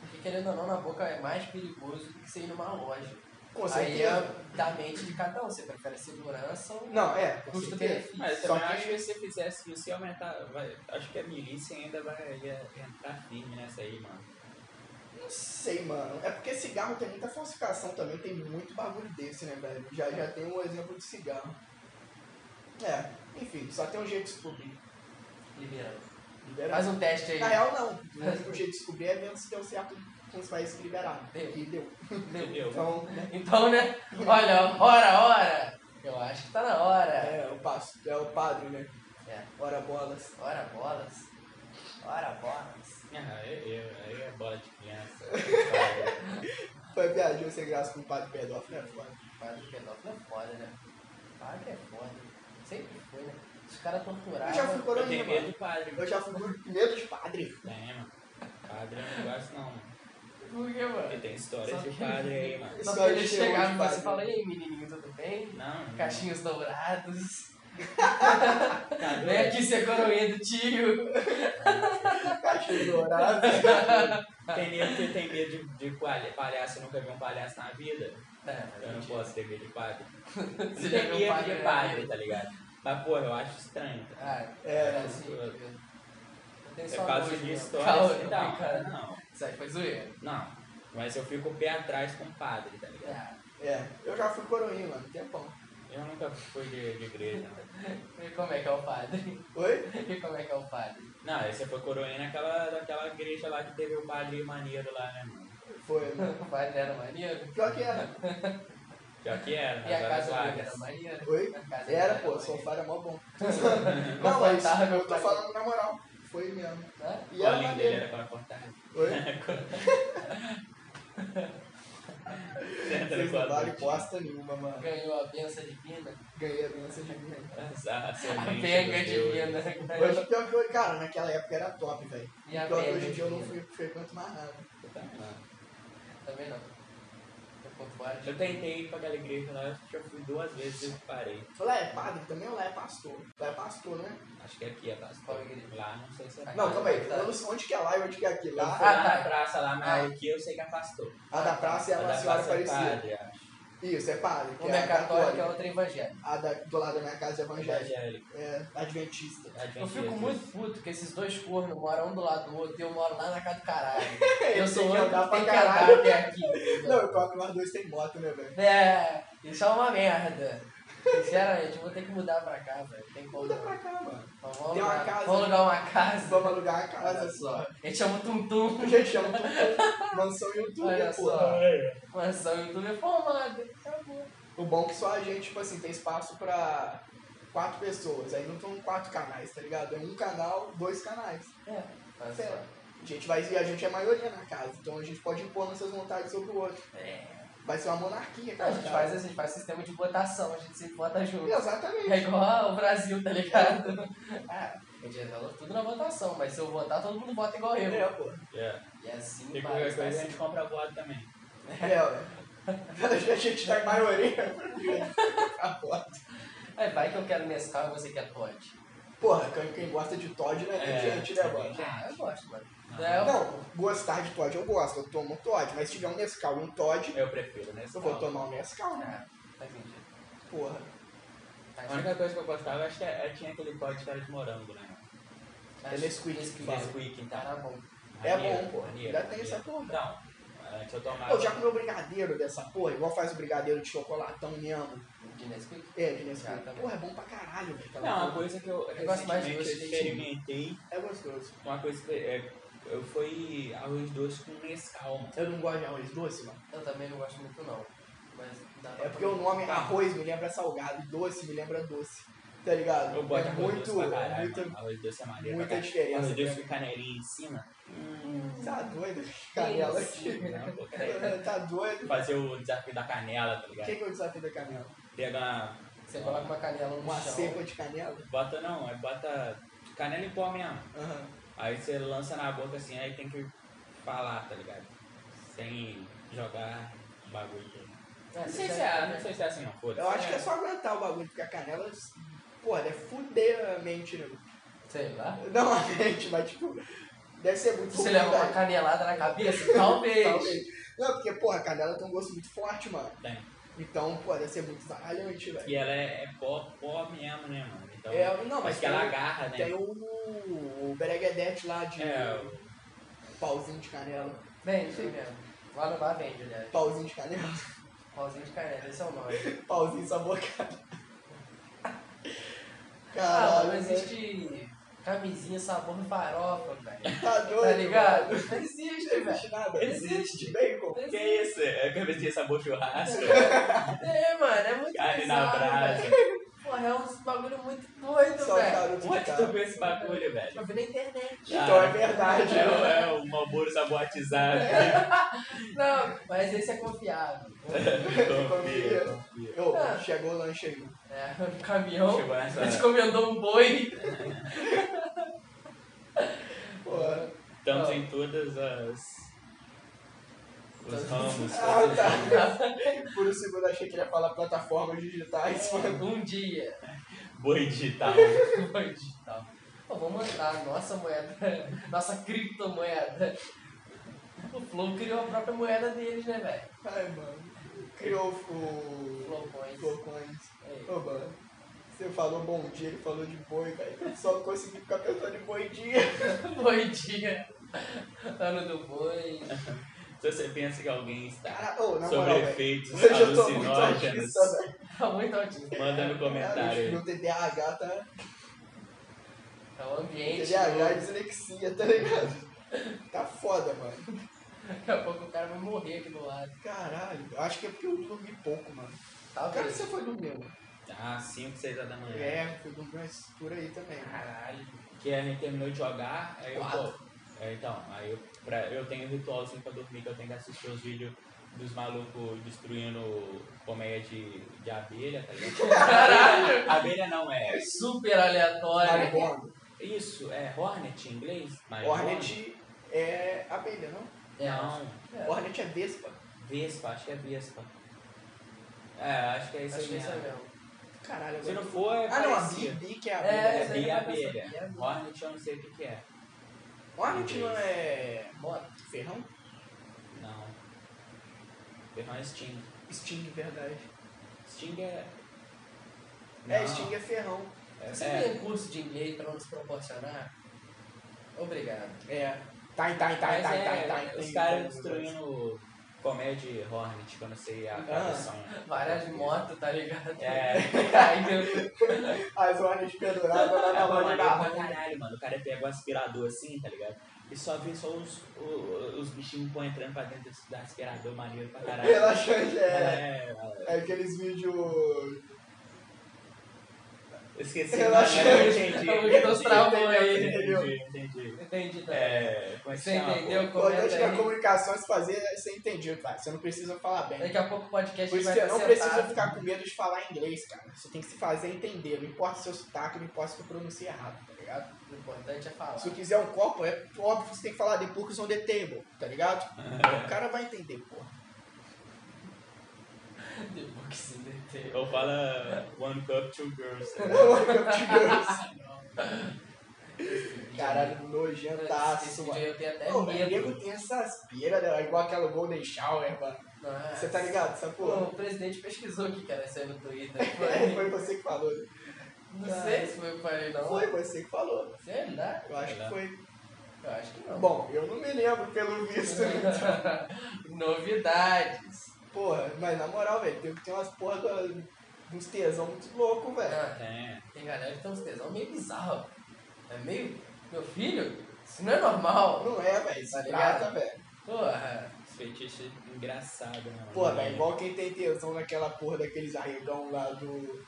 [SPEAKER 2] Porque querendo ou não, na boca é mais perigoso do que você ir numa loja.
[SPEAKER 1] Com
[SPEAKER 2] aí
[SPEAKER 1] certeza.
[SPEAKER 2] é da mente de cada um. Você prefere a segurança ou
[SPEAKER 1] Não, é, com certeza.
[SPEAKER 2] custo-benefício?
[SPEAKER 3] Mas eu
[SPEAKER 1] Só
[SPEAKER 3] também
[SPEAKER 1] que-
[SPEAKER 3] acho que se fizesse isso, ia aumentar. vai- acho que a milícia ainda vai ia entrar firme nessa aí, mano.
[SPEAKER 1] Não sei, mano. É porque cigarro tem muita falsificação também, tem muito bagulho desse, né, velho? Já, já tem um exemplo de cigarro. É, enfim, só tem um jeito de descobrir.
[SPEAKER 2] Liberando.
[SPEAKER 1] Liberaram.
[SPEAKER 2] Faz um teste aí.
[SPEAKER 1] Na real, não. O único jeito de descobrir é vendo se deu certo com os países que liberaram.
[SPEAKER 2] Deu.
[SPEAKER 1] E deu.
[SPEAKER 3] Entendeu?
[SPEAKER 1] Então, né,
[SPEAKER 2] Então, né? Olha, hora, hora. Eu acho que tá na hora.
[SPEAKER 1] é o passo. É o padre, né?
[SPEAKER 2] É.
[SPEAKER 1] Ora bolas.
[SPEAKER 2] Hora bolas. Hora bolas.
[SPEAKER 3] Ah, eu, eu, aí é bola de criança.
[SPEAKER 1] Foi viagem sem graça com o padre pedófilo, né? Foda.
[SPEAKER 2] Padre pedófilo é foda, né? Padre é foda. Sempre foi, né? Os caras
[SPEAKER 1] Eu já fui
[SPEAKER 2] torturavam.
[SPEAKER 3] eu
[SPEAKER 1] coroinha,
[SPEAKER 3] tenho medo
[SPEAKER 1] mano.
[SPEAKER 3] do padre.
[SPEAKER 1] Eu já fui com medo de padre.
[SPEAKER 3] Tem, mano. Padre eu não gosto não, mano.
[SPEAKER 2] Por quê,
[SPEAKER 3] Porque
[SPEAKER 2] mano?
[SPEAKER 3] tem histórias
[SPEAKER 2] Só
[SPEAKER 3] de
[SPEAKER 2] que-
[SPEAKER 3] padre aí, mano.
[SPEAKER 2] Só que
[SPEAKER 1] Só
[SPEAKER 2] ele
[SPEAKER 1] chegou de
[SPEAKER 2] chegava e você
[SPEAKER 1] padre.
[SPEAKER 2] fala, ei menininho, tudo bem?
[SPEAKER 3] Não, não.
[SPEAKER 2] Cachinhos dourados.
[SPEAKER 3] Tá
[SPEAKER 1] É.
[SPEAKER 3] doido?
[SPEAKER 2] Vem aqui ser coroinha do tio.
[SPEAKER 1] Cachorro dourado.
[SPEAKER 3] Tem medo que tem medo de, de palha- palhaço, eu nunca vi um palhaço na vida.
[SPEAKER 2] É,
[SPEAKER 3] Eu não
[SPEAKER 2] mas
[SPEAKER 3] posso ter medo de padre. Não
[SPEAKER 2] Você já
[SPEAKER 3] tem
[SPEAKER 2] viu o
[SPEAKER 3] medo
[SPEAKER 2] padre?
[SPEAKER 3] de
[SPEAKER 2] né?
[SPEAKER 3] padre, tá ligado? Mas, porra, eu acho estranho. Tá?
[SPEAKER 2] Ah,
[SPEAKER 1] É,
[SPEAKER 2] é, assim.
[SPEAKER 3] eu-
[SPEAKER 2] Eu tenho
[SPEAKER 3] É
[SPEAKER 2] só
[SPEAKER 3] caso
[SPEAKER 2] nojo,
[SPEAKER 3] de
[SPEAKER 2] mano.
[SPEAKER 3] história
[SPEAKER 2] Calma,
[SPEAKER 3] assim,
[SPEAKER 2] eu
[SPEAKER 3] não,
[SPEAKER 2] tô brincando.
[SPEAKER 3] não,
[SPEAKER 2] Isso aí foi zoeira.
[SPEAKER 3] não. Mas eu fico o pé atrás com o padre, tá ligado?
[SPEAKER 2] Ah,
[SPEAKER 1] É, eu já fui coroinha, mano. Tempão.
[SPEAKER 3] Eu nunca fui de, de igreja, não.
[SPEAKER 2] E como é que é o padre?
[SPEAKER 1] Oi?
[SPEAKER 2] E como é que é o padre?
[SPEAKER 3] Não, aí você foi coroinha naquela, daquela igreja lá que teve o padre maneiro lá, né, mano?
[SPEAKER 1] Foi, mano.
[SPEAKER 2] O padre era maneiro?
[SPEAKER 1] Pior que era.
[SPEAKER 3] Pior que era,
[SPEAKER 2] E a
[SPEAKER 3] agora
[SPEAKER 2] casa
[SPEAKER 3] vagas.
[SPEAKER 2] dele era maneira?
[SPEAKER 1] Oi?
[SPEAKER 2] A casa dele
[SPEAKER 1] Era, pô, o
[SPEAKER 2] maneira?
[SPEAKER 1] sofá era mó bom. Não, mas
[SPEAKER 2] Confortável
[SPEAKER 1] eu tô
[SPEAKER 2] pra-
[SPEAKER 1] falando na moral. Foi mesmo.
[SPEAKER 2] Hã?
[SPEAKER 1] E
[SPEAKER 3] O né?
[SPEAKER 1] era
[SPEAKER 3] olhinho dele
[SPEAKER 1] maneiro.
[SPEAKER 3] era pra cortar.
[SPEAKER 1] Oi?
[SPEAKER 3] Senta no
[SPEAKER 1] Vocês não
[SPEAKER 3] colo
[SPEAKER 1] valem
[SPEAKER 3] do tio.
[SPEAKER 1] bosta nenhuma, mano.
[SPEAKER 2] Ganhou a benção divina?
[SPEAKER 1] Ganhei a benção de mim.
[SPEAKER 3] Essa- essa
[SPEAKER 2] Ah, A né?
[SPEAKER 3] gente
[SPEAKER 2] benga
[SPEAKER 3] do Deus.
[SPEAKER 2] divina.
[SPEAKER 1] Hoje, pior que eu, cara, naquela época era top, velho.
[SPEAKER 2] E
[SPEAKER 3] Tá
[SPEAKER 2] a
[SPEAKER 1] Pior que
[SPEAKER 2] benga
[SPEAKER 1] hoje em dia eu
[SPEAKER 3] né?
[SPEAKER 1] não
[SPEAKER 2] divina?
[SPEAKER 1] fui- frequento mais nada.
[SPEAKER 3] Eu também não.
[SPEAKER 2] Também não. Tô por fora.
[SPEAKER 3] Eu tentei ir pra aquela igreja lá, acho que eu fui duas vezes e parei.
[SPEAKER 1] Lá é padre também ou lá é pastor? Lá é pastor, né?
[SPEAKER 3] Acho que aqui é pastor.
[SPEAKER 2] Qual igreja?
[SPEAKER 3] Lá, não sei se é.
[SPEAKER 1] Não,
[SPEAKER 3] pastor.
[SPEAKER 1] calma aí. Eu não sei onde que é lá e onde que é aqui.
[SPEAKER 3] Eu
[SPEAKER 1] Lá,
[SPEAKER 3] fui lá
[SPEAKER 2] Ah, tá.
[SPEAKER 3] na praça lá, mas
[SPEAKER 2] Ah.
[SPEAKER 3] aqui eu sei que é pastor.
[SPEAKER 1] a da praça é
[SPEAKER 3] A
[SPEAKER 1] uma
[SPEAKER 3] da
[SPEAKER 1] senhora
[SPEAKER 3] praça é
[SPEAKER 1] parecida.
[SPEAKER 3] padre, acho.
[SPEAKER 1] Isso, é padre. Que
[SPEAKER 2] Uma
[SPEAKER 1] é
[SPEAKER 2] é católica, a
[SPEAKER 1] católica.
[SPEAKER 2] outra é evangélica.
[SPEAKER 1] A da, do lado da minha casa é evangélica.
[SPEAKER 3] Evangélico.
[SPEAKER 1] É adventista.
[SPEAKER 2] Eu
[SPEAKER 3] Adventista.
[SPEAKER 2] fico muito puto que esses dois cornos moram um do lado do outro e eu moro lá na casa do caralho.
[SPEAKER 1] Tem
[SPEAKER 2] Eu sou
[SPEAKER 1] que
[SPEAKER 2] o único
[SPEAKER 1] andar
[SPEAKER 2] que
[SPEAKER 1] pra
[SPEAKER 2] tem que andar
[SPEAKER 1] caralho.
[SPEAKER 2] até aqui. entendeu?
[SPEAKER 1] Não, eu coloco nós dois tem moto, né, velho?
[SPEAKER 2] É, isso é uma merda. Sinceramente, eu vou ter que mudar pra cá, velho. Tem como.
[SPEAKER 1] Muda
[SPEAKER 2] não.
[SPEAKER 1] pra cá, mano.
[SPEAKER 2] Então, vamos,
[SPEAKER 1] Tem uma
[SPEAKER 2] alugar-
[SPEAKER 1] casa.
[SPEAKER 2] vamos alugar uma casa.
[SPEAKER 1] Vamos alugar a
[SPEAKER 2] Olha
[SPEAKER 1] casa
[SPEAKER 2] só.
[SPEAKER 1] só.
[SPEAKER 2] A gente chama o Tum Tum.
[SPEAKER 1] A gente chama tudo mansão
[SPEAKER 2] Olha
[SPEAKER 1] youtuber, pô.
[SPEAKER 2] só.
[SPEAKER 3] É.
[SPEAKER 2] Mas só o YouTube é formado. Acabou.
[SPEAKER 1] O bom é que só a gente, tipo assim, tem espaço pra quatro pessoas. Aí não são quatro canais, tá ligado? É um canal, dois canais.
[SPEAKER 2] É, mas
[SPEAKER 1] Sério.
[SPEAKER 2] só.
[SPEAKER 1] A gente vai e a gente é maioria na casa, então a gente pode impor nossas vontades sobre o outro.
[SPEAKER 2] É.
[SPEAKER 1] Vai ser uma monarquia,
[SPEAKER 2] Não,
[SPEAKER 1] cara.
[SPEAKER 2] a gente faz assim, a gente faz sistema de votação, a gente se vota junto.
[SPEAKER 1] Exatamente.
[SPEAKER 2] É igual o Brasil, tá ligado?
[SPEAKER 1] Ah,
[SPEAKER 2] A gente resolve É. tudo na votação, mas se eu votar, todo mundo vota igual eu.
[SPEAKER 1] é, pô.
[SPEAKER 3] Yeah.
[SPEAKER 2] E assim, vai,
[SPEAKER 3] E qualquer
[SPEAKER 2] vai
[SPEAKER 3] coisa a
[SPEAKER 2] assim.
[SPEAKER 3] gente compra voto também.
[SPEAKER 1] É, ué. A gente tá em maioria. A foto.
[SPEAKER 2] É, vai que eu quero Nescau e você quer Todd.
[SPEAKER 1] Porra, quem, quem gosta de Todd, né? Tem
[SPEAKER 3] É.
[SPEAKER 1] gente, né, mano?
[SPEAKER 2] Ah, eu gosto, mano.
[SPEAKER 3] Não.
[SPEAKER 2] Não,
[SPEAKER 1] Não, gostar de Todd eu gosto, eu tomo Todd, mas se tiver um Nescau e um Todd,
[SPEAKER 3] Eu prefiro, né?
[SPEAKER 1] eu vou tomar um Nescau, né?
[SPEAKER 2] Ah, Tá faz sentido.
[SPEAKER 1] Porra.
[SPEAKER 2] Faz
[SPEAKER 3] A única coisa que eu gostava, acho que é- é- tinha aquele pote que era de morango, né?
[SPEAKER 2] sentido.
[SPEAKER 1] É Nesquik que fala.
[SPEAKER 3] Nesquik, então.
[SPEAKER 2] Tá bom.
[SPEAKER 1] É
[SPEAKER 3] Maneiro,
[SPEAKER 1] bom, pô.
[SPEAKER 3] maneiro,
[SPEAKER 1] Ainda tem
[SPEAKER 3] maneiro.
[SPEAKER 1] essa porra.
[SPEAKER 3] Não, antes eu tomava.
[SPEAKER 1] Eu já comeu brigadeiro dessa porra, igual faz o brigadeiro de chocolatão mesmo.
[SPEAKER 2] De Nesquik?
[SPEAKER 1] É, de Nescau.
[SPEAKER 2] Ah, tá bom.
[SPEAKER 1] Porra, é bom pra caralho, velho. aquela
[SPEAKER 3] Não, é uma
[SPEAKER 1] porra.
[SPEAKER 3] coisa que eu,
[SPEAKER 2] Eu gosto mais de
[SPEAKER 3] recentemente
[SPEAKER 2] doce de leite.
[SPEAKER 3] experimentei,
[SPEAKER 1] É gostoso.
[SPEAKER 3] uma coisa que é, eu foi arroz doce com Nescau, mano.
[SPEAKER 1] Eu não gosto de arroz doce, mano.
[SPEAKER 2] Eu também não gosto muito, não. Mas dá pra
[SPEAKER 1] É porque o nome
[SPEAKER 3] Tá.
[SPEAKER 1] arroz me lembra salgado, e doce me lembra doce. Tá ligado?
[SPEAKER 3] Eu gosto
[SPEAKER 1] é
[SPEAKER 3] de arroz
[SPEAKER 1] muito,
[SPEAKER 3] doce pra caralho,
[SPEAKER 1] muito,
[SPEAKER 3] mano. Arroz doce é maneiro
[SPEAKER 1] muita
[SPEAKER 3] pra caralho.
[SPEAKER 1] diferença,
[SPEAKER 3] Arroz doce
[SPEAKER 1] né?
[SPEAKER 3] com canelinha em cima. Hum,
[SPEAKER 1] Tá doido? Canela aqui.
[SPEAKER 3] não, pô, cara.
[SPEAKER 1] Tá doido?
[SPEAKER 3] Fazer o desafio da canela, tá
[SPEAKER 1] O
[SPEAKER 3] ligado?
[SPEAKER 1] que que é o desafio da canela?
[SPEAKER 3] Pega uma...
[SPEAKER 2] Você coloca uma canela no
[SPEAKER 1] Uma
[SPEAKER 2] chão.
[SPEAKER 1] cepa de canela?
[SPEAKER 3] Bota não, é bota canela em pó mesmo.
[SPEAKER 1] Aham.
[SPEAKER 3] Aí você lança na boca assim, aí tem que falar, tá ligado? Sem jogar bagulho.
[SPEAKER 2] É,
[SPEAKER 3] Não
[SPEAKER 2] você
[SPEAKER 3] sei
[SPEAKER 2] já-
[SPEAKER 3] se é, não sei se é assim não, foda-se.
[SPEAKER 1] Eu acho que é só aguentar o bagulho, porque a canela, porra, é fuder a mente, né?
[SPEAKER 2] Sei lá.
[SPEAKER 1] Não a mente, mas tipo, deve ser muito
[SPEAKER 2] Você
[SPEAKER 1] ruim,
[SPEAKER 2] leva uma
[SPEAKER 1] velho.
[SPEAKER 2] canelada na cabeça? Talvez.
[SPEAKER 1] Talvez. Não, porque, porra, a canela tem um gosto muito forte, mano.
[SPEAKER 3] Tem.
[SPEAKER 1] Então, pô, deve ser muito zaralhante, velho.
[SPEAKER 3] E ela é, é pó, pó mesmo, né, mano? Então,
[SPEAKER 1] É, não,
[SPEAKER 3] acho
[SPEAKER 1] mas
[SPEAKER 3] que
[SPEAKER 1] tem
[SPEAKER 3] ela
[SPEAKER 1] o-
[SPEAKER 3] agarra, né?
[SPEAKER 1] Tem um- o, o Bereguedete lá de
[SPEAKER 3] É, o-
[SPEAKER 1] pauzinho de canela.
[SPEAKER 2] Vende mesmo. Lá no bar vende, aliás.
[SPEAKER 1] Pauzinho de canela.
[SPEAKER 2] Pauzinho de canela, esse é o nome.
[SPEAKER 1] Pauzinho sabocado.
[SPEAKER 2] Ah,
[SPEAKER 1] Caralho,
[SPEAKER 2] não
[SPEAKER 3] Ah,
[SPEAKER 1] existe.
[SPEAKER 2] Ah, existe Camisinha, sabor e farofa, velho.
[SPEAKER 1] Tá doido?
[SPEAKER 2] Tá ligado?
[SPEAKER 1] mano.
[SPEAKER 2] Não existe,
[SPEAKER 1] Não
[SPEAKER 2] velho.
[SPEAKER 1] existe nada.
[SPEAKER 2] Existe.
[SPEAKER 1] Bacon.
[SPEAKER 2] Não
[SPEAKER 3] Que
[SPEAKER 2] existe.
[SPEAKER 3] é isso? É cabecinha sabor churrasco?
[SPEAKER 2] É, mano, é muito
[SPEAKER 3] Carne na
[SPEAKER 2] bizarro,
[SPEAKER 3] brasa.
[SPEAKER 2] velho. Porra, é um bagulho muito doido,
[SPEAKER 1] Só o
[SPEAKER 2] velho.
[SPEAKER 1] garoto de
[SPEAKER 3] Onde tu
[SPEAKER 1] cara.
[SPEAKER 3] viu esse bagulho, velho?
[SPEAKER 2] Eu vi na internet.
[SPEAKER 1] Então é
[SPEAKER 3] Ah,
[SPEAKER 1] verdade.
[SPEAKER 3] É, o- é o Malboro saboatizado.
[SPEAKER 1] É,
[SPEAKER 2] Não, mas esse é confiável.
[SPEAKER 3] Confia, confia.
[SPEAKER 1] Ô,
[SPEAKER 2] Ah.
[SPEAKER 1] chegou o lanche aí.
[SPEAKER 2] É, um caminhão.
[SPEAKER 3] Chegou nessa-
[SPEAKER 2] A gente encomendou um boi.
[SPEAKER 1] Pô,
[SPEAKER 3] Estamos em todas as. Os ramos.
[SPEAKER 1] Ah,
[SPEAKER 3] todos os ramos.
[SPEAKER 1] tá. Por um segundo achei que ele ia falar plataformas digitais, mano.
[SPEAKER 2] Um dia.
[SPEAKER 3] Boi digital.
[SPEAKER 2] Boi digital. Pô, vou mandar a nossa moeda, nossa criptomoeda. O Flow criou a própria moeda deles, né, velho?
[SPEAKER 1] Ai, mano. Criou o.
[SPEAKER 2] Flow Coins.
[SPEAKER 1] Flowcoins.
[SPEAKER 2] É.
[SPEAKER 1] Ô, mano. Você falou bom dia, ele falou de boi, velho. Só consegui ficar pensando em boi dia.
[SPEAKER 2] Boi dia. Ano Tá do boi.
[SPEAKER 3] Se você pensa que alguém está
[SPEAKER 1] Cara, ô, na
[SPEAKER 3] sobre
[SPEAKER 1] moral, velho.
[SPEAKER 3] efeitos
[SPEAKER 1] Hoje eu tô muito
[SPEAKER 3] alucinógenos,
[SPEAKER 1] autista, velho.
[SPEAKER 2] Tá muito altinho.
[SPEAKER 3] manda no
[SPEAKER 1] Cara,
[SPEAKER 3] comentário.
[SPEAKER 1] Meu TDAH tá.
[SPEAKER 2] É o ambiente.
[SPEAKER 1] TDAH é
[SPEAKER 2] novo.
[SPEAKER 1] dislexia, tá ligado? Tá foda, mano.
[SPEAKER 2] Daqui a pouco o cara vai morrer aqui do lado.
[SPEAKER 1] Caralho, eu acho que é porque eu dormi pouco, mano.
[SPEAKER 2] Tá
[SPEAKER 1] Cara,
[SPEAKER 2] vendo?
[SPEAKER 1] você foi dormir, mano.
[SPEAKER 3] Ah, 5, 6 da manhã.
[SPEAKER 1] É, fui dormir umas por aí também.
[SPEAKER 2] Ah,
[SPEAKER 1] mano.
[SPEAKER 3] Caralho. Que a gente terminou de jogar, aí eu
[SPEAKER 2] Quatro.
[SPEAKER 3] pô. é, Então, aí eu, pra, eu tenho um ritualzinho pra dormir que eu tenho que assistir os vídeos dos malucos destruindo colmeia de, de abelha, tá ligado? Caralho! Abelha não é.
[SPEAKER 2] Super aleatório.
[SPEAKER 1] Maribondo.
[SPEAKER 3] Isso, é Hornet em inglês? Mas
[SPEAKER 1] Hornet é abelha, não?
[SPEAKER 2] É,
[SPEAKER 3] Não,
[SPEAKER 2] É.
[SPEAKER 1] Hornet é vespa.
[SPEAKER 3] Vespa, acho que é Vespa. É, acho que é isso
[SPEAKER 2] Acho
[SPEAKER 3] aí
[SPEAKER 2] que isso é
[SPEAKER 3] mesmo.
[SPEAKER 2] mesmo.
[SPEAKER 1] Caralho,
[SPEAKER 3] Se
[SPEAKER 1] agora.
[SPEAKER 3] não for, é
[SPEAKER 1] Ah, não, a
[SPEAKER 3] parecia.
[SPEAKER 1] Bibi que é
[SPEAKER 2] É,
[SPEAKER 1] abelha.
[SPEAKER 2] essa
[SPEAKER 3] É,
[SPEAKER 2] aí
[SPEAKER 3] Bia
[SPEAKER 2] eu não
[SPEAKER 3] abelha.
[SPEAKER 2] sabia, não.
[SPEAKER 3] Hornet eu não sei o que que é.
[SPEAKER 1] Hornet não é.
[SPEAKER 2] Bora.
[SPEAKER 1] Ferrão?
[SPEAKER 3] Não. Ferrão é Sting.
[SPEAKER 1] Sting, verdade.
[SPEAKER 3] Sting é...
[SPEAKER 1] É,
[SPEAKER 3] Não,
[SPEAKER 1] Sting é ferrão.
[SPEAKER 3] é-
[SPEAKER 2] Você
[SPEAKER 3] é.
[SPEAKER 2] tem curso de inglês pra nos proporcionar? Obrigado.
[SPEAKER 1] É. Tá, tá, tá,
[SPEAKER 3] Mas
[SPEAKER 1] tá,
[SPEAKER 3] é,
[SPEAKER 1] tá, tá.
[SPEAKER 3] Os caras destruindo comédia Hornet, que eu não sei a tradução.
[SPEAKER 2] Várias de moto, tá ligado?
[SPEAKER 3] É.
[SPEAKER 2] Caindo.
[SPEAKER 1] As Hornet penduradas né? lá
[SPEAKER 3] É
[SPEAKER 1] na
[SPEAKER 3] uma
[SPEAKER 1] loja
[SPEAKER 3] maneira
[SPEAKER 1] da
[SPEAKER 3] pra
[SPEAKER 1] Honda.
[SPEAKER 3] caralho, mano. O cara pega o aspirador assim, tá ligado? E só vê só os, o- os bichinhos põe entrando pra dentro do aspirador maneiro pra caralho.
[SPEAKER 1] Relaxante é. É
[SPEAKER 3] É,
[SPEAKER 1] aqueles vídeos.
[SPEAKER 3] eu esqueci.
[SPEAKER 1] Relaxante.
[SPEAKER 3] mas eu entendi.
[SPEAKER 2] O que nos travou aí,
[SPEAKER 1] entendeu?
[SPEAKER 3] Entendi, entendi.
[SPEAKER 2] Entendi, tá?
[SPEAKER 3] É, como é que
[SPEAKER 2] Você
[SPEAKER 3] chama,
[SPEAKER 2] entendeu?
[SPEAKER 1] Importante
[SPEAKER 2] Comenta
[SPEAKER 1] da
[SPEAKER 2] aí.
[SPEAKER 1] comunicação é se fazer ser entendido, cara. Você não precisa falar bem.
[SPEAKER 2] Daqui a pouco o podcast
[SPEAKER 1] Por isso
[SPEAKER 2] vai
[SPEAKER 1] você não
[SPEAKER 2] ser
[SPEAKER 1] precisa
[SPEAKER 2] sentado.
[SPEAKER 1] ficar com medo de falar inglês, cara. Você tem que se fazer entender. Não importa o seu sotaque, não importa se eu pronunciei errado, tá ligado?
[SPEAKER 2] O importante é falar.
[SPEAKER 1] Se eu quiser um copo, é óbvio que você tem que falar de Burgers on the table, tá ligado? O cara vai entender, porra.
[SPEAKER 2] Depois que se
[SPEAKER 3] pô?
[SPEAKER 2] deter.
[SPEAKER 3] Ou fala One Cup, Two Girls. tá ligado?
[SPEAKER 1] Girls. Caralho,
[SPEAKER 2] Esse
[SPEAKER 1] nojentaço,
[SPEAKER 2] vídeo
[SPEAKER 1] mano.
[SPEAKER 2] aí eu tenho até
[SPEAKER 1] Ô, mas
[SPEAKER 2] medo.
[SPEAKER 1] nego tem essas piras, né? igual aquela Golden Shower, mano.
[SPEAKER 2] Nossa.
[SPEAKER 1] Você tá ligado? Essa
[SPEAKER 2] Pô,
[SPEAKER 1] porra.
[SPEAKER 2] o presidente pesquisou o que era isso aí no Twitter.
[SPEAKER 1] É,
[SPEAKER 2] Foi-
[SPEAKER 1] foi você que falou. né?
[SPEAKER 2] Não sei se foi pra ele, não. É.
[SPEAKER 1] Foi você que falou.
[SPEAKER 2] Será?
[SPEAKER 1] Eu acho que foi.
[SPEAKER 2] Eu acho que não.
[SPEAKER 1] Bom, eu não me lembro, pelo visto. né?
[SPEAKER 2] Novidades.
[SPEAKER 1] Porra, mas na moral, velho, tem, tem umas porra da- uns tesão muito louco, velho.
[SPEAKER 2] Ah,
[SPEAKER 3] É.
[SPEAKER 2] tem galera que tem uns tesão meio bizarro. É meio. Meu filho, isso não é normal.
[SPEAKER 1] Não é, velho, isso
[SPEAKER 2] Tá
[SPEAKER 1] trata,
[SPEAKER 2] ligado?
[SPEAKER 1] velho.
[SPEAKER 2] Porra.
[SPEAKER 3] Os feitiços engraçados, né? mano?
[SPEAKER 1] Porra, velho, é igual quem tem tesão naquela porra daqueles arregão lá do.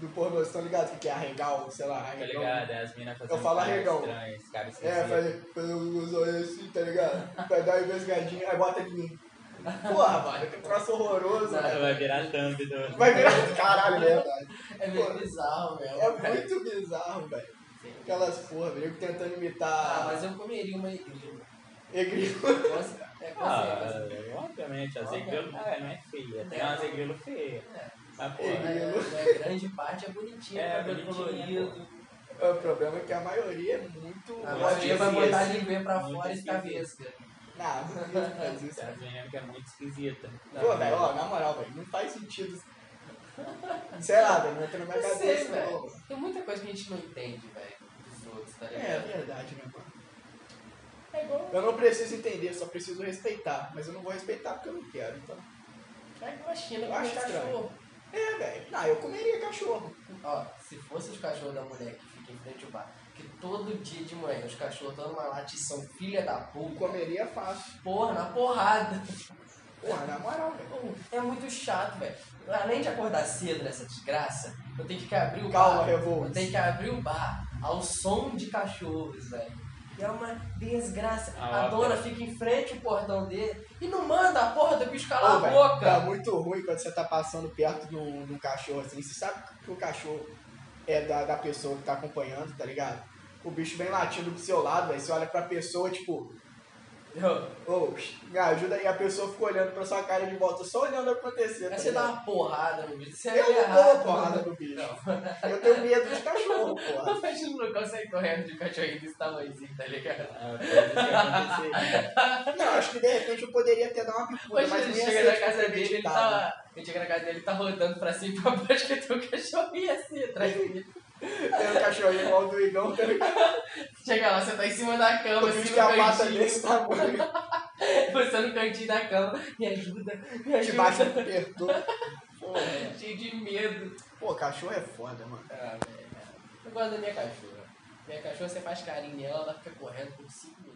[SPEAKER 1] Do pornô, vocês estão ligados o que que é arregão? Sei lá,
[SPEAKER 3] Tá
[SPEAKER 1] arregão.
[SPEAKER 3] ligado? As minas fazendo
[SPEAKER 1] Eu falo
[SPEAKER 3] caras
[SPEAKER 1] arregão.
[SPEAKER 3] estranhas, caras
[SPEAKER 1] É,
[SPEAKER 3] esquisitos.
[SPEAKER 1] fazer, fazer os olhos assim, tá ligado? Pra dar uma investigadinha, aí bota de mim. Porra, mano, que troço horroroso,
[SPEAKER 2] Não,
[SPEAKER 1] velho.
[SPEAKER 3] Vai virar thumb né? do...
[SPEAKER 1] Vai virar. Caralho, é verdade.
[SPEAKER 2] É meio bizarro mesmo.
[SPEAKER 1] É muito bizarro, velho. Aquelas porra, velho, tentando
[SPEAKER 2] Ah,
[SPEAKER 1] imitar.
[SPEAKER 2] mas eu comeria uma igreja.
[SPEAKER 1] Egrigo.
[SPEAKER 2] Com ce- É com certeza.
[SPEAKER 3] Ah, obviamente, as
[SPEAKER 2] Olha.
[SPEAKER 3] egrilos não, é, não é feia. Tem
[SPEAKER 2] Não.
[SPEAKER 3] umas egrilos feias.
[SPEAKER 2] É.
[SPEAKER 3] Mas, pô,
[SPEAKER 1] Egrilos.
[SPEAKER 2] É, é, grande parte é bonitinha,
[SPEAKER 3] É,
[SPEAKER 2] cabelo
[SPEAKER 3] bonitinha,
[SPEAKER 2] colorido.
[SPEAKER 1] O problema é que a maioria é muito.
[SPEAKER 2] A
[SPEAKER 3] Eu
[SPEAKER 2] maioria
[SPEAKER 3] acho
[SPEAKER 2] vai
[SPEAKER 3] que
[SPEAKER 2] botar a
[SPEAKER 3] esse-
[SPEAKER 2] linguinha pra
[SPEAKER 3] muito
[SPEAKER 2] fora e ficar
[SPEAKER 3] esquisito.
[SPEAKER 2] vesga.
[SPEAKER 1] Não, não acredito que faz isso.
[SPEAKER 3] tem as meninas que é muito esquisita.
[SPEAKER 1] Pô, velho, ó, na moral, velho, não faz sentido. Sei lá, velho, não entra na minha
[SPEAKER 2] Eu sei,
[SPEAKER 1] cabeça, não.
[SPEAKER 2] velho. Tem muita coisa que a gente não entende, velho, dos outros, tá
[SPEAKER 1] É, é
[SPEAKER 2] ligado?
[SPEAKER 1] verdade, né, mano?
[SPEAKER 2] É igual.
[SPEAKER 1] Eu não preciso entender, só preciso respeitar. Mas eu não vou respeitar porque eu não quero, então.
[SPEAKER 2] É igual a China
[SPEAKER 1] Eu
[SPEAKER 2] com
[SPEAKER 1] acho
[SPEAKER 2] os cachorros.
[SPEAKER 1] É, velho. Ah, eu comeria cachorro.
[SPEAKER 2] Ó, se fosse os cachorros da mulher que fica em frente ao bar, Que todo dia de manhã os cachorros dando uma latição, filha da puta.
[SPEAKER 1] Comeria fácil.
[SPEAKER 2] Porra, na porrada.
[SPEAKER 1] Porra, na moral, velho.
[SPEAKER 2] Pô, É muito chato, velho. Além de acordar cedo nessa desgraça, eu tenho que abrir o
[SPEAKER 1] Calma,
[SPEAKER 2] bar.
[SPEAKER 1] Revolts.
[SPEAKER 2] Eu tenho que abrir o bar ao som de cachorros, velho. E É uma desgraça.
[SPEAKER 3] Ah,
[SPEAKER 2] a dona
[SPEAKER 3] velho.
[SPEAKER 2] fica em frente ao portão dele e não manda a porra do bicho
[SPEAKER 1] Ô,
[SPEAKER 2] calar a
[SPEAKER 1] velho,
[SPEAKER 2] boca.
[SPEAKER 1] Tá muito ruim quando você tá passando perto de um, de um cachorro assim. Você sabe que o cachorro é da, da pessoa que tá acompanhando, tá ligado? O bicho vem latindo pro seu lado, velho. Você olha pra pessoa, tipo,
[SPEAKER 2] Eu-
[SPEAKER 1] ô, me ajuda aí. A pessoa fica olhando pra sua cara de volta, só olhando acontecer.
[SPEAKER 2] Aí
[SPEAKER 1] tá
[SPEAKER 2] você dá
[SPEAKER 1] ligado?
[SPEAKER 2] uma porrada no bicho. Você é
[SPEAKER 1] Eu não dou
[SPEAKER 2] errado.
[SPEAKER 1] uma porrada no bicho.
[SPEAKER 2] Não.
[SPEAKER 1] Eu tenho medo de cachorro, porra.
[SPEAKER 2] A gente não consegue correndo de um cachorrinho desse tamanhozinho, tá ligado?
[SPEAKER 3] Ah, coisa que aconteceu.
[SPEAKER 1] Não, acho que de repente eu poderia até dar uma bicuda,
[SPEAKER 2] Hoje
[SPEAKER 1] mas
[SPEAKER 2] ele
[SPEAKER 1] nem
[SPEAKER 2] chega
[SPEAKER 1] assim,
[SPEAKER 2] na
[SPEAKER 1] tipo,
[SPEAKER 2] casa dele, ele
[SPEAKER 1] premeditado.
[SPEAKER 2] tá. Ele chega na casa dele, ele tá rodando pra cima e pra baixo, que tem um cachorrinho assim atrás dele.
[SPEAKER 1] Tem um cachorrinho igual o do Igão, tem um
[SPEAKER 2] Chega lá, você tá em cima da cama,
[SPEAKER 1] bicho
[SPEAKER 2] assim,
[SPEAKER 1] que é
[SPEAKER 2] no
[SPEAKER 1] a pata
[SPEAKER 2] cantinho.
[SPEAKER 1] desse tamanho,
[SPEAKER 2] Você tá no cantinho da cama, me ajuda, me
[SPEAKER 1] debaixo
[SPEAKER 2] ajuda.
[SPEAKER 1] do perto. Porra.
[SPEAKER 2] Cheio de medo.
[SPEAKER 1] Pô, cachorro é foda, mano.
[SPEAKER 2] Ah, velho. Eu gosto da minha cachorra. Minha cachorra, você faz carinho nela, ela fica correndo por 5 minutos.